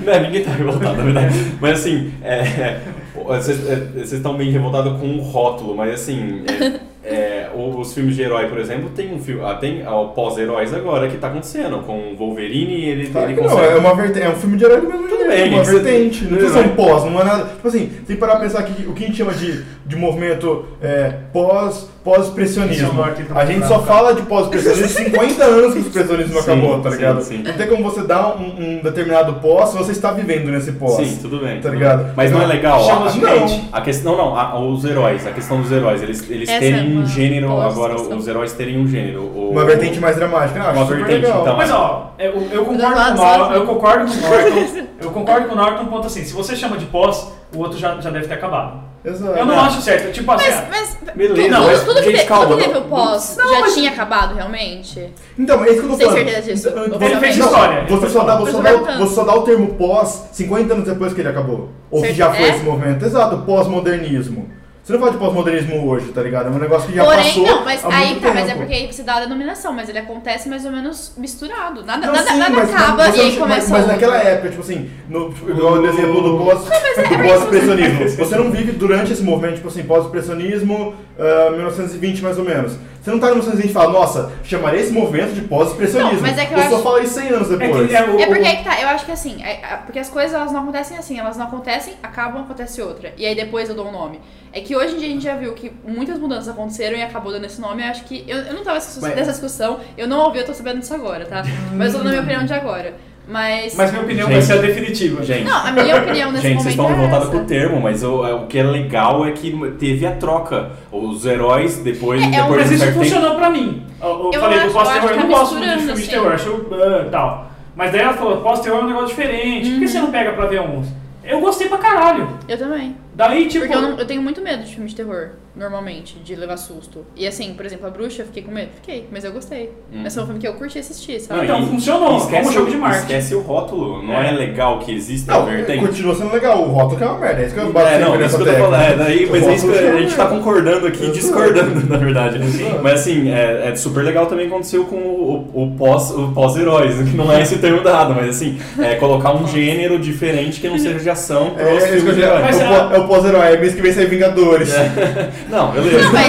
S5: Não, ninguém tá revoltado, na verdade. Mas assim, é, vocês é, vocês estão bem revoltados com o rótulo, mas assim, é, é, o- os filmes de herói, por exemplo, tem um filme. ah, Tem ah, o pós-heróis agora que tá acontecendo, com o Wolverine ele,
S3: Claro
S5: ele
S3: que não,
S5: consegue.
S3: é uma vertente, é um filme de herói do mesmo
S5: Tudo
S3: jeito,
S5: bem,
S3: é uma
S5: você-
S3: vertente, não
S5: tudo
S3: precisa ser
S5: bem.
S3: um pós, não é nada. Tipo assim, tem que parar pra pensar que o que a gente chama de, de movimento é, pós,
S2: Isso é
S3: pós-expressionismo.
S2: uma arte
S3: A gente só
S2: pra-
S3: fala de pós-expressionismo 50 anos que o expressionismo
S5: Sim,
S3: acabou, tá
S5: sim,
S3: ligado?
S5: sim.
S3: Não tem como você dar um, um determinado pós se você está vivendo nesse pós.
S5: Sim, tudo bem.
S3: Tá
S5: tudo
S3: ligado?
S5: bem. Mas não é legal.
S2: Chama
S5: a-
S2: de
S5: a-
S2: hate.
S5: A questão não, a- os heróis, a questão dos heróis, eles, eles
S4: Essa é
S5: terem
S4: uma é
S5: um gênero,
S4: boa
S5: agora
S4: discussão.
S5: os heróis terem um gênero. O-
S3: Uma vertente mais dramática. Ah,
S5: Uma
S3: acho super
S5: vertente,
S3: legal.
S5: então.
S2: Mas ó, eu, eu concordo
S4: Não,
S2: com o
S4: não,
S2: Norton,
S4: não.
S2: eu concordo com o Norton, eu concordo com o Norton, ponto assim, se você chama de pós, o outro já, já deve ter acabado.
S3: Exato.
S5: É.
S2: Eu não acho certo, tipo assim,
S4: Mas,
S2: ah,
S4: mas
S5: Beleza,
S4: tudo,
S5: mas,
S4: tudo que
S5: gente,
S4: te-
S5: calma,
S4: tudo que
S5: não-
S4: teve o pós
S2: não,
S4: já
S2: mas-
S4: tinha acabado realmente?
S3: Então, é isso que eu tô
S4: Tem
S3: falando.
S4: certeza disso?
S3: Então,
S4: Ele
S3: você-
S2: fez
S3: não,
S2: história.
S3: Você só, dá, você,
S4: Mas
S3: só dá,
S4: voltando.
S3: você só dá o termo pós 50 anos depois que ele acabou. Ou que
S4: Certo,
S3: já foi
S4: é?
S3: esse movimento. Exato, pós-modernismo. Você não fala de pós-modernismo hoje, tá ligado? É um negócio que já
S4: Porém,
S3: passou.
S4: não, mas
S3: há
S4: aí
S3: muito
S4: tá, mas é
S3: tempo.
S4: porque aí você dá a denominação, mas ele acontece mais ou menos misturado. Nada,
S3: Não,
S4: nada,
S3: sim,
S4: nada
S3: mas-
S4: acaba
S3: mas
S4: e
S3: você
S4: aí
S3: não-
S4: começa
S3: Mas, mas
S4: outro.
S3: naquela época, tipo assim, no, tipo, igual o exemplo do pós-
S4: é,
S3: do pós-expressionismo. você não vive durante esse movimento, tipo assim, pós-expressionismo, ah, 1920 mais ou menos. Você não tá no 1920 e fala, nossa, chamarei esse movimento de pós-expressionismo.
S4: Não, mas é que eu
S3: só
S4: acho-
S3: falo isso 100 anos
S2: é
S3: depois.
S2: que é o...
S4: É porque
S2: o-
S4: aí que tá, eu acho que assim, é- é- porque as coisas elas não acontecem assim, elas não acontecem, acabam, acontece outra. E aí depois eu dou um nome. É que hoje em dia a gente já viu que muitas mudanças aconteceram e acabou dando esse nome. Eu acho que. Eu, eu não tava nessa
S5: Mas-
S4: nessa discussão, eu não ouvi, eu tô sabendo disso agora, tá? Mas eu tô na minha opinião de agora. Mas.
S2: Mas minha opinião
S5: Gente.
S2: vai ser a definitiva.
S5: Gente,
S4: Não, a minha opinião nesse
S5: Gente,
S4: momento.
S5: vocês estão
S4: é
S5: revoltados
S4: essa.
S5: com o termo, mas o, o que é legal é que teve a troca. Os heróis, depois,
S4: É, é um-
S5: depois
S2: Mas
S5: de um
S2: isso
S5: certo tempo-
S2: funcionou pra mim. Eu, eu
S4: Eu
S2: falei
S4: acho-
S2: do
S4: eu
S2: pós-terror,
S4: acho
S2: eu
S4: que
S2: não
S4: tá
S2: gosto muito de filme
S4: misturando,
S2: de
S4: assim.
S2: terror, acho ah, tal. Mas daí ela falou, pós-terror é um negócio diferente, por que
S4: Uhum.
S2: você não pega pra ver uns? Eu gostei pra caralho.
S4: Eu também.
S2: Daí, tipo,
S4: Porque eu, não- eu tenho muito medo de filme de terror. normalmente, de levar susto. E assim, por exemplo, a bruxa, eu fiquei com medo? Fiquei, mas eu gostei.
S5: Uhum.
S4: Esse é um filme que eu curti assistir,
S5: Não,
S4: sabe?
S2: Então
S5: e-
S4: É
S2: funcionou,
S4: um
S5: esquece
S2: como jogo
S5: o-
S2: de marketing.
S5: Esquece o rótulo, não é,
S2: É.
S5: legal que exista
S3: Não,
S5: a vertente.
S3: continua sendo legal. O rótulo que é uma merda. É isso que eu bato
S5: É, não,
S3: sempre
S5: é
S3: nessa
S5: isso que eu tô falando.
S3: tecla.
S5: É, daí, mas é isso que
S3: Rótulo
S5: a gente tá concordando aqui e
S3: Exato.
S5: discordando, na verdade.
S3: Exato.
S5: Mas assim, é, é super legal também aconteceu com o, o, o pós- o pós-heróis, que não é esse termo dado, mas assim, é colocar um gênero diferente que não seja de ação
S3: É,
S5: pros
S3: é isso que eu
S5: filmes de
S3: digo, é
S5: herói.
S3: o
S2: Mas
S3: pó- é o pós-herói, é mês que vem sai Vingadores.
S5: É. Não, beleza.
S4: Não, mas-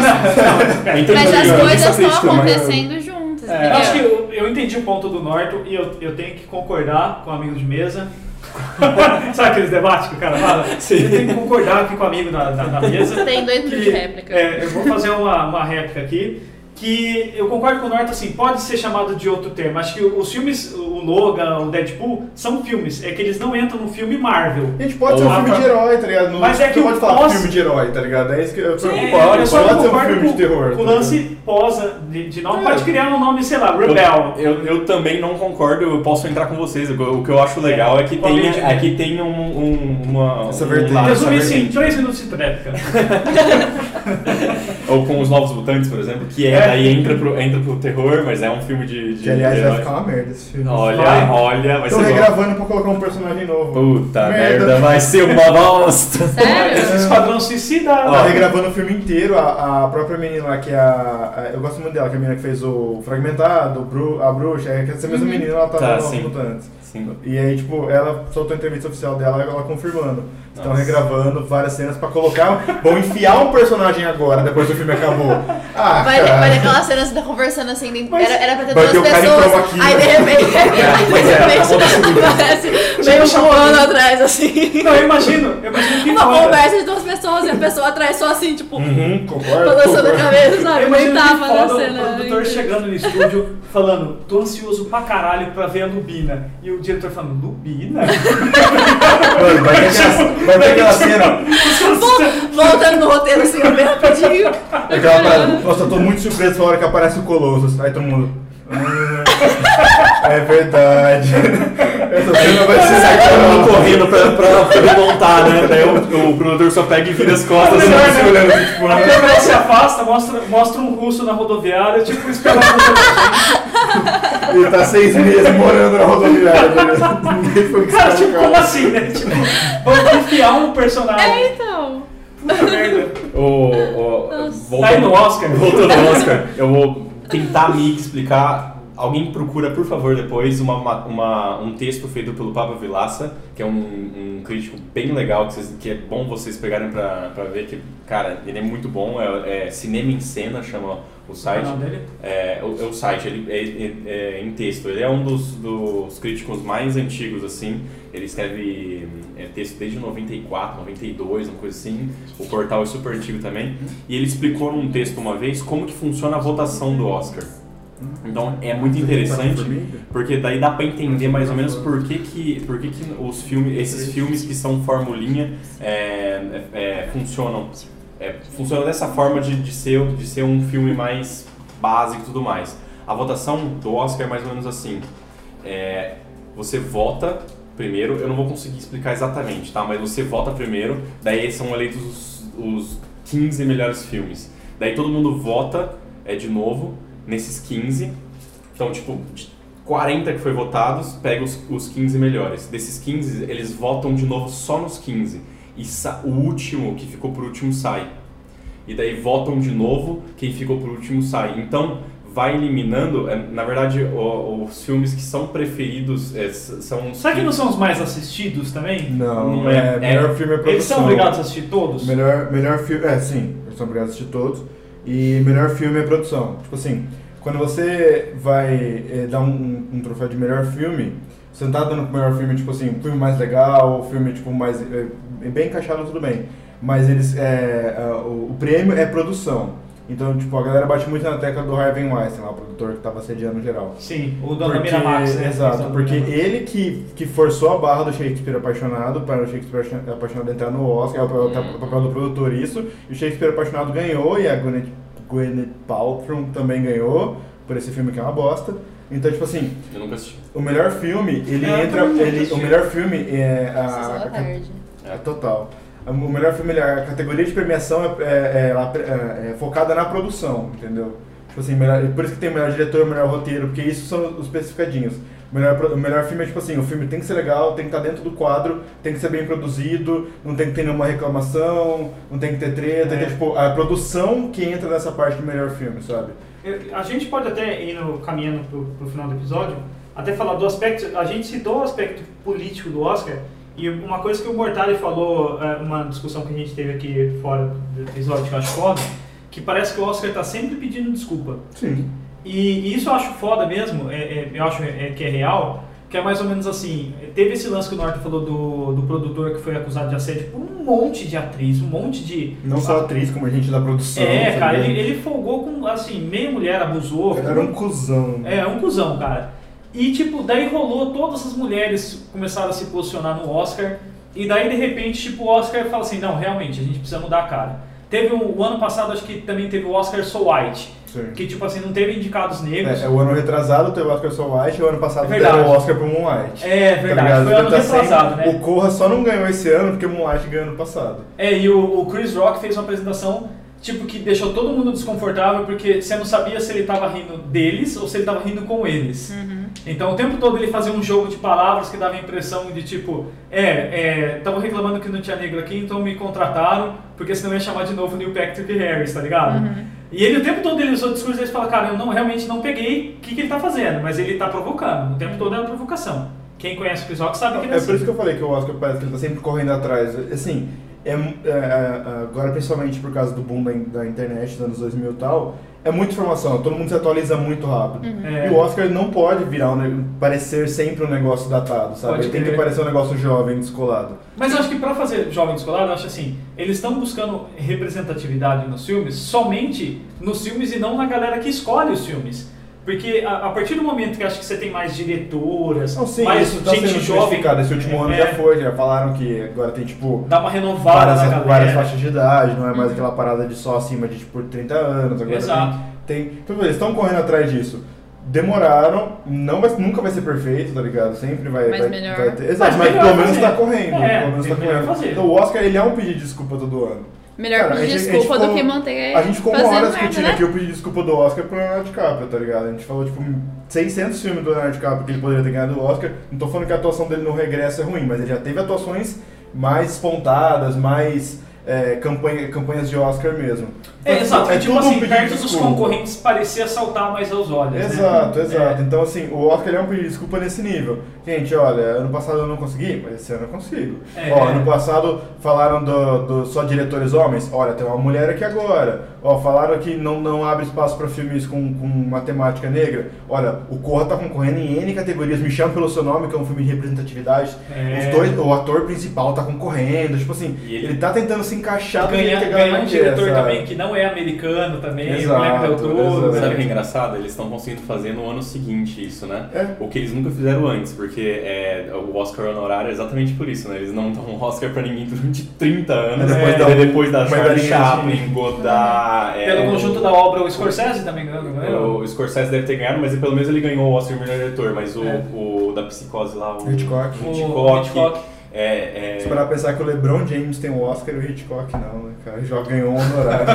S5: É, então,
S4: Mas
S5: tá
S4: as
S5: ligado?
S4: coisas
S5: Essa
S4: estão
S5: crítica, mas-
S4: acontecendo juntas,
S5: É,
S2: Eu
S4: entendeu?
S2: acho que eu, eu entendi o ponto do Norton e eu, eu tenho que concordar com amigos de mesa. Sabe aqueles debates que o cara fala?
S5: Sim.
S2: Eu tenho que concordar aqui com o amigo da, da, da mesa.
S4: Tem dois minutos
S2: que,
S4: de réplica.
S2: é, eu vou fazer uma, uma réplica aqui. Que eu concordo com o Norton, assim, pode ser chamado de outro termo. Acho que os filmes, o Logan, o Deadpool, são filmes. É que eles não entram no filme Marvel.
S3: A gente pode ser um
S5: Ou-
S3: filme de herói, tá ligado? Não,
S2: Mas é que
S3: não pode
S2: o
S3: falar
S2: pós-
S3: filme de herói, tá ligado? É isso que eu tô
S2: É,
S5: pode,
S2: eu só
S5: pode
S2: não
S3: ser um
S2: concordo
S3: filme de
S2: com-
S3: terror,
S2: Com o
S3: tá
S2: lance posa de, de nome.
S5: É.
S2: Pode criar um nome, sei lá,
S5: Eu-
S2: Rebel.
S5: Eu, eu também não concordo, eu posso entrar com vocês. O que eu acho legal é que
S2: Qual
S5: tem,
S2: vídeo?
S5: é que tem um, um- uma.
S3: Essa
S5: um
S3: vertente.
S5: lado, essa
S2: Resumir isso em
S5: vertente.
S2: 3 assim, minutos de réplica.
S5: Ou com os Novos Mutantes, por exemplo, que é,
S2: É.
S5: daí entra pro, entra pro terror, mas é um filme de. de
S3: Que aliás vai
S5: herói.
S3: ficar uma merda esse filme.
S5: Olha,
S2: Vai.
S5: olha, vai
S3: Estão
S5: ser bom.
S3: regravando pra colocar um personagem novo.
S5: Puta merda.
S3: Merda.
S5: vai ser uma bosta.
S2: Esse
S4: Sério?
S2: esquadrão suicida. né?
S3: Tá
S5: Ó.
S3: regravando o filme inteiro, a, a própria menina lá que é a, a- Eu gosto muito dela, que é a menina que fez o Fragmentado, o Bru- a bruxa, é que essa mesma menina ela tá,
S5: Tá,
S3: no
S5: sim.
S3: Mutantes.
S5: Sim.
S3: E aí, tipo, ela soltou a entrevista oficial dela ela confirmando. Estão
S5: Nossa.
S3: regravando várias cenas pra colocar. Vão enfiar um personagem agora, depois que o filme acabou. Ah,
S4: Vai,
S3: cara.
S4: vai daquelas cenas que você tá conversando assim, nem-
S2: Mas-
S4: era, era pra ter
S3: Vai
S4: duas
S3: ter o cara em
S4: pessoas.
S3: prova aqui,
S4: aí de
S3: né?
S4: repente, aí de
S5: pois é,
S4: repente aparece meio voando atrás, assim.
S2: Não, eu imagino. Eu imagino que
S4: Uma
S2: foda.
S4: conversa de duas pessoas e a pessoa atrás só assim, tipo,
S5: Hum.
S3: Uhum, concordo.
S4: balançando a
S3: concordo.
S4: cabeça, sabe?
S2: Eu
S4: Nem
S2: imagino que
S4: tava né? na
S2: foda
S4: cena.
S2: o produtor chegando no estúdio falando, tô ansioso pra caralho pra ver a Lubina. E o diretor falando, Lubina?
S3: Mano, vai ter aquela- vai ter aquela cena.
S4: Vol- Voltando no roteiro assim, bem rapidinho.
S3: Aquela parada, nossa, eu tô muito surpreso na hora que aparece o Colossus. Aí todo mundo. "Ah, É verdade. Essa cena vai ser
S5: Todo mundo
S3: legal.
S5: correndo pra, pra, pra remontar, né? Daí o, o produtor só pega e vira as costas.
S2: Melhor,
S5: assim,
S2: né?
S5: se olhando assim, tipo,
S2: A câmera se afasta, mostra, mostra um russo na rodoviária, tipo, esperando
S3: Ele tá seis meses morando na rodoviária. tá ligado? Ninguém foi que
S2: Cara,
S3: sabe,
S2: tipo, como assim, né? Tipo, vamos enfiar um personagem.
S4: É, então.
S2: Puta merda.
S5: O, o,
S2: Tá aí no Oscar.
S5: Voltando ao Oscar, eu vou tentar me explicar. Alguém procura, por favor, depois uma, uma- uma- um texto feito pelo Pablo Vilaça, que é um, um crítico bem legal, que, vocês- que é bom vocês pegarem pra, pra ver, que, cara, ele é muito bom, é, é Cinema em Cena, chama o site.
S2: canal dele?
S5: É, o, é o site, ele é, é- é em texto, ele é um dos, dos críticos mais antigos, assim. Ele escreve é, texto desde 94, 92, uma coisa assim. O portal é super antigo também. E ele explicou num texto uma vez como que funciona a votação do Oscar. Então é muito
S3: tá
S5: interessante, porque daí dá pra entender mais ou menos por que, que, por que, que os filmes, esses filmes que são formulinha é, é, é, funcionam. É, funciona dessa forma de, de, ser, de ser um filme mais básico e tudo mais. A votação do Oscar é mais ou menos assim. É, você vota primeiro, eu não vou conseguir explicar exatamente, tá? Mas você vota primeiro, daí são eleitos os, os 15 melhores filmes. Daí todo mundo vota é, de novo nesses 15. Então, tipo, de 40 que foi votados, pega os, os 15 melhores. Desses 15, eles votam de novo só nos 15. E sa- o último, que ficou por último, sai. E daí votam de novo, quem ficou por último sai. Então vai eliminando, é, na verdade, o- os filmes que são preferidos é, s- são os
S2: Será que não são os mais assistidos também?
S3: Não,
S5: Não
S3: não
S5: é-
S3: é,
S5: é-
S3: Melhor filme é produção.
S2: Eles são obrigados a assistir todos?
S3: Melhor, melhor filme. É, sim, eles são obrigados a assistir todos. E melhor filme é produção. Tipo assim, quando você vai eh, dar um, um troféu de melhor filme, você não tá dando pro melhor filme, tipo assim, um filme mais legal, um filme tipo mais. eh, bem encaixado, tudo bem. Mas eles. eh, ah, o, o prêmio é produção. Então, tipo, a galera bate muito na tecla do Harvey Weinstein, lá, o produtor que tava sediando geral.
S2: Sim, o dono da Miramax. né? Esse é o
S3: Exato,
S2: dono
S3: porque
S2: da Miramax.
S3: ele que, que forçou a barra do Shakespeare apaixonado para o Shakespeare apaixonado entrar no Oscar, é o papel,
S2: Uhum.
S3: o papel do produtor isso, e o Shakespeare apaixonado ganhou, e a Gwyneth, Gwyneth Paltrow também ganhou, por esse filme que é uma bosta. Então, tipo assim,
S5: Eu nunca assisti.
S3: o melhor filme, ele
S2: É, eu
S3: entra.
S2: também não
S3: ele- o
S2: assisti.
S3: melhor filme é
S4: Sessão da
S3: a.
S4: tarde.
S3: É total. O melhor filme, ele- a categoria de premiação é, é- é- ela- é- é focada na produção, entendeu? Tipo assim, melhor- por isso que tem o melhor diretor, o melhor roteiro, porque isso são os especificadinhos. O melhor, pro- o melhor filme é tipo assim, o filme tem que ser legal, tem que estar dentro do quadro, tem que ser bem produzido, não tem que ter nenhuma reclamação, não tem que ter treta,
S2: É.
S3: que é, tipo, a produção que entra nessa parte do melhor filme, sabe?
S2: Eu- A gente pode até, indo, caminhando pro, pro final do episódio, até falar do aspecto. A gente citou o aspecto político do Oscar, e uma coisa que o Mortari falou, é, uma discussão que a gente teve aqui fora do episódio, que eu acho foda, que parece que o Oscar tá sempre pedindo desculpa.
S3: Sim.
S2: E isso eu acho foda mesmo, é, é, eu acho é, que é real, que é mais ou menos assim, teve esse lance que o Norton falou do, do produtor que foi acusado de assédio por um monte de atriz, um monte de...
S3: Não só atriz, como a gente da produção.
S2: É,
S3: sabe?
S2: cara, ele, ele folgou com, assim, meia mulher abusou.
S3: Era um cuzão.
S2: É, é um cuzão, cara. E, tipo, daí rolou, todas as mulheres começaram a se posicionar no Oscar. E daí, de repente, tipo, o Oscar fala assim, não, realmente, a gente precisa mudar a cara. Teve um, o ano passado, acho que também teve o Oscar So White.
S3: Sim.
S2: Que, tipo assim, não teve indicados negros.
S3: É, é o ano retrasado teve o Oscar Soul White e o ano passado
S2: É verdade.
S3: deram o Oscar pro Moonlight.
S2: É,
S3: Tá
S2: verdade,
S3: ligado?
S2: foi ano
S3: Então tá sempre-
S2: retrasado, né?
S3: O Corra só não ganhou esse ano porque o Moonlight ganhou ano passado.
S2: É, e o, o Chris Rock fez uma apresentação, tipo, que deixou todo mundo desconfortável, porque você não sabia se ele tava rindo deles ou se ele tava rindo com eles. Então, o tempo todo ele fazia um jogo de palavras que dava a impressão de, tipo, é, é, tava reclamando que não tinha negro aqui, então me contrataram, porque senão ia chamar de novo Neil Patrick Harris, tá ligado? E ele, o tempo todo, ele usou o discurso, ele fala, cara, eu não, realmente não peguei o que, que ele tá fazendo, mas ele tá provocando, o tempo todo é uma provocação. Quem conhece o Chris Rock sabe que ele é
S3: É por
S2: assim.
S3: isso que eu falei que o Oscar parece que ele tá sempre correndo atrás. Assim, é mu- é, é, agora principalmente por causa do boom da, in- da internet dos anos 2000 e tal, é muita informação, todo mundo se atualiza muito rápido.
S2: É.
S3: E o Oscar não pode virar um, ne- parecer sempre um negócio datado, sabe?
S2: Pode
S3: ele tem que
S2: crer.
S3: parecer um negócio jovem, descolado.
S2: Mas eu acho que para fazer jovem escolar, eu acho assim, eles estão buscando representatividade nos filmes somente nos filmes e não na galera que escolhe os filmes. Porque a, a partir do momento que acho que você tem mais diretoras,
S3: Não, sim,
S2: mais
S3: isso tá
S2: gente
S3: sendo
S2: jovem,
S3: justificado. Esse último ano
S2: é,
S3: já foi, já falaram que agora tem tipo
S2: dá uma renovada na
S3: várias,
S2: galera.
S3: várias faixas de idade, não é mais aquela parada de só acima de tipo 30 anos. Agora
S2: Exato.
S3: Tem, tem, então, eles estão correndo atrás disso. Demoraram, não vai, nunca vai ser perfeito, tá ligado? Sempre vai.
S4: Mas
S3: vai,
S4: melhor.
S3: vai ter, exato,
S2: Mas
S3: mas,
S2: melhor
S3: pelo menos
S2: fazer.
S3: tá correndo.
S2: É,
S3: pelo menos tá
S2: melhor
S3: correndo.
S2: fazer.
S3: Então o Oscar ele é um pedido de desculpa todo ano.
S4: Melhor
S3: Cara, a
S4: pedir
S3: gente- a gente
S4: desculpa do
S3: ficou-
S4: que manter
S3: A gente ficou uma
S4: é fazendo
S3: hora
S4: merda,
S3: discutindo
S4: né?
S3: aqui o pedido de desculpa do Oscar pro Leonardo DiCaprio, tá ligado? A gente falou, tipo, 600 filmes do Leonardo DiCaprio que ele poderia ter ganhado o Oscar. Não tô falando que a atuação dele no regresso é ruim, mas ele já teve atuações mais espontadas, mais é, campanha- campanhas de Oscar mesmo.
S2: É,
S3: Então,
S2: exato,
S3: é
S2: tipo
S3: tudo um
S2: assim,
S3: pedido de
S2: perto dos
S3: desculpa.
S2: concorrentes parecia saltar mais aos olhos. né?
S3: Exato,
S2: É.
S3: exato. Então, assim, o Oscar ele é um pedido de desculpa nesse nível. Gente, olha, ano passado eu não consegui, mas esse ano eu consigo.
S2: É.
S3: Ó, ano passado falaram do, do- só diretores homens, olha, tem uma mulher aqui agora. Ó, falaram que não, não abre espaço pra filmes com, com uma temática negra. Olha, o Corra tá concorrendo em N categorias, Me Chama Pelo Seu Nome, que é um filme de representatividade.
S2: É.
S3: Os dois, o ator principal tá concorrendo, tipo assim,
S5: E ele-
S3: ele tá tentando se encaixar do
S2: Ganhar,
S3: jeito que a
S2: ganhar
S3: galera
S2: um
S3: quer,
S2: diretor
S3: sabe?
S2: também que não é americano também,
S3: Exato,
S2: o Guilherme Del Toro,
S3: exato.
S5: Sabe o que é engraçado? Eles estão conseguindo fazer no ano seguinte isso, né?
S3: É.
S5: O que eles nunca fizeram antes, porque é, o Oscar honorário é exatamente por isso, né? Eles não dão um Oscar pra ninguém durante 30 anos,
S3: É.
S5: depois, um- da, depois da
S3: Uma
S5: Charlie
S3: medalhinha
S5: Chaplin, Godard... é,
S2: Pelo
S5: o-
S2: conjunto né? da obra, o Scorsese também ganhou. é? ganhou.
S5: O Scorsese deve ter ganhado, mas pelo menos ele ganhou o Oscar de melhor diretor, mas o,
S2: É.
S5: o da psicose lá, o
S3: Hitchcock.
S5: o
S2: O
S5: Hitchcock,
S2: Hitchcock.
S5: É, é-
S3: Se parar pra pensar que o LeBron James tem um Oscar e o Hitchcock não, né, cara? Já ganhou um honorário.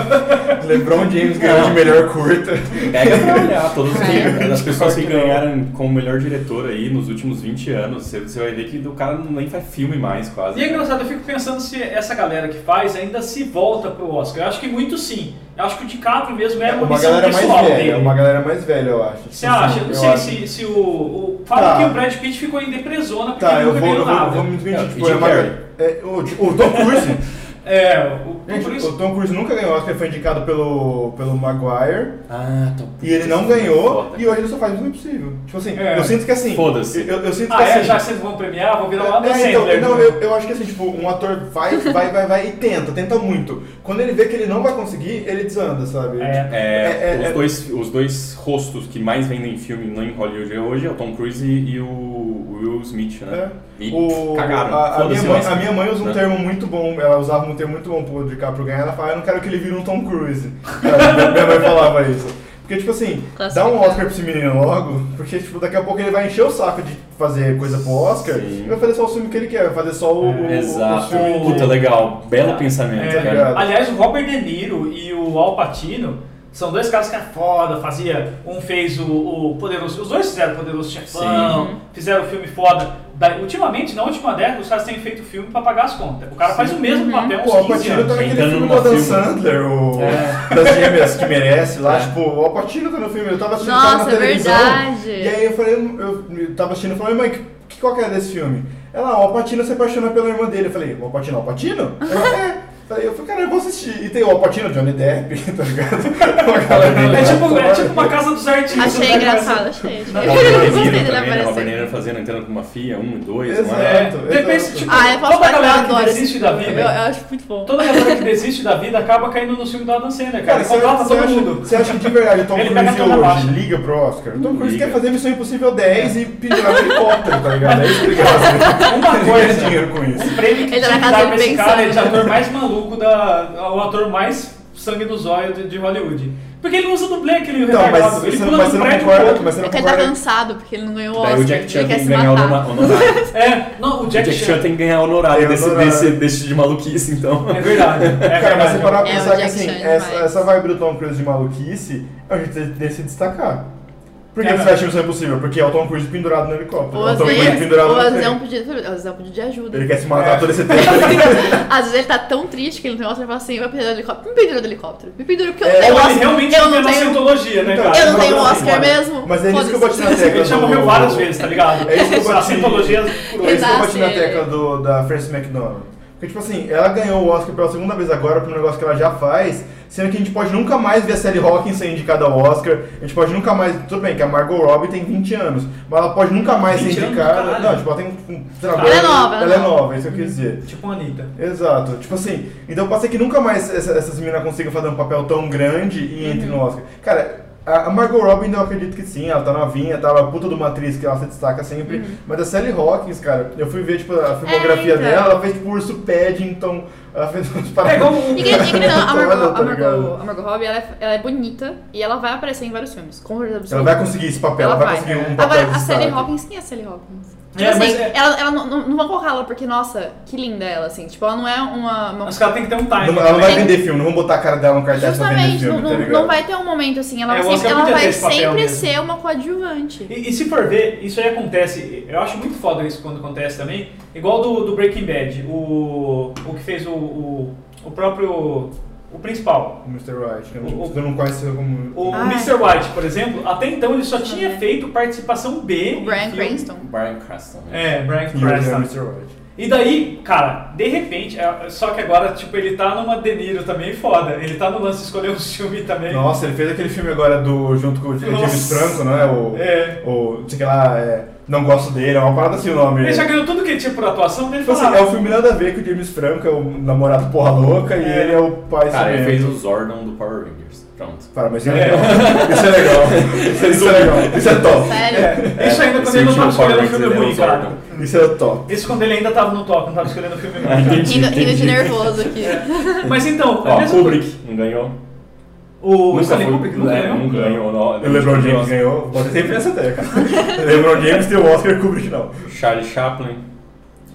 S3: LeBron James ganhou de melhor curta.
S5: Pega pra olhar, todos os
S4: É.
S5: as pessoas que ganharam como melhor diretor aí nos últimos 20 anos, você, você vai ver que o cara não nem faz filme mais, quase.
S2: E é engraçado, eu fico pensando se essa galera que faz ainda se volta pro Oscar. Eu acho que muito sim. Eu acho que o DiCaprio mesmo é uma
S3: uma
S2: missão
S3: galera mais
S2: pessoal
S3: velha,
S2: dele.
S3: uma galera mais velha, eu acho.
S2: Você
S3: Assim,
S2: acha? Eu não sei
S3: acho.
S2: se, se o, o... Fala
S3: Tá.
S2: que o Brad Pitt ficou em depressona porque
S3: Tá,
S2: ele
S3: eu
S2: nunca
S3: vou, eu
S2: ganhou
S3: vou,
S2: nada.
S3: eu vou me desmentir.
S5: É,
S3: Tipo, é
S5: Jim
S3: uma,
S5: Carrey.
S3: é, o, o Tom Cruise.
S2: É, o,
S3: gente,
S2: por isso...
S3: o Tom Cruise nunca ganhou Oscar, ele foi indicado pelo, pelo Maguire.
S5: Ah, tô
S3: E ele não ganhou, e hoje ele só faz o impossível. Tipo assim,
S2: É.
S3: eu sinto que assim.
S5: Foda-se.
S3: Eu, eu sinto
S2: Ah,
S3: que
S2: é,
S3: assim.
S2: já que vocês vão premiar, vou virar lá no
S3: É, então,
S2: Sandler. né?
S3: não, eu, eu acho que assim, tipo, um ator vai, vai, vai, vai e tenta, tenta muito. Quando ele vê que ele não vai conseguir, ele desanda, sabe?
S2: É.
S5: É,
S3: É, é,
S5: os,
S3: é.
S5: dois, os dois rostos que mais vendem filme não em Hollywood hoje é o Tom Cruise e, e o Will Smith, né? E
S3: É. O-
S5: cagaram.
S3: a, a minha
S5: Foda-se o
S3: mãe,
S5: Oscar,
S3: a minha mãe usa um
S5: né?
S3: termo muito bom, ela usava "Ah, um termo muito bom pro DiCaprio ganhar, ela fala, eu não quero que ele vire um Tom Cruise. Ela- minha mãe falava isso. Porque, tipo assim, dá
S4: Classificado.
S3: um Oscar pra esse menino logo, porque, tipo, daqui a pouco ele vai encher o saco de fazer coisa pro Oscar
S5: Sim.
S3: e vai fazer só o filme que ele quer, vai fazer só o. o- o-
S5: Exato.
S3: o filme-
S5: Puta, legal. Belo pensamento,
S2: É,
S5: cara.
S3: ligado?
S2: Aliás, o Robert De Niro e o Al Pacino são dois caras que é foda, fazia. Um fez o, o Poderoso. Os dois fizeram o Poderoso Chefão, fizeram o filme foda. Da- ultimamente, na última década, os caras têm feito filme pra pagar as contas. O cara faz o
S4: Uhum.
S2: mesmo papel
S3: O
S2: uns 15
S3: Alpatino
S2: anos.
S3: tá naquele
S5: Entrando
S3: filme do
S5: numa
S3: Adam
S5: filme.
S3: Sandler, o
S5: É.
S3: das gêmeas que merece lá.
S5: É.
S3: Tipo, o Alpatino tá no filme, eu tava assistindo tava
S4: Nossa,
S3: na
S4: é
S3: televisão.
S4: verdade.
S3: E aí eu falei, eu, eu tava assistindo e falei, mãe, que- que, qual que é desse filme? Ela, o Alpatino se apaixona pela irmã dele. Eu falei, o Alpatino, é o Alpatino? Ela, é. Falei, eu falei, cara, eu vou assistir. E tem o Alpatino, Johnny Depp, tá ligado? Uma galera
S2: É tipo, é
S3: aleatória.
S2: tipo uma casa dos artistas.
S4: Achei
S2: né, cara?
S4: engraçado, achei. achei.
S5: Robert
S4: Eu
S5: De
S4: gostei
S5: Niro
S4: dele
S5: também, né? Robert De Niro
S4: aparecer.
S5: fazendo, entrando com uma FIA 1 e 2,
S3: Exato.
S5: não
S2: É,
S5: é?
S2: de repente, tipo,
S4: Ah, eu posso
S2: toda a
S4: falar que eu
S2: galera que
S4: adoro esse
S2: desiste da
S4: Eu,
S2: vida,
S4: eu acho muito bom.
S2: toda galera que desiste da vida acaba caindo no filme do Adam Sandler, cara. é
S3: Cara,
S2: Ele
S3: você,
S2: Contrata
S3: você
S2: todo
S3: acha,
S2: mundo.
S3: você acha que de verdade o Tom
S2: Ele
S3: Cruise
S2: pega a cama
S3: hoje
S2: baixa.
S3: liga pro Oscar? O Tom Cruise
S5: Liga.
S3: quer fazer Missão Impossível 10 e pedir um helicóptero, tá ligado? É isso que ele quer fazer.
S2: Uma
S3: Ele ganha
S2: coisa.
S3: dinheiro com isso.
S2: O prêmio que
S4: Ele tá
S2: tinha
S4: na
S2: que
S4: casa
S2: dar pra
S4: dele
S2: esse cara é de
S4: pensando.
S2: ator mais maluco da. o ator mais sangue nos olhos de, de Hollywood. Porque ele não usa dublê aquele
S3: Então, mas
S2: retardado. Ele
S3: você,
S2: pula
S3: mas você
S2: do
S3: não
S2: prédio
S3: concorda,
S2: pro outro.
S3: mas você
S4: É
S3: não
S4: que ele tá
S3: concorda
S4: cansado porque ele não ganhou o
S5: Daí
S4: Oscar.
S5: o Jack Chan
S4: ele
S5: tem
S4: quer
S5: que
S4: se
S5: ganhar o
S4: matar.
S5: honorário.
S2: É, não, o
S5: O
S2: Jack,
S5: Jack Chan tem que ganhar honorário
S3: Tem
S5: desse,
S3: honorário.
S5: desse, desse de maluquice, então.
S2: É verdade. É
S3: Cara, mas
S2: verdade.
S3: você parar pra
S4: É, o
S3: pensar que
S4: Jack
S3: assim,
S4: Chan é
S3: essa,
S4: demais.
S3: essa vibe do Tom Cruise de maluquice é um jeito de, de se destacar. Por que
S2: É,
S3: você
S2: mas-
S3: acha que isso é possível? Porque é o Tom Cruise pendurado no helicóptero.
S4: Ou
S3: é o
S4: às
S3: Tom Cruise
S4: vezes,
S3: pendurado
S4: ou às
S3: no
S4: vezes é um
S3: trem.
S4: pedido, às vezes é um pedido de ajuda.
S3: Ele quer se matar
S2: É.
S3: todo esse tempo.
S4: Às vezes ele tá tão triste que ele não tem Oscar e fala assim, vai pendurar do helicóptero. Me pendura do helicóptero. Me pendura porque eu
S3: É,
S4: não tenho
S2: Ou ele
S4: Oscar.
S2: realmente
S4: eu
S2: tem
S4: não
S2: uma
S4: tenho...
S2: cientologia, né, cara?
S4: Eu não
S3: Mas
S4: tenho um
S3: assim,
S4: Oscar mesmo.
S3: Mas é nisso que eu bati na
S4: Foda-se.
S3: tecla.
S2: Ele já morreu
S3: do-
S2: várias vezes, tá ligado?
S3: É isso que eu
S2: A
S3: bati-
S2: cientologia.
S3: É isso que eu bati na
S4: Exato, é.
S3: tecla do, da Frances McDonald. Porque, tipo assim, ela ganhou o Oscar pela segunda vez agora por um negócio que ela já faz, sendo que a gente pode nunca mais ver a Sally Hawkins ser indicada ao Oscar, a gente pode nunca mais. Tudo bem que a Margot Robbie tem 20 anos, mas ela pode nunca mais ser
S2: 20 anos,
S3: indicada.
S2: caralho.
S3: não, tipo, ela tem um. um sei lá,
S2: Ela é
S4: nova,
S3: Ela é
S4: ela é
S3: nova, é isso que eu quis dizer.
S2: Tipo a Anitta.
S3: Exato, tipo assim, então pode ser que nunca mais essa- essas meninas consigam fazer um papel tão grande
S4: Uhum.
S3: e entre no Oscar. Cara, a a Margot Robbie ainda eu acredito que sim, ela tá novinha, tá uma puta de uma atriz que ela se destaca sempre, mas a Sally Hawkins, cara, eu fui ver tipo, a filmografia
S4: Uhum. então.
S3: dela, ela fez tipo Urso Paddington, ela fez uns
S2: É igual um-
S4: E que- e que não, a Margot,
S3: Tá
S4: a Margot,
S3: ligado?
S4: a Margot Robbie, ela é, ela é bonita e ela vai aparecer em vários filmes. Com certeza
S3: Ela
S4: absoluta.
S3: vai conseguir esse papel, ela, vai conseguir um papel
S4: é. Agora,
S3: de
S4: a Sally
S3: destaque.
S4: Hawkins, quem é a Sally Hawkins?
S2: É,
S4: Tipo assim,
S2: mas é-
S4: ela, ela não, não, não vão colocá-la porque, nossa, que linda ela, assim. Tipo, ela não é uma... uma-
S2: Mas o cara tem que ter um
S3: Não-
S2: time.
S3: Ela não vai
S2: também.
S3: vender filme, não vão botar a cara dela no cartaz pra vender
S4: Justamente,
S3: filme,
S4: não,
S3: tá
S4: não-
S3: ligado?
S4: não vai ter um momento assim. Ela
S2: É, eu acho que
S4: sempre,
S2: eu
S4: ela
S2: podia ter
S4: vai
S2: esse papel
S4: sempre
S2: mesmo.
S4: ser uma coadjuvante.
S2: E, e se for ver, isso aí acontece, eu acho muito foda isso quando acontece também, igual do, do Breaking Bad, o, o que fez o, o, o próprio, o principal,
S3: O Mr. Wright, que eu
S2: O-
S3: não,
S2: o-
S3: eu não conheço como...
S2: o
S4: Ah,
S2: Mr. White, por exemplo, até então ele só
S4: Deixa eu
S2: tinha
S4: ver.
S2: feito participação B
S4: O
S2: em
S4: Brian
S2: filme.
S4: Cranston.
S5: Brian Cranston. né?
S2: É, Brian
S3: E o
S2: Cranston.
S3: Mr. Wright.
S2: E daí, cara, de repente, é, só que agora, tipo, ele tá numa De Niro também foda, ele tá no lance de escolher um filme também.
S3: Nossa, ele fez aquele filme agora do junto com o James
S2: Nossa.
S3: Franco, não é? O,
S2: É.
S3: o não sei o que lá, é, não gosto dele, é uma parada assim o nome.
S2: Ele já
S3: Tipo
S2: ganhou tudo que ele tinha por atuação, daí ele
S3: assim,
S2: falou,
S3: é o filme nada a ver que o James Franco é o namorado porra louca e
S2: É.
S3: ele é o pai
S5: Cara, ele
S3: ciumento.
S5: fez o Zordon do Power Rangers. Pronto.
S3: Para, mas isso é legal. Isso é legal. Isso é- Isso é legal. Isso é top.
S4: Sério?
S2: ah, isso ainda
S5: É, Esse
S2: quando ele não
S5: último
S2: tava escolhendo um
S5: Power
S2: filme
S5: Rangers
S2: ruim,
S5: ele é o
S2: cara.
S5: Zordon.
S3: Isso é top.
S2: Isso quando ele ainda tava no top, não tava escolhendo filme ruim. cara.
S4: Rindo, rindo de
S5: Entendi.
S4: nervoso aqui.
S2: Mas então, a mesma
S5: Ó,
S2: coisa.
S5: Kubrick não ganhou.
S2: O
S5: Nunca
S2: Stanley
S5: foi.
S2: Kubrick não
S5: é,
S2: ganhou.
S5: Não ganhou. não.
S3: O LeBron James ganhou, bota sempre nessa tecla. LeBron James tem o Oscar Kubrick não.
S5: Charlie Chaplin.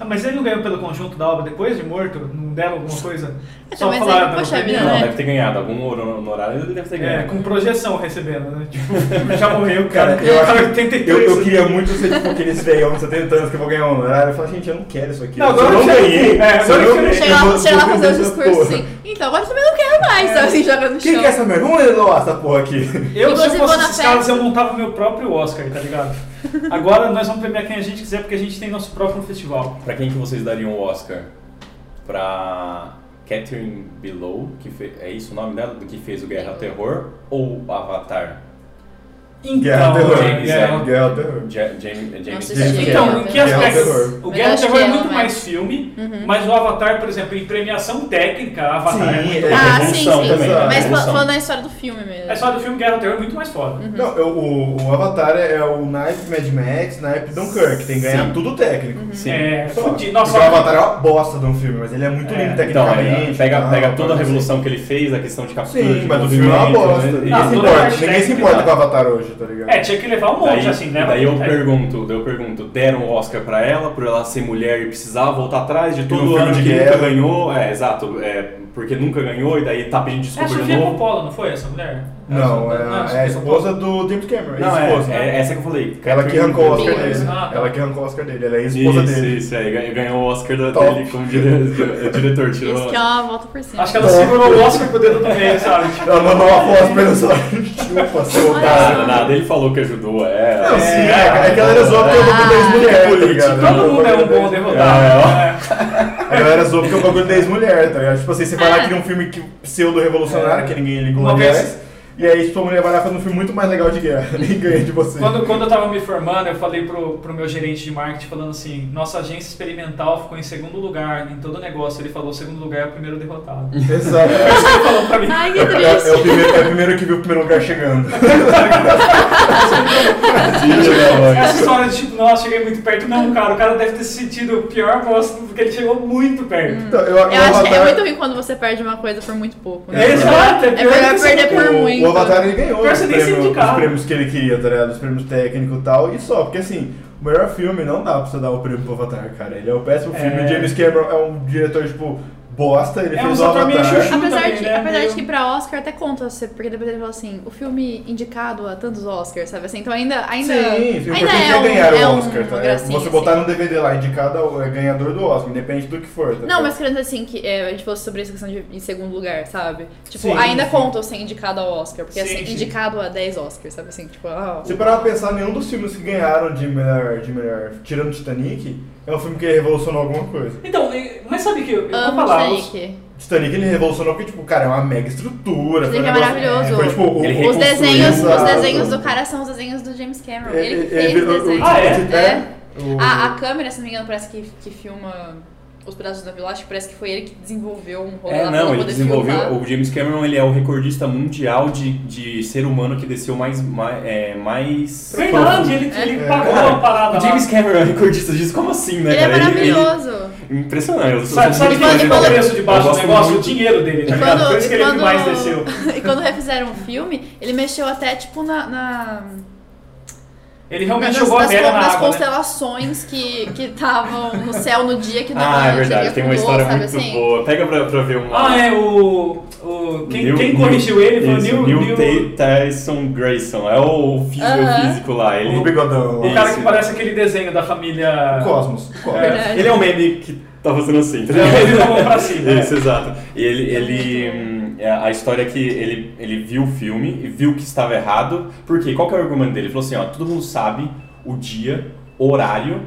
S2: Ah, mas ele não ganhou pelo conjunto da obra depois de morto? Não deram alguma coisa?
S4: É,
S2: Só
S4: mas aí,
S2: falaram pelo
S4: poxa
S2: prêmio?
S4: vida,
S5: Não,
S4: né?
S5: deve ter ganhado. Algum honor- honorário ele deve ter
S2: É,
S5: ganhado.
S2: com projeção recebendo, né? Tipo, já morreu, cara.
S3: Cara, eu,
S2: O cara
S3: acho que-
S2: 83,
S3: eu, eu
S2: né?
S3: queria muito ser tipo aqueles veião de 70 anos que eu vou ganhar um honorário. Eu falo, gente, eu não quero isso aqui.
S2: Não,
S3: se eu
S2: agora
S3: não
S2: eu chego-
S3: ganhei,
S2: é,
S3: se eu
S2: agora
S3: não
S2: eu
S3: ganhei,
S4: Chega lá,
S3: eu
S4: chega lá
S3: vou
S4: fazer
S3: perder
S4: o
S3: essa
S4: discurso
S3: porra.
S4: assim. Então, agora eu também não quero
S2: É.
S4: mais, sabe? Assim, joga no chão.
S3: Quem quer essa merda? Vamos levar essa porra aqui.
S2: Eu, se eu
S4: Inclusive, vou
S2: fosse
S4: na
S2: esses caras,
S4: festa.
S2: eu montava meu próprio Oscar, tá ligado? Agora nós vamos premiar quem a gente quiser, porque a gente tem nosso próprio festival.
S5: Pra quem que vocês dariam o Oscar? Pra Catherine Bilow, que fe... é isso o nome dela? Do que fez o Guerra ao Terror? Ou Avatar?
S3: Guerra ao
S2: Então,
S3: terror.
S2: é, Guerra ao
S3: Guerra ao terror.
S5: Ja- Jamie, Jamie
S4: Nossa,
S5: Jamie-
S4: gente.
S2: Então, em
S5: é
S2: que
S3: Guerra ao
S2: aspectos?
S3: Terror.
S2: O
S4: Mas
S2: Guerra ao
S4: acho
S2: Terror é
S4: que é Uhum.
S2: muito
S4: uma-
S2: mais filme, mas o Avatar, por exemplo, em premiação técnica, Avatar é
S3: Sim,
S2: muito
S3: é.
S2: mais.
S4: Ah, sim,
S5: revolução
S4: sim.
S5: também,
S3: né?
S4: Mas
S5: Revolução.
S4: fal- falando da história do filme mesmo.
S3: É
S2: A história do filme Guerra ao Terror é muito mais foda.
S4: Uhum.
S3: Não, eu- o, o Avatar é o naipe Mad Max, naipe Dunkirk. Tem que ganhar
S5: Sim.
S3: tudo técnico.
S4: Uhum.
S5: Sim.
S2: É,
S3: Só.
S2: fudido. Nossa,
S3: Porque o Avatar é uma bosta de um filme, mas ele é muito
S2: É.
S3: lindo
S5: Então,
S3: tecnicamente.
S5: é, pega,
S3: tal,
S5: pega toda a
S3: assim.
S5: revolução que ele fez, a questão de captura
S3: Sim,
S5: de
S3: mas o filme é uma
S5: movimento,
S3: bosta.
S5: né?
S3: Ninguém,
S2: Ah,
S3: se
S2: toda
S3: importa,
S2: parte
S3: ninguém se
S2: técnica,
S3: importa
S5: tá.
S3: com o Avatar hoje, tá ligado?
S2: é, tinha que levar um monte,
S5: Daí,
S2: assim, né?
S5: daí eu
S2: É.
S5: pergunto, daí eu pergunto, deram o Oscar pra ela, por ela ser mulher e precisar voltar atrás de
S3: um
S5: todo
S3: filme
S5: ano
S3: de
S5: que nunca
S3: guerra.
S5: ganhou, é, exato, é, porque nunca ganhou e daí tá pedindo
S2: É a
S5: desculpa de
S2: Sofia
S5: novo.
S2: Coppola, não foi essa mulher?
S3: Não,
S2: Ela-
S3: é,
S2: não,
S3: a- é a esposa do James Cameron.
S5: Não, é,
S3: esposa.
S5: é
S4: né?
S5: essa que eu falei.
S3: Ela que
S5: Catherine
S3: arrancou o Oscar
S5: Bigelow.
S3: dele.
S2: Ah, tá.
S3: Ela que arrancou o Oscar dele, ela é a esposa
S5: Isso,
S3: dele.
S5: isso, é, gan- ganhou o Oscar da-
S3: Top.
S5: dele como dire- dire- diretor, tirou
S4: Isso que é uma volta por cima.
S2: Acho que ela segurou o Oscar com o dedo do meio, sabe?
S3: Ela mandou uma foto pra ele só. Chupa, seu
S5: Nada,
S3: otário.
S5: nada, ele falou que ajudou, é.
S3: Não, sim,
S5: é,
S3: é, é que ela era zoa porque eu bagulho da ex-mulher, tá ligado?
S2: Ah, Todo mundo é um bom derrotado.
S5: É,
S2: né?
S3: A galera zoa porque eu bagulho da ex-mulher, tá ligado? Tipo assim, você vai lá que é um filme que, pseudo-revolucionário, que ninguém
S2: É.
S3: ligou
S2: Uma
S3: aliás,
S2: vez-
S3: E aí sua mulher vai lá fazer um filme muito mais legal de guerra. Nem ganha de você.
S2: Quando, quando eu tava me formando, eu falei pro, pro meu gerente de marketing falando assim: nossa agência experimental ficou em segundo lugar em todo o negócio. Ele falou: segundo lugar é o primeiro derrotado.
S3: Exato.
S2: É Ele falou pra mim:
S4: Ai, que
S3: É, é o
S4: triste.
S3: primeiro, é o primeiro que viu o primeiro lugar chegando.
S2: essa história de tipo, nossa, cheguei muito perto. Não, cara, o cara deve ter se sentido o pior bosta porque ele chegou muito perto.
S5: Hum.
S3: Então, eu,
S4: Eu acho que é muito ruim quando você perde uma coisa por muito pouco.
S2: É exato, é
S4: É
S2: pior
S4: melhor
S2: que
S4: perder
S2: você-
S4: por muito.
S3: o, o Avatar ele ganhou
S2: Pior
S3: os
S2: você nem ser
S3: prêmios,
S2: indicado.
S3: os prêmios que ele queria, tá ligado? Os prêmios técnicos e tal, e só, porque assim, o melhor filme não dá pra você dar o prêmio pro Avatar, cara. Ele é um péssimo
S2: É.
S3: filme. O James Cameron é um diretor, tipo, bosta, ele
S2: É
S3: fez
S2: um
S3: o
S2: ator meio
S3: Avatar.
S2: chuchu.
S4: Apesar,
S2: também,
S4: de,
S2: né?
S4: apesar
S2: Meio-
S4: de que pra Oscar até conta, você- porque depois ele fala assim, o filme indicado a tantos Oscars, sabe assim? Então ainda, ainda,
S3: Sim, sim, porque
S4: ainda
S3: quer
S4: é, um,
S3: ganhar
S4: é
S3: o
S4: um-
S3: Oscar,
S4: uma
S3: tá? É
S4: gracinha,
S3: você botar
S4: assim.
S3: no DVD lá, indicado ao é ganhador do Oscar, independente do que for. Tá
S4: Não,
S3: ligado?
S4: mas querendo dizer assim, que é, a gente fosse sobre essa questão de em segundo lugar, sabe? Tipo,
S3: Sim,
S4: ainda
S3: sim.
S4: conta eu ser indicado ao Oscar, porque é
S2: Sim,
S4: ser
S2: sim.
S4: indicado a 10 Oscars, sabe assim? Tipo, ah,
S3: Se parar pra pensar, nenhum dos filmes que ganharam de melhor, de melhor tirando Titanic, é um filme que revolucionou alguma coisa.
S2: Então, e- mas sabe que eu, eu vou
S4: amo
S2: falar. os-
S4: Titanic.
S3: Titanic ele revolucionou porque, tipo, cara, é uma mega estrutura. foi
S4: Dizem
S3: um
S4: que é
S3: negócio-
S4: maravilhoso.
S3: Foi, tipo, o-
S5: Ele
S4: Os
S5: reconstruiu,
S4: desenhos, os
S3: exato.
S4: desenhos do cara são os desenhos do James Cameron. Ele, que fez
S3: ele-
S4: os desenhos.
S2: Ah, é?
S4: É.
S3: O-
S4: A, a câmera, se não me engano, parece que, que filma os pedaços da vila. Acho que parece que foi ele que desenvolveu um rolê
S5: É,
S4: lá pra
S5: não, ele
S4: poder
S5: desenvolveu.
S4: filmar.
S5: O James Cameron ele é o recordista mundial de, de ser humano que desceu mais. mais, é, mais
S2: Verdade, ele, ele
S3: É.
S2: pagou
S5: Cara,
S2: uma parada
S5: O
S2: lá.
S5: James Cameron é recordista disso, como assim, né,
S4: Ele é
S5: cara?
S4: maravilhoso.
S5: impressionante. Eu sou- um
S2: Sabe,
S5: sou
S2: sabe
S5: muito
S2: quem
S5: fã
S2: é
S5: dele,
S2: o
S5: cara.
S2: preço de
S5: Eu
S2: baixo do
S5: gosto
S2: negócio? O
S5: muito.
S2: dinheiro dele, tá
S4: E
S2: ligado? Por isso que ele
S4: quando-
S2: mais desceu.
S4: e quando refizeram o filme, ele mexeu até, tipo, na... na
S2: Ele realmente
S4: nas,
S2: jogou a
S4: nas-
S2: merda na
S4: nas
S2: água, né?
S4: constelações que que estavam no céu no dia que
S5: Ah, é
S4: Daniel
S5: verdade, tem uma
S4: afundou,
S5: história
S4: sabe
S5: muito
S4: assim?
S5: boa. Pega pra, pra ver uma.
S2: Ah, é, o. o quem,
S5: Neil-
S2: quem corrigiu
S5: Neil-
S2: ele foi o
S5: isso,
S2: Neil,
S5: Neil,
S2: Neil-
S5: Tay- Tyson Grayson, é o físico,
S4: Aham.
S5: físico lá.
S2: Uhum.
S5: Ele,
S3: O bigodão.
S2: O
S5: né?
S3: lá.
S2: cara que parece aquele desenho da família.
S3: O Cosmos. o Cosmos.
S2: É.
S4: Verdade.
S5: ele é um meme que tá fazendo assim, tá ligado?
S2: Ele tomou pra cima.
S5: Isso, exato. E ele, ele hum, é, a história é que ele, ele viu o filme e viu que estava errado. Porque qual que é o argumento dele? Ele falou assim, ó, todo mundo sabe o dia, horário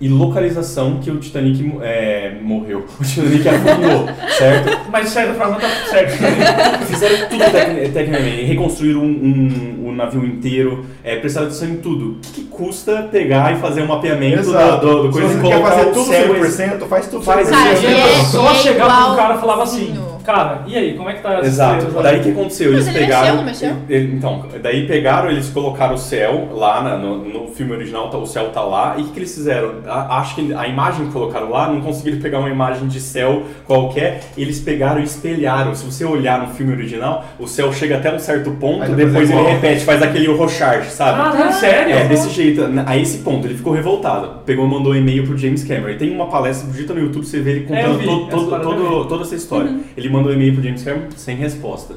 S5: e localização que o Titanic mo- é, morreu. O Titanic afundou, certo?
S2: Mas de certa forma tá tudo certo. também.
S5: Fizeram tudo tec- tecnicamente, reconstruíram um, um- um navio inteiro, é, prestaram atenção em tudo. O que, que custa pegar e fazer um mapeamento do,
S3: Exato.
S5: do, do coisa
S3: Se
S5: e
S3: você quer
S5: colocar
S3: fazer
S5: o
S3: tudo
S5: céu
S3: 100%, faz tudo
S5: Faz
S4: Cara,
S3: 100%.
S4: e é-
S2: só
S4: é
S2: chegar pro cara e falava assim,
S4: igualzinho.
S2: cara, e aí, como é que tá essas
S5: Exato.
S2: coisas lá?"
S5: Daí o que aconteceu?
S4: Mas
S5: Eles
S4: ele
S5: pegaram.
S4: mexeu, não
S5: ele- então, daí pegaram, eles colocaram o céu lá na- no, no filme original, tá- o céu tá lá. E o que, que eles fizeram? A- acho que a imagem que colocaram lá, não conseguiram pegar uma imagem de céu qualquer. Eles pegaram e espelharam. Se você olhar no filme original, o céu chega até um certo ponto,
S3: Aí
S5: depois,
S3: depois é
S5: ele
S3: igual.
S5: repete, faz aquele rochard, sabe?
S4: Ah,
S2: Caralho, Ah, sério?
S5: É, desse jeito, na- a esse ponto, ele ficou revoltado. Pegou e mandou um e-mail pro James Cameron. E tem uma palestra, digita no YouTube, você vê ele
S2: É, eu
S5: contando
S2: vi. Uhum.
S5: todo-
S2: Essa
S5: todo-
S2: parada
S5: todo-
S2: eu
S5: toda essa história. Ele mandou um e-mail pro James Cameron sem resposta.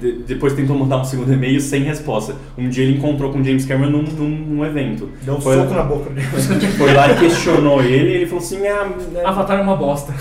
S5: De- depois tentou mandar um segundo e-mail sem resposta. Um dia ele encontrou com o James Cameron num, num, num evento.
S3: Deu um
S5: foi,
S3: soco na boca dele.
S5: foi lá e questionou ele e ele falou assim: ah,
S2: Avatar é uma bosta.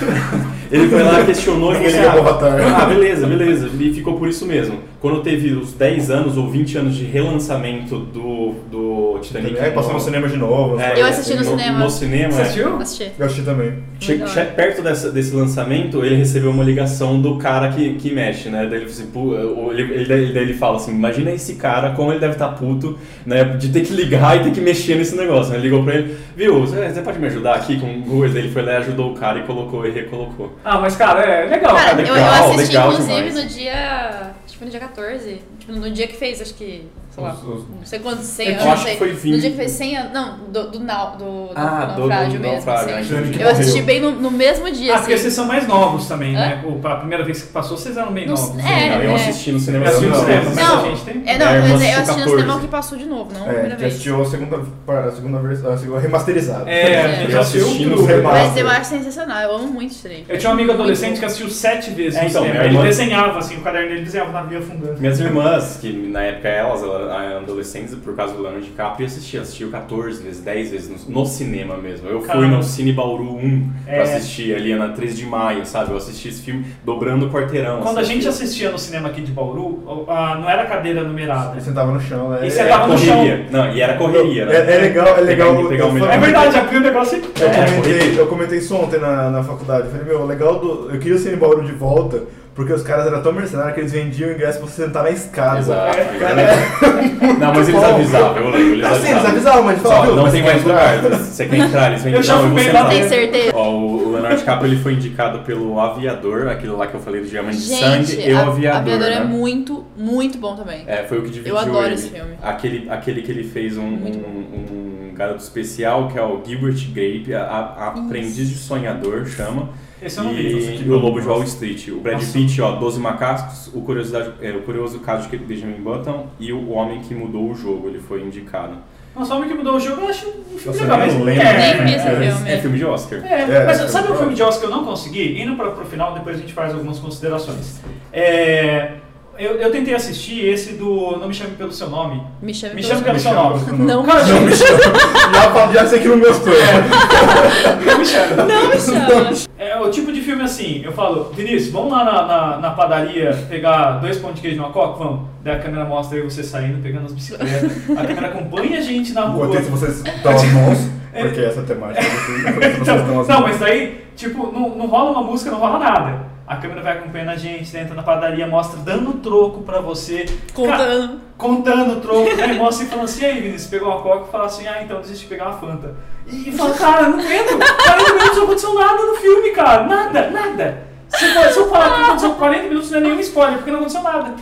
S5: Ele foi lá, questionou e
S3: Ninguém
S5: falou assim,
S3: ligou pro é Avatar.
S5: ah, beleza, beleza. E ficou por isso mesmo. Quando teve os 10 anos ou 20 anos de relançamento do, do Titanic.
S3: É, passou no cinema de novo. assim.
S5: É,
S4: Eu assisti no cinema.
S5: No cinema,
S2: Você
S5: é.
S2: assistiu?
S4: Assisti.
S3: Eu assisti também.
S5: Che- che- perto dessa- desse lançamento, ele recebeu uma ligação do cara que, que mexe, né? Daí ele, assim, pu- ou ele, ele- daí- daí ele fala assim: Imagina esse cara, como ele deve estar puto, né? De ter que ligar e ter que mexer nesse negócio. Né? Ele ligou pra ele: Viu, você, você pode me ajudar aqui com coisa? Daí Ele foi lá e ajudou o cara e colocou e recolocou.
S2: Ah, mas cara, é legal.
S4: Cara,
S5: legal,
S4: eu, eu assisti,
S5: legal
S4: inclusive,
S5: demais.
S4: no dia. Tipo, no dia 14. Tipo, no dia que fez, acho que. Sei lá.
S3: Os- os-
S4: Não sei quantos, 100
S5: Eu
S4: anos. não
S5: acho
S4: sei.
S5: que foi
S4: No
S5: 20.
S4: dia que fez 100 anos. Não, do, do, nau- do, do
S5: Ah, do- do
S4: naufrágio um mesmo.
S5: naufrágio,
S4: assim.
S5: né?
S3: Que
S4: Eu assisti
S3: morreu.
S4: bem no, no mesmo dia.
S2: Ah,
S4: assim.
S2: porque vocês são mais novos também,
S4: Hã?
S2: né? Pô, a primeira vez que passou, vocês eram bem
S4: Não-
S2: novos.
S4: é,
S5: Não, eu
S4: é.
S5: assisti no cinema.
S2: Eu assisti no
S5: duas
S2: cinema,
S5: vezes.
S2: mas
S4: Não,
S2: a gente tem.
S4: É, não,
S5: É,
S4: mas
S5: mas
S4: eu assisti no
S5: 14.
S4: cinema que passou de novo, não
S3: É,
S4: a primeira
S3: que
S4: vez.
S3: assistiu a segunda, par- a segunda versão, a segunda remasterizada.
S2: É,
S5: Eu
S2: eu assisti
S5: assisti
S2: o
S5: no
S2: tudo.
S3: cinema.
S4: Mas eu acho sensacional, eu amo muito Stray.
S2: Eu tinha um amigo adolescente que assistiu sete vezes.
S5: É,
S2: no
S5: então,
S2: cinema.
S5: minha
S2: ele
S5: irmã-
S2: desenhava, assim, o caderno dele desenhava o navio afundando.
S5: Minhas irmãs, que na época elas eram adolescentes, por causa do Leonardo DiCaprio, eu assistia, assistiu 14 vezes, 10 vezes no, no cinema mesmo. Eu fui
S2: Caramba.
S5: no Cine Bauru 1
S2: É.
S5: pra assistir ali na 3 de maio, sabe? Eu assisti esse filme dobrando o quarteirão.
S2: Quando a
S5: assim.
S2: gente assistia no cinema aqui de Bauru, ah, não era cadeira numerada.
S3: Ele sentava no chão, né?
S2: E
S5: É,
S2: sentava no chão.
S5: correria. Não, e era correria, né?
S3: É, é legal, é legal.
S5: Pegar, pegar o
S3: eu
S5: melhor.
S2: É verdade, aqui o negócio
S3: Eu
S5: É,
S3: comentei,
S5: corrida.
S3: eu comentei isso ontem na, na faculdade. Eu falei, meu, o legal do. Eu queria o Cine Bauru de volta, porque os caras eram tão mercenários que eles vendiam o ingresso pra você sentar na escada.
S5: Exato.
S3: É, cara,
S2: É,
S5: Não, mas eles
S3: Bom.
S5: avisavam, eu lembro. Eles
S3: Ah, sim, eles
S5: avisavam.
S3: avisavam, mas eles
S5: Só,
S3: falavam,
S5: não
S3: "Mas
S5: tem
S3: você
S5: mais
S3: quer
S5: lugar.
S3: entrar?"
S5: Você quer entrar? Eles vêm
S2: Eu já
S5: não, eu vou
S2: fui lá
S5: sentar.
S4: Tem certeza.
S5: Ó, o Leonardo DiCaprio ele foi indicado pelo Aviador, aquele lá que eu falei do Diamante de Sangue,
S4: Gente,
S5: e o
S4: a-
S5: Aviador.
S4: Aviador é
S5: né?
S4: muito, muito bom também.
S5: É, foi o que dividiu
S4: Eu adoro
S5: ele.
S4: esse filme.
S5: Aquele, aquele que ele fez um,
S4: Muito
S5: um, um garoto especial, que é o Gilbert Grape, a, a- Aprendiz de Sonhador, chama.
S2: Esse eu não vi.
S5: e,
S2: nossa,
S5: e o Lobo de Wall Street. O Brad
S2: Nossa.
S5: Pitt, ó, 12 Macacos, o, curiosidade, é, o Curioso Caso de Benjamin Button e O Homem que Mudou o Jogo, ele foi indicado.
S2: Nossa, o homem que mudou o jogo, eu acho um filme
S3: Nossa,
S2: legal.
S3: eu
S2: Mas
S3: não lembro.
S2: É,
S4: Nem vi esse
S3: é,
S4: filme.
S5: É filme de Oscar.
S2: É,
S3: É,
S2: mas
S3: é,
S2: sabe
S3: é.
S2: um filme de Oscar que eu não consegui? Indo para pro final, depois a gente faz algumas considerações. É, eu, eu tentei assistir esse do Não Me Chame Pelo Seu Nome.
S4: Me chame
S2: Me
S4: pelo
S2: Chame Pelo
S3: Me
S2: Seu
S3: Chame
S2: Nome.
S3: Pelo Seu
S4: Não,
S2: Cara,
S3: Não,
S2: não,
S3: me chama. Já, já sei que não gostou.
S5: É.
S2: me chama.
S4: não me chama.
S2: É o tipo de filme assim, eu falo, Vinícius, vamos lá na, na, na padaria pegar dois pão de queijo e uma coca? Vamos. Daí a câmera mostra aí você saindo, pegando as bicicletas. A câmera acompanha a gente na rua.
S3: Enquanto isso, vocês dão as mãos, porque essa é a temática. vocês- vocês
S2: Então,
S3: dão as
S2: não,
S3: mãos.
S2: mas daí, tipo, não, não rola uma música, não rola nada. A câmera vai acompanhando a gente, né, entra na padaria, mostra dando troco pra você. Cara,
S4: Contando.
S2: contando troco, né? e Mostra e fala assim, e aí, Vinícius, pegou uma coca e fala assim, ah, então desiste de pegar uma Fanta. E, e fala, cara, eu não aguento, cara, eu não aguento, não aconteceu nada no filme, cara. Nada, nada. Se, eu- se eu falar que aconteceu 40 minutos, não é nenhum spoiler, porque não aconteceu nada.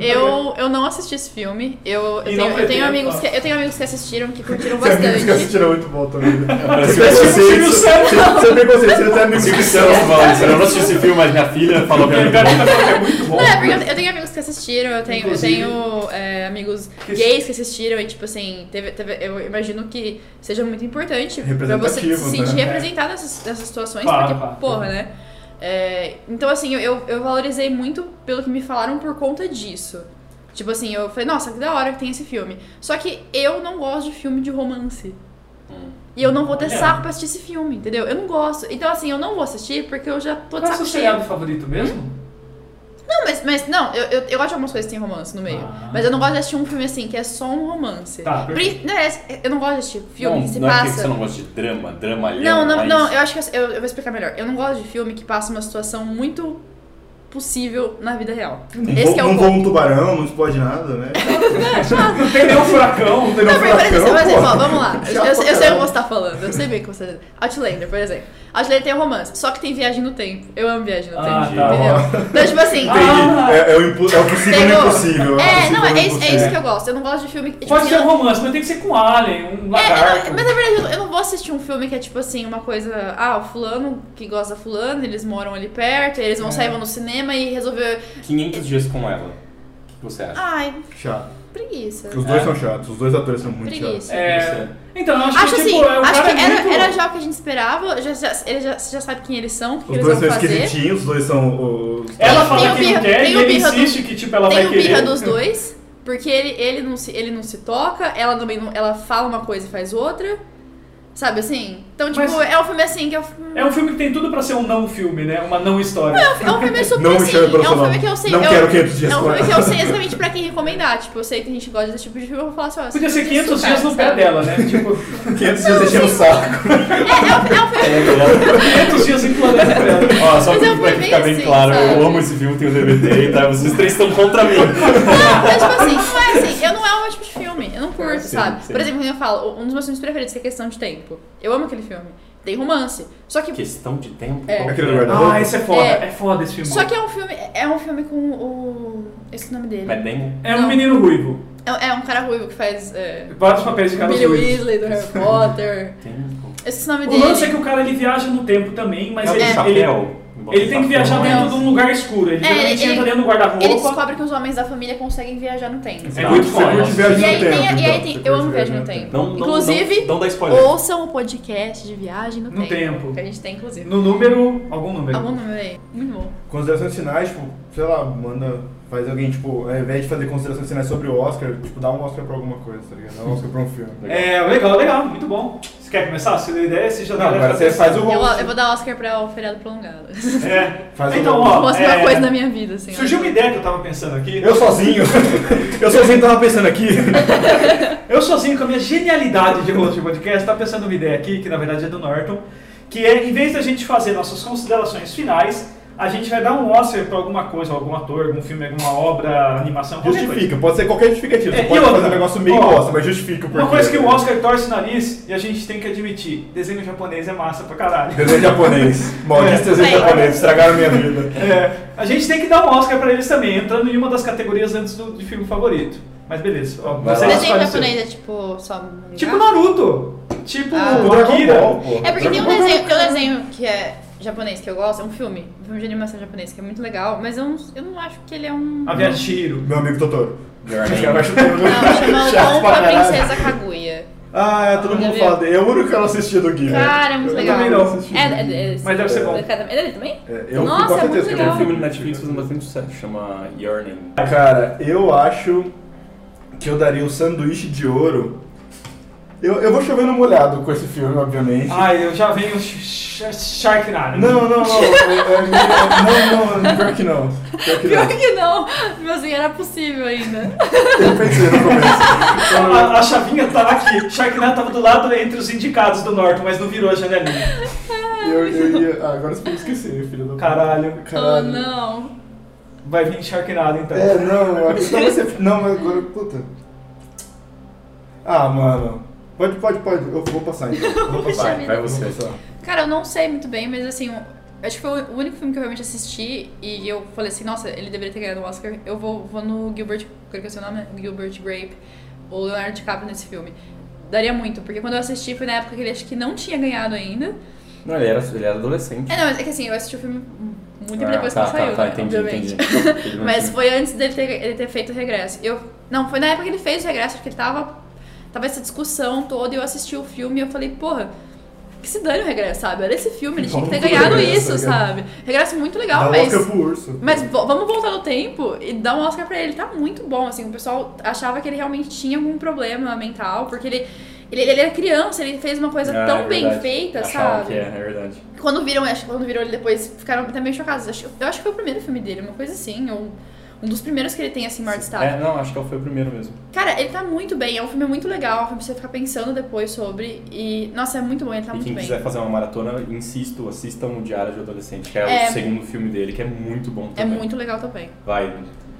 S4: Eu, eu não assisti esse filme. Eu, eu,
S2: E
S4: tenho,
S2: não
S4: eu, tenho
S2: pretendo,
S4: amigos
S2: ó.
S4: que, eu tenho amigos que assistiram, que curtiram
S3: Tem amigos que
S4: bastante.
S3: assistiram muito bom também.
S2: Ah,
S5: Parece
S3: Você tem
S5: que-
S2: Silvio
S3: consciência.
S2: Santos.
S3: Você tem consciência, você tem amigos
S5: Silvio
S3: que
S5: Santos falando isso, eu não assisti esse filme, mas minha filha falou que era
S2: Minha
S5: muito bom.
S2: garota falou que é muito bom.
S4: Não, é porque eu- eu tenho amigos que assistiram, eu tenho, eu
S2: Inclusive-
S4: tenho é, amigos
S2: Que-
S4: gays que assistiram, e tipo assim, teve- teve- eu imagino que seja muito importante pra você se
S3: Representativo, né?
S4: sentir representado nessas, nessas situações,
S2: É. Claro,
S4: porque,
S2: claro.
S4: porra, né? É, então, assim, eu, eu valorizei muito pelo que me falaram por conta disso. Tipo assim, eu falei, nossa, que da hora que tem esse filme. Só que eu não gosto de filme de romance.
S2: Hum.
S4: E eu não vou ter
S2: Olha.
S4: saco pra assistir esse filme, entendeu? Eu não gosto. Então, assim, eu não vou assistir porque eu já tô
S2: Qual
S4: de
S2: é o
S4: saco
S2: seu
S4: cheio.
S2: seriado favorito mesmo?
S4: Não, mas, mas não, eu, eu, eu gosto de algumas coisas que tem romance no meio.
S2: Ah.
S4: Mas eu não gosto de assistir um filme assim, que é só um romance.
S2: Tá, perfeito.
S4: Pri- não, é, eu não gosto de assistir filme
S5: não,
S4: que se
S5: não é porque
S4: passa.
S5: você não gosta de drama, drama é
S4: não, não, não, eu acho que eu, eu vou explicar melhor. Eu não gosto de filme que passa uma situação muito possível na vida real. Esse que é
S3: Não
S4: o
S3: voa
S4: ponto.
S3: um tubarão, não explode nada, né?
S2: Não tem nenhum furacão.
S3: Não,
S4: Não, por por exemplo, por exemplo, ó, vamos lá. Eu,
S3: Chato
S4: eu-
S3: pra
S4: eu sei o que
S3: caramba.
S4: você tá falando, eu sei bem o que você tá falando. Outlander, por exemplo. Outlander tem um romance, só que tem viagem no tempo. Eu amo viagem no
S2: Ah,
S4: tempo,
S2: tá.
S4: entendeu? Então, tipo assim...
S2: Ah.
S3: Entendi. É, é o impo- é o possível no
S4: Pegou.
S3: impossível.
S4: É,
S3: o possível
S4: não,
S3: no
S4: é isso, é
S3: impossível.
S4: isso que eu gosto. Eu não gosto de filme que. tipo
S2: Pode
S4: assim,
S2: ser
S4: eu
S2: um
S4: não-
S2: romance, mas tem que ser com alien, um
S4: É, eu
S2: lagarto.
S4: não- mas na verdade eu não- eu não vou assistir um filme que é tipo assim, uma coisa. Ah, o fulano que gosta da fulano, eles moram ali perto, eles
S2: É.
S4: vão sair, vão no cinema e resolver.
S5: 500 dias com ela. O que você acha?
S4: Ai,
S3: Chato.
S4: preguiça.
S3: Os dois
S5: É.
S3: são chatos, os dois atores são muito chatos.
S4: Preguiça.
S2: É, então, eu acho,
S4: Acho
S2: que,
S4: assim,
S2: tipo, é, o
S4: acho
S2: cara
S4: que
S2: é
S4: era,
S2: muito...
S4: era já o que a gente esperava, já, já, ele já, você já sabe quem eles são, o que, que
S3: Os
S4: eles
S3: dois
S4: vão
S3: são
S4: fazer.
S3: esquisitinhos, os dois são. Os...
S2: Ela
S4: Tem-
S2: fala
S4: tem o
S2: que não
S4: birra-
S2: quer
S4: tem
S2: e
S4: o
S2: ele
S4: birra do-
S2: insiste que, tipo, ela
S4: Tem
S2: vai
S4: o birra
S2: querer.
S4: dos dois, porque ele, ele, não se, ele não se toca, ela também não, ela fala uma coisa e faz outra. Sabe assim? Então, tipo,
S2: Mas-
S4: é um filme assim que eu. hum,
S2: É um filme que tem tudo pra ser um não filme, né? Uma não história.
S4: É um filme super
S3: Não me
S4: assim.
S3: chame pelo
S4: É
S3: seu
S4: um
S3: nome.
S4: filme que eu sei.
S3: Não
S4: eu,
S3: quero 500 dias
S4: É um
S3: com
S4: filme que
S3: ela.
S4: eu sei exatamente pra quem recomendar. Tipo, eu sei que a gente gosta desse tipo de filme, eu vou falar assim, ó.
S2: Podia ser
S4: assiste
S2: 500
S4: isso,
S2: dias
S4: cara,
S2: no pé
S4: sabe?
S2: dela, né? Tipo,
S3: 500 dias deixando o saco.
S4: É, é, um- é um filme.
S2: 500 dias em planeta dela.
S5: Ó, só
S4: Mas é um
S5: pra
S4: filme
S5: ficar bem
S4: assim,
S5: claro,
S4: sabe?
S5: eu amo esse filme, tenho DVD, tá? Vocês três estão contra mim.
S4: Não, mas tipo assim, não é assim. Eu não é o meu tipo de filme. Eu não curto,
S5: Sim,
S4: sabe?
S5: sim.
S4: Por exemplo, quando eu falo, um dos meus filmes preferidos que é Questão de Tempo. Eu amo aquele filme. Tem romance. Só que.
S5: Questão de tempo.
S4: É.
S5: qual
S3: Aquele
S5: que
S3: do guarda-
S2: Ah, esse é foda.
S4: É.
S2: É, foda esse filme.
S4: Só que é um filme. É um filme com o. Esse é o nome dele.
S5: Matt Damon?
S2: É um
S4: Não.
S2: menino ruivo.
S4: É, é um cara ruivo que faz. É,
S2: Vários papéis de caras
S4: Billy
S2: ruivos.
S4: Weasley do Harry Potter.
S5: Tempo.
S4: Esse é o nome
S2: O
S4: dele.
S2: lance é que o cara ele viaja no tempo também, mas
S5: É o
S2: ele,
S5: do
S2: ele,
S5: chapéu. Bota
S2: ele tem que
S5: chapéu. né?
S2: viajar
S4: Não.
S2: dentro de um lugar escuro. Ele
S4: É,
S2: geralmente
S4: ele-
S2: entra dentro do
S4: Ele
S2: guarda-roupa.
S4: descobre que os homens da família conseguem viajar no tempo.
S2: É muito
S5: Você
S2: foda.
S5: curte
S4: E
S5: viagem?
S4: aí,
S3: no
S4: tem,
S3: tempo,
S4: e aí
S3: então.
S4: tem-
S3: Você
S4: Eu
S3: curte
S4: amo
S3: viagem
S4: viagem no
S3: no
S4: tempo.
S5: Não, não,
S4: Inclusive,
S5: não, não dá spoiler.
S4: ouçam o podcast de viagem no,
S2: No tempo.
S4: Que a gente tem, inclusive.
S2: No número. Algum número.
S4: Algum número aí? Muito bom.
S3: Considerações finais, tipo, sei lá, manda. Faz alguém, tipo, ao invés de fazer considerações finais sobre o Oscar, tipo, dá um Oscar pra alguma coisa, tá ligado? Dá um Oscar pra um filme.
S2: É, legal, legal, muito bom. Você quer começar? Se deu ideia, você já
S3: Não, agora
S2: deve
S3: você
S2: fazer.
S3: faz o
S4: Eu, eu
S3: rosto.
S4: vou dar Oscar pra o feriado prolongado.
S2: É.
S3: Faz
S2: então,
S3: o-
S2: ó.
S4: Vou mostrar
S2: é,
S4: uma coisa da minha vida, assim. ó.
S2: Surgiu uma ideia que eu tava pensando aqui.
S3: Eu sozinho, eu sozinho tava pensando aqui.
S2: Eu sozinho, com a minha genialidade de rosto de podcast, tá pensando uma ideia aqui, que na verdade é do Norton, que é, em vez da gente fazer nossas considerações finais, a gente vai dar um Oscar pra alguma coisa, algum ator, algum filme, alguma obra, animação, qualquer coisa.
S3: Justifica, pode ser qualquer justificativa. Você
S2: É, e
S3: pode fazer
S2: outra?
S3: um negócio meio
S2: Ó,
S3: Oscar, mas justifica o porquê. né?
S2: Uma coisa que o Oscar torce o nariz, e a gente tem que admitir, desenho japonês é massa pra caralho.
S3: Desenho japonês. Maldito desenho
S4: É.
S3: japonês, estragaram minha vida.
S2: É, a gente tem que dar um Oscar pra eles também, entrando em uma das categorias antes do, de filme favorito. Mas beleza. ó,
S5: Vai
S2: você
S5: lá.
S2: que
S4: Desenho
S2: escolhe o seu.
S4: japonês é tipo só mangá?
S2: Tipo Naruto. Tipo
S4: Ah.
S2: o
S3: Dragon
S2: Akira.
S3: Ball, pô.
S4: É porque tem um
S3: Dragon Ball
S4: desenho, tem um desenho que é japonês que eu gosto, é um filme, um filme de animação japonês que é muito legal, mas eu não, eu não acho que ele é um...
S2: A Via Shiro.
S3: Meu amigo Totoro.
S5: Your
S3: Os
S5: Name.
S3: caras acham todo mundo
S4: Não, chama
S3: chato
S4: Louco
S3: pra
S4: a
S3: caralho.
S4: Princesa Kaguya.
S3: Ah, é, todo mundo
S4: Já
S3: fala
S4: viu?
S3: dele. É o único que ela assistia do Gui. né?
S4: Cara, é muito
S3: Eu
S4: legal.
S3: também não assisti.
S4: É, é, é,
S2: Mas deve ser bom.
S4: É dele também?
S3: É, eu
S4: Nossa,
S3: com
S4: é muito
S3: certeza que eu
S5: Tem
S4: legal.
S5: um filme no Netflix fazendo bastante sucesso, chama Your Name.
S3: Ah, Cara, eu acho que eu daria o sanduíche de ouro. Eu, eu vou chovendo molhado com esse filme, obviamente.
S2: Ai, eu já venho sh- sh- Sharknado.
S3: Não, não, não. é- é meio- não, não, pior que não. Pior que
S4: Pior
S3: não.
S4: que não, meu assim, era possível ainda.
S3: Eu pensei no começo.
S2: A, a chavinha tava aqui. Sharknado tava do lado entre os indicados do Norte, mas não virou a janelinha.
S3: Eu, eu ia. Ah, agora você pode esquecer, filho do
S2: Caralho.
S4: Oh,
S3: Caralho.
S4: não.
S2: Vai vir Sharknado então.
S3: É, não, eu acho que não vai ser. Não, mas agora. Puta. Ah, mano. Pode, pode, pode. Eu vou passar então. Vou passar.
S4: Puxa
S5: Vai, vai
S4: vida.
S5: você.
S3: Vou passar.
S4: Cara, eu não sei muito bem, mas assim, eu- acho que foi o único filme que eu realmente assisti e eu falei assim, nossa, ele deveria ter ganhado o Oscar. Eu vou, vou no Gilbert, qual que é o seu nome? Gilbert Grape, ou Leonardo DiCaprio nesse filme. Daria muito, porque quando eu assisti foi na época que ele acho que não tinha ganhado ainda.
S5: Não, ele era, ele era adolescente.
S4: É, não, é que assim, eu assisti o filme É, muito tempo
S5: Ah,
S4: depois
S5: tá,
S4: que ele saiu,
S5: Tá, tá,
S4: né,
S5: entendi,
S4: obviamente.
S5: entendi. Ele não
S4: Mas
S5: tinha-
S4: foi antes dele ter, ele ter feito o regresso. Eu, não, foi na época que ele fez o regresso, porque ele tava, tava essa discussão toda, e eu assisti o filme e eu falei, porra, que se dane o regresso, sabe? Era esse filme, ele tinha que ter
S3: Vamos pro
S4: ganhado
S3: regresso,
S4: isso,
S3: tá
S4: sabe? Regresso muito
S3: Dá
S4: legal,
S3: um
S4: mas.
S3: Oscar pro urso.
S4: Mas vo- vamos voltar no tempo e dar um Oscar pra ele. Tá muito bom, assim. O pessoal achava que ele realmente tinha algum problema mental, porque ele, ele, ele era criança, ele fez uma coisa
S5: Ah,
S4: tão
S5: é
S4: bem
S5: verdade.
S4: feita,
S5: Achavam
S4: sabe?
S5: que é, é verdade.
S4: Quando viram, acho que quando viram ele depois, ficaram até meio chocados. Acho- Eu acho que foi o primeiro filme dele, uma coisa assim, ou um dos primeiros que ele tem, assim, maior destaque.
S5: É, não, acho que foi o primeiro mesmo.
S4: Cara, ele tá muito bem, é um filme muito legal, é um filme pra você ficar pensando depois sobre. E, nossa, é muito bom, ele tá
S5: e
S4: muito
S5: quem
S4: bem.
S5: quiser fazer uma maratona, insisto, assistam o Diário de Adolescente, que é,
S4: É.
S5: o segundo filme dele, que é muito bom
S4: É
S5: também.
S4: muito legal também.
S5: Vai.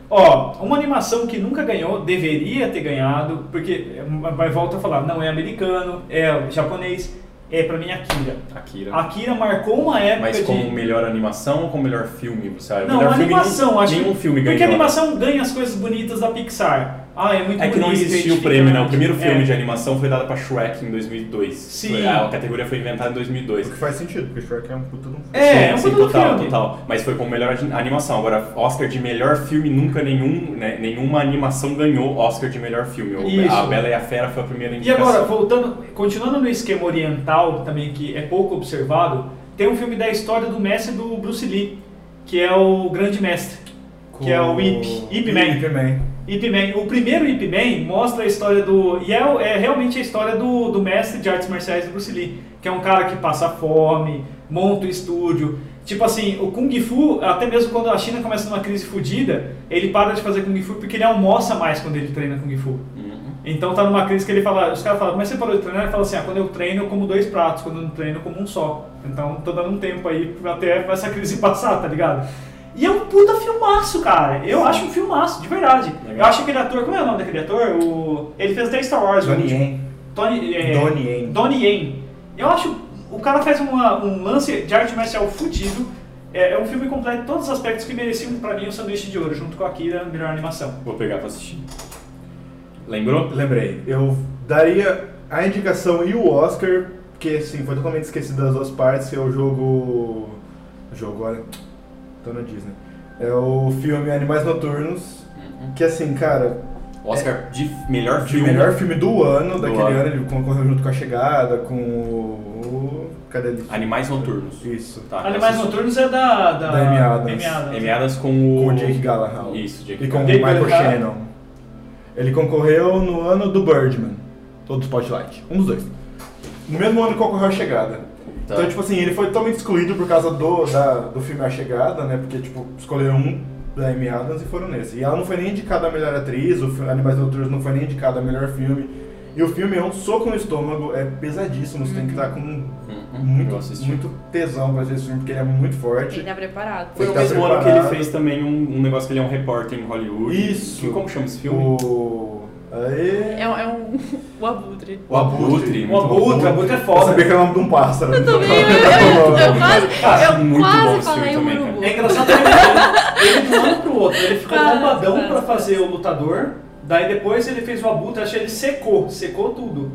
S2: Ó, uma animação que nunca ganhou, deveria ter ganhado, porque, eh, mas volto a falar, não é americano, é japonês, é pra mim Akira.
S5: Akira.
S2: Akira marcou uma época
S5: Mas
S2: de...
S5: como melhor animação ou como melhor filme, você acha?
S2: Não,
S5: melhor filme,
S2: animação,
S5: nenhum,
S2: acho.
S5: Nenhum filme
S2: porque
S5: ganhou.
S2: animação ganha as coisas bonitas da Pixar. Ah, é muito
S5: É que não
S2: bonito,
S5: existia o
S2: identificante.
S5: prêmio, né? O primeiro filme
S2: É.
S5: de animação foi dado pra Shrek em 2002.
S2: Sim.
S5: Foi- A categoria foi inventada em
S3: O
S5: 2002.
S3: que faz sentido, porque Shrek é um puta de um filme.
S2: É, é um
S5: sim, sim,
S2: puta do
S5: total,
S2: filme.
S5: total. Mas foi como melhor animação. Agora, Oscar de melhor filme, nunca nenhum, né, nenhuma animação ganhou Oscar de melhor filme. O-
S2: Isso.
S5: A Bela e a Fera foi a primeira
S2: E
S5: indicação.
S2: agora, voltando, continuando no esquema oriental também, que é pouco observado, tem um filme da história do mestre do Bruce Lee, que é o Grande Mestre, que é o Ip, Ip Man.
S3: Ip Man.
S2: Ip Man. O primeiro Ip Man mostra a história do. E é, o- é realmente a história do, do mestre de artes marciais do Bruce Lee, que é um cara que passa fome, monta o estúdio. Tipo assim, o Kung Fu, até mesmo quando a China começa numa crise fodida, ele para de fazer Kung Fu porque ele almoça mais quando ele treina Kung Fu.
S5: Uhum.
S2: Então tá numa crise que ele fala, os caras falam, mas você parou de treinar? Ele fala assim, ah, quando eu treino eu como dois pratos, quando eu não treino eu como um só. Então tô dando um tempo aí até essa crise passar, tá ligado? E é um puta filmaço, cara. Eu acho um filmaço, de verdade.
S5: Legal.
S2: Eu acho aquele ator, como é o nome daquele ator? O... Ele fez até Star Wars. o
S3: Donnie
S2: último.
S3: Yen.
S2: Tony, é,
S3: Donnie Yen.
S2: Donnie Yen. Eu acho. O cara faz uma- um lance de arte marcial fudido. É, é um filme completo em todos os aspectos que mereciam pra mim o sanduíche de ouro, junto com a Akira, melhor animação.
S5: Vou pegar pra assistir. Lembrou?
S3: Lembrei. Eu daria a indicação e o Oscar, porque assim, foi totalmente esquecido das duas partes, que é o jogo. Jogo, olha. Tô na Disney. É o filme Animais Noturnos, que assim, cara,
S5: Oscar
S2: É.
S5: de f- melhor
S3: de
S5: filme.
S3: melhor filme do ano, daquele
S5: ano.
S3: ano, ele concorreu junto com a chegada, com o. Cadê ele?
S5: Animais Noturnos.
S3: Isso.
S5: Tá,
S2: Animais
S5: assisti.
S2: Noturnos é da. Da,
S3: Da Amy Adams.
S2: Amy Adams. né?
S5: Amy Adams com o...
S3: Com o Jake Gyllenhaal.
S5: Isso, Jake
S3: E com o
S2: Jake
S3: Michael
S2: Gyllenhaal.
S3: Shannon. Ele concorreu no ano do Birdman, ou do Spotlight, um dos dois. No mesmo ano que ocorreu a chegada.
S5: Tá.
S3: Então, tipo assim, ele foi totalmente excluído por causa do, da- do filme A Chegada, né? Porque, tipo, escolheram um da Amy Adams e foram nesse. E ela não foi nem indicada a melhor atriz, o fi- Animais Noturnos não foi nem indicado a melhor filme. E o filme é um soco no estômago, é pesadíssimo, você tem que estar com
S5: Uhum,
S3: tipo, muito,
S5: eu assisti.
S3: muito tesão pra ver esse filme, porque ele é muito
S4: Tem que
S3: forte.
S4: estar preparado.
S5: Foi um-
S3: Tem
S5: o
S3: que tá
S5: mesmo ano que ele
S3: preparado.
S5: fez também um, um negócio que ele é um repórter em Hollywood.
S3: Isso.
S5: Que- como chama esse filme?
S3: O... Aê!
S4: É, um- é um, o abutre.
S5: O Abutre.
S2: O Abutre, o Abutre é foda.
S3: Eu sabia que era o nome de um pássaro.
S4: Eu também, eu, eu, eu, eu quase,
S5: Cara,
S4: eu
S5: muito bom
S4: quase
S5: esse filme
S4: falei um
S5: também, cara.
S4: urubu.
S2: É engraçado que ele, ele de um ano pro outro, ele ficou
S4: Parece,
S2: bombadão
S4: parece,
S2: pra fazer
S4: parece.
S2: o lutador, daí depois ele fez o abutre, achei ele secou, secou tudo.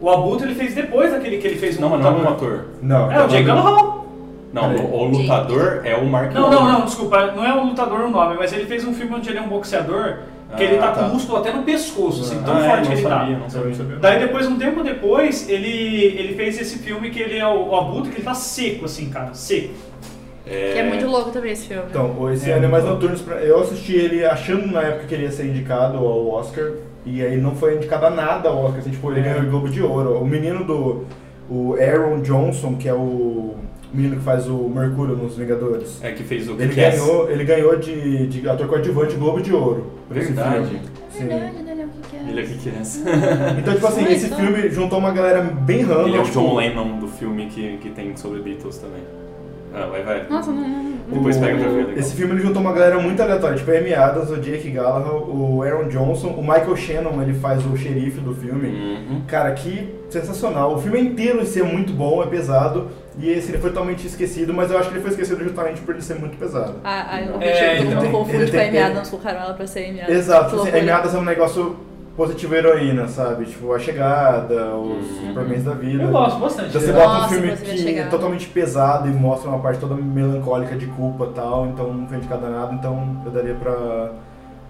S2: O abutre ele fez depois daquele que ele fez o
S5: Não, mas não é um
S2: lutador.
S5: ator.
S3: Não,
S2: É o Jake Gyllenhaal.
S5: Não,
S3: Peraí.
S5: o, o lutador é o Mark
S2: Não,
S5: Wahlberg.
S2: não, não, desculpa, não é o lutador o nome, mas ele fez um filme onde ele é um boxeador, que ele
S5: Ah,
S2: tá,
S5: tá.
S2: com músculo até no pescoço, assim, tão
S5: Ah, é,
S2: forte
S5: não
S2: que ele
S5: sabia,
S2: tá.
S5: não sabia, não sabia.
S2: Daí depois, um tempo depois, ele, ele fez esse filme que ele é o, o abutre, que ele tá seco, assim, cara, seco.
S4: Que é muito louco também esse filme.
S3: Então, esse
S2: É.
S3: Animais Noturnos, pra- eu assisti ele achando na época que ele ia ser indicado ao Oscar, e aí não foi indicado a nada ao Oscar, assim, tipo,
S5: É.
S3: ele ganhou o Globo de Ouro. O menino do... o Aaron Johnson, que é o menino que faz o Mercúrio nos Vingadores.
S5: É que fez o
S3: Ele
S5: Kick-Ass.
S3: ganhou, ele ganhou de, de ator coadjuvante o Globo de Ouro. por esse
S5: Verdade.
S3: filme. Sim.
S4: Verdade, né, né, o que que é?
S5: Ele é Kick-Ass.
S3: Então, tipo assim,
S4: Foi,
S3: esse
S4: então.
S3: filme juntou uma galera bem random.
S5: Ele é o
S3: tipo,
S5: John Lennon do filme que, que tem sobre Beatles também. Ah, vai, vai.
S4: Nossa, não, não, não.
S5: Depois pega pra ver. legal.
S3: Esse filme ele juntou uma galera muito aleatória, tipo a Amy Adams, o Jake Gyllenhaal, o Aaron Johnson, o Michael Shannon, ele faz o xerife do filme.
S5: Uhum.
S3: Cara, que sensacional. O filme inteiro em si é muito bom, é pesado, e esse ele foi totalmente esquecido, mas eu acho que ele foi esquecido justamente por ele ser muito pesado.
S4: A, a, o
S2: É,
S4: Richard
S2: então.
S4: ficou
S3: Ele
S4: confuso com a
S3: tem-
S4: Amy
S3: ele-
S4: Adams, colocaram ela pra ser Amy Adams.
S3: Exato, assim,
S4: Loucura.
S3: a Amy Adams é um negócio positivo heroína, sabe? Tipo, a chegada, os
S5: Uhum.
S3: Supermans da vida.
S2: Eu gosto bastante. né?
S3: Então
S2: dele.
S3: você bota um
S4: Nossa,
S3: filme
S4: você vai
S3: que
S4: chegar.
S3: é totalmente pesado e mostra uma parte toda melancólica de culpa e tal, então não foi indicado a nada, então eu daria pra.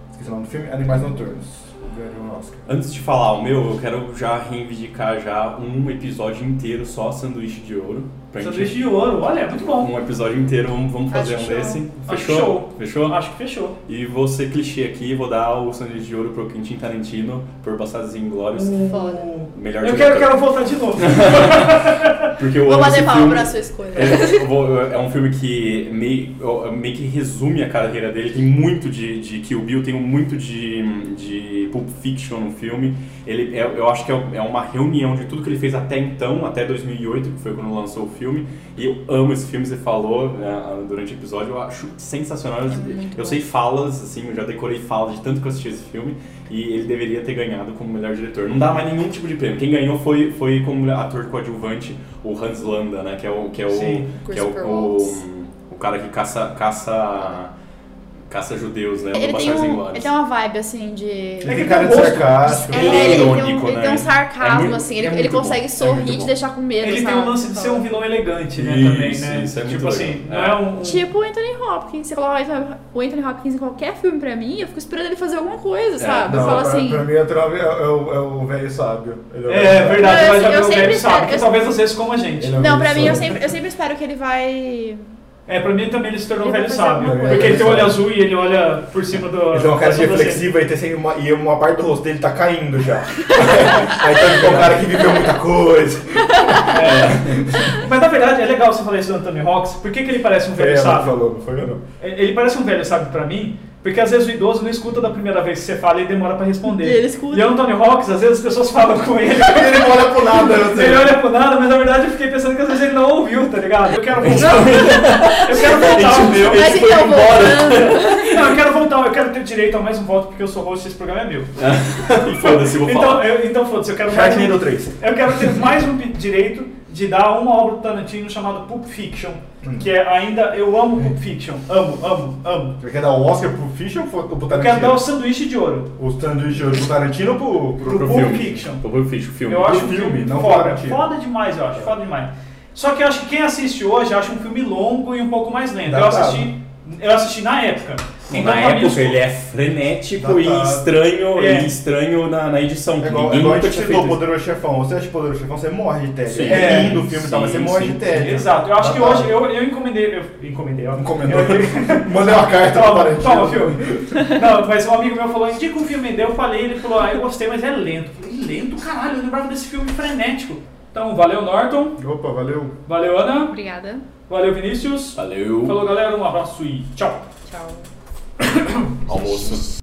S3: Esqueci o nome do filme, Animais Noturnos. Ganharia um Oscar.
S5: Antes de falar o meu, eu quero já reivindicar já um episódio inteiro só sanduíche de ouro. Pra gente-
S2: Sanduíche de ouro, olha, é muito bom.
S5: Um episódio inteiro, vamos, vamos fazer
S4: Acho
S5: um
S4: show.
S5: desse.
S2: Acho
S5: Fechou?
S2: show.
S5: Fechou?
S3: Hum.
S2: Acho que fechou.
S5: E vou ser clichê aqui, vou dar o sanduíche de ouro pro Quentin Tarantino por Passadas Inglórias.
S4: Foda.
S5: Melhor
S2: Eu
S5: diretor.
S2: quero que ela voltar de novo.
S5: Porque eu
S4: Vou
S5: amo
S4: bater
S5: esse
S4: palma
S5: filme.
S4: pra sua escolha.
S5: É, eu vou- eu- é um filme que meio, eu- meio que resume a carreira dele. Tem muito de, de Kill Bill, tem muito de, de Pulp Fiction no filme. Ele, é- eu acho que é, é uma reunião de tudo que ele fez até então, até 2008, que foi quando lançou o filme. E eu amo esse filme, você falou né, durante o episódio, eu acho sensacional. Eu-
S4: É muito
S5: eu
S4: bom.
S5: sei falas, assim, eu já decorei falas de tanto que eu assisti esse filme. E ele deveria ter ganhado como melhor diretor. Não dá mais nenhum tipo de prêmio. Quem ganhou foi, foi como ator coadjuvante o Hans Landa, né? Que é o, que é o,
S2: Sim.
S5: que é o,
S4: Christopher
S5: o,
S4: Waltz.
S5: o cara que caça, caça, caça judeus, né?
S4: Ele
S5: no
S4: tem,
S5: Bastardos
S4: um,
S5: Inglórios.
S4: ele tem uma vibe assim de.
S3: Ele
S2: que
S3: tem
S2: tem
S3: cara de
S2: um gosto-
S3: sarcástico.
S4: Ele,
S5: Ele é
S4: ele, tem,
S5: irônico,
S4: um, ele
S5: né?
S4: tem um sarcasmo,
S5: É muito-
S4: assim,
S5: é
S4: ele,
S5: muito
S4: ele
S5: bom,
S4: consegue
S5: é
S4: sorrir
S5: muito
S4: e te
S5: bom.
S4: deixar com medo.
S2: Ele tem
S4: sabe?
S2: um lance de ser um vilão elegante, né?
S5: Isso,
S2: também, né?
S5: isso é muito
S2: tipo assim,
S5: legal.
S2: não é um. um-
S4: Tipo o Anthony Hopkins. Você coloca o Anthony- o Anthony Hopkins em qualquer filme pra mim, eu fico esperando ele fazer alguma coisa, sabe?
S3: É, Não,
S4: eu falo
S3: pra,
S4: assim.
S3: pra mim é, o- é o- é o velho sábio. Ele o
S2: É
S3: velho sábio.
S2: verdade,
S4: Não,
S2: mas
S4: eu-
S2: já
S4: eu
S2: viu o
S4: sempre
S2: Gabi sabe,
S4: espero-
S2: que
S4: eu-
S2: talvez vocês como a gente.
S3: Ele é o velho
S4: Não, pra mim eu
S3: sábio.
S4: sempre, eu sempre espero que ele vai
S2: É, pra mim também ele se tornou um
S4: Ele
S2: velho
S4: vai fazer
S2: sábio.
S4: alguma
S3: coisa.
S2: Porque ele tem o olho azul e ele olha por cima do.
S3: Ele tem uma cara
S2: da sobrancelha.
S3: reflexiva e, tem sempre uma, e uma parte do rosto dele tá caindo já. Aí tá tipo um cara que viveu muita coisa.
S2: Mas na verdade é legal você falar isso do Anthony Hawks. Por que, que ele parece um
S3: Foi
S2: velho
S3: ela que
S2: sábio?
S3: É, falou, não foi eu não.
S2: É, Ele parece um velho sábio pra mim, porque às vezes o idoso não escuta da primeira vez que você fala e demora pra responder.
S4: E ele escuta.
S2: E o Anthony Hawks, às vezes as pessoas falam com ele.
S3: Ele não olha pro nada, não sei.
S2: Ele olha pro nada, mas na verdade eu fiquei pensando que às vezes ele não ouviu, tá ligado? Eu quero voltar. eu quero voltar.
S3: Ele deu-
S4: Mas
S3: ele foi
S4: então,
S3: embora.
S4: voltando.
S2: Não, eu quero voltar, eu quero ter direito a mais um voto porque eu sou host e esse programa é meu.
S5: E foda-se, eu vou
S2: Então,
S5: falar.
S2: eu- então foda-se, eu quero mais
S3: Sharknado
S2: um,
S3: 3.
S2: Eu quero ter mais um pi- direito de dar uma obra do Tarantino chamada Pulp Fiction. Que é ainda. Eu amo Pulp Fiction. Amo, amo, amo.
S3: Você quer dar o Oscar pro Fischer ou pro- pro
S2: Eu quero dar um o
S3: Tarantino?
S2: sanduíche de ouro.
S3: O sanduíche hoje pro Tarantino ou pro, pro,
S2: Pro
S3: pro
S2: Pulp
S3: filme?
S2: Fiction.
S5: Eu vou fechar o filme.
S2: Eu acho
S3: do
S2: um
S3: filme,
S2: filme
S3: não
S2: foda.
S3: Tarantino.
S2: Foda demais, eu acho. Foda demais. Só que eu acho que quem assiste hoje acha um filme longo e um pouco mais lento. Eu
S3: Datado.
S2: assisti, eu assisti na época. Então,
S5: Na
S2: pra mim, isso-
S5: época ele é frenético
S3: Tá,
S5: e
S3: tá.
S5: estranho,
S2: É.
S5: e estranho na, na edição.
S3: É
S5: que
S3: igual, é
S5: ninguém
S3: igual a
S5: nunca
S3: gente
S5: tinha
S3: citou
S5: feito
S3: o
S5: isso.
S3: Poderoso Chefão. Você acha Poderoso Chefão, você morre de tédio.
S5: Sim.
S3: É lindo o filme, e tal, mas
S5: Sim,
S3: você morre de
S5: sim, sim.
S3: tédio.
S2: Exato. Eu acho que
S3: Datado.
S2: hoje eu, eu encomendei. Eu encomendei, ó.
S3: Encomendou.
S2: Eu-
S3: Mandei uma carta pro
S2: Toma,
S3: Tarantino.
S2: toma, filme. Não, mas um amigo meu falou, indica um filme, daí eu falei, ele falou, ah, eu gostei, mas é lento. Eu Falei, lento, caralho, eu lembrava desse filme frenético. Então, valeu Norton,
S3: Opa, valeu.
S2: valeu Ana,
S4: Obrigada.
S2: valeu Vinícius.
S5: Valeu,
S2: Falou galera, um abraço e tchau.
S4: Tchau.
S5: almoço.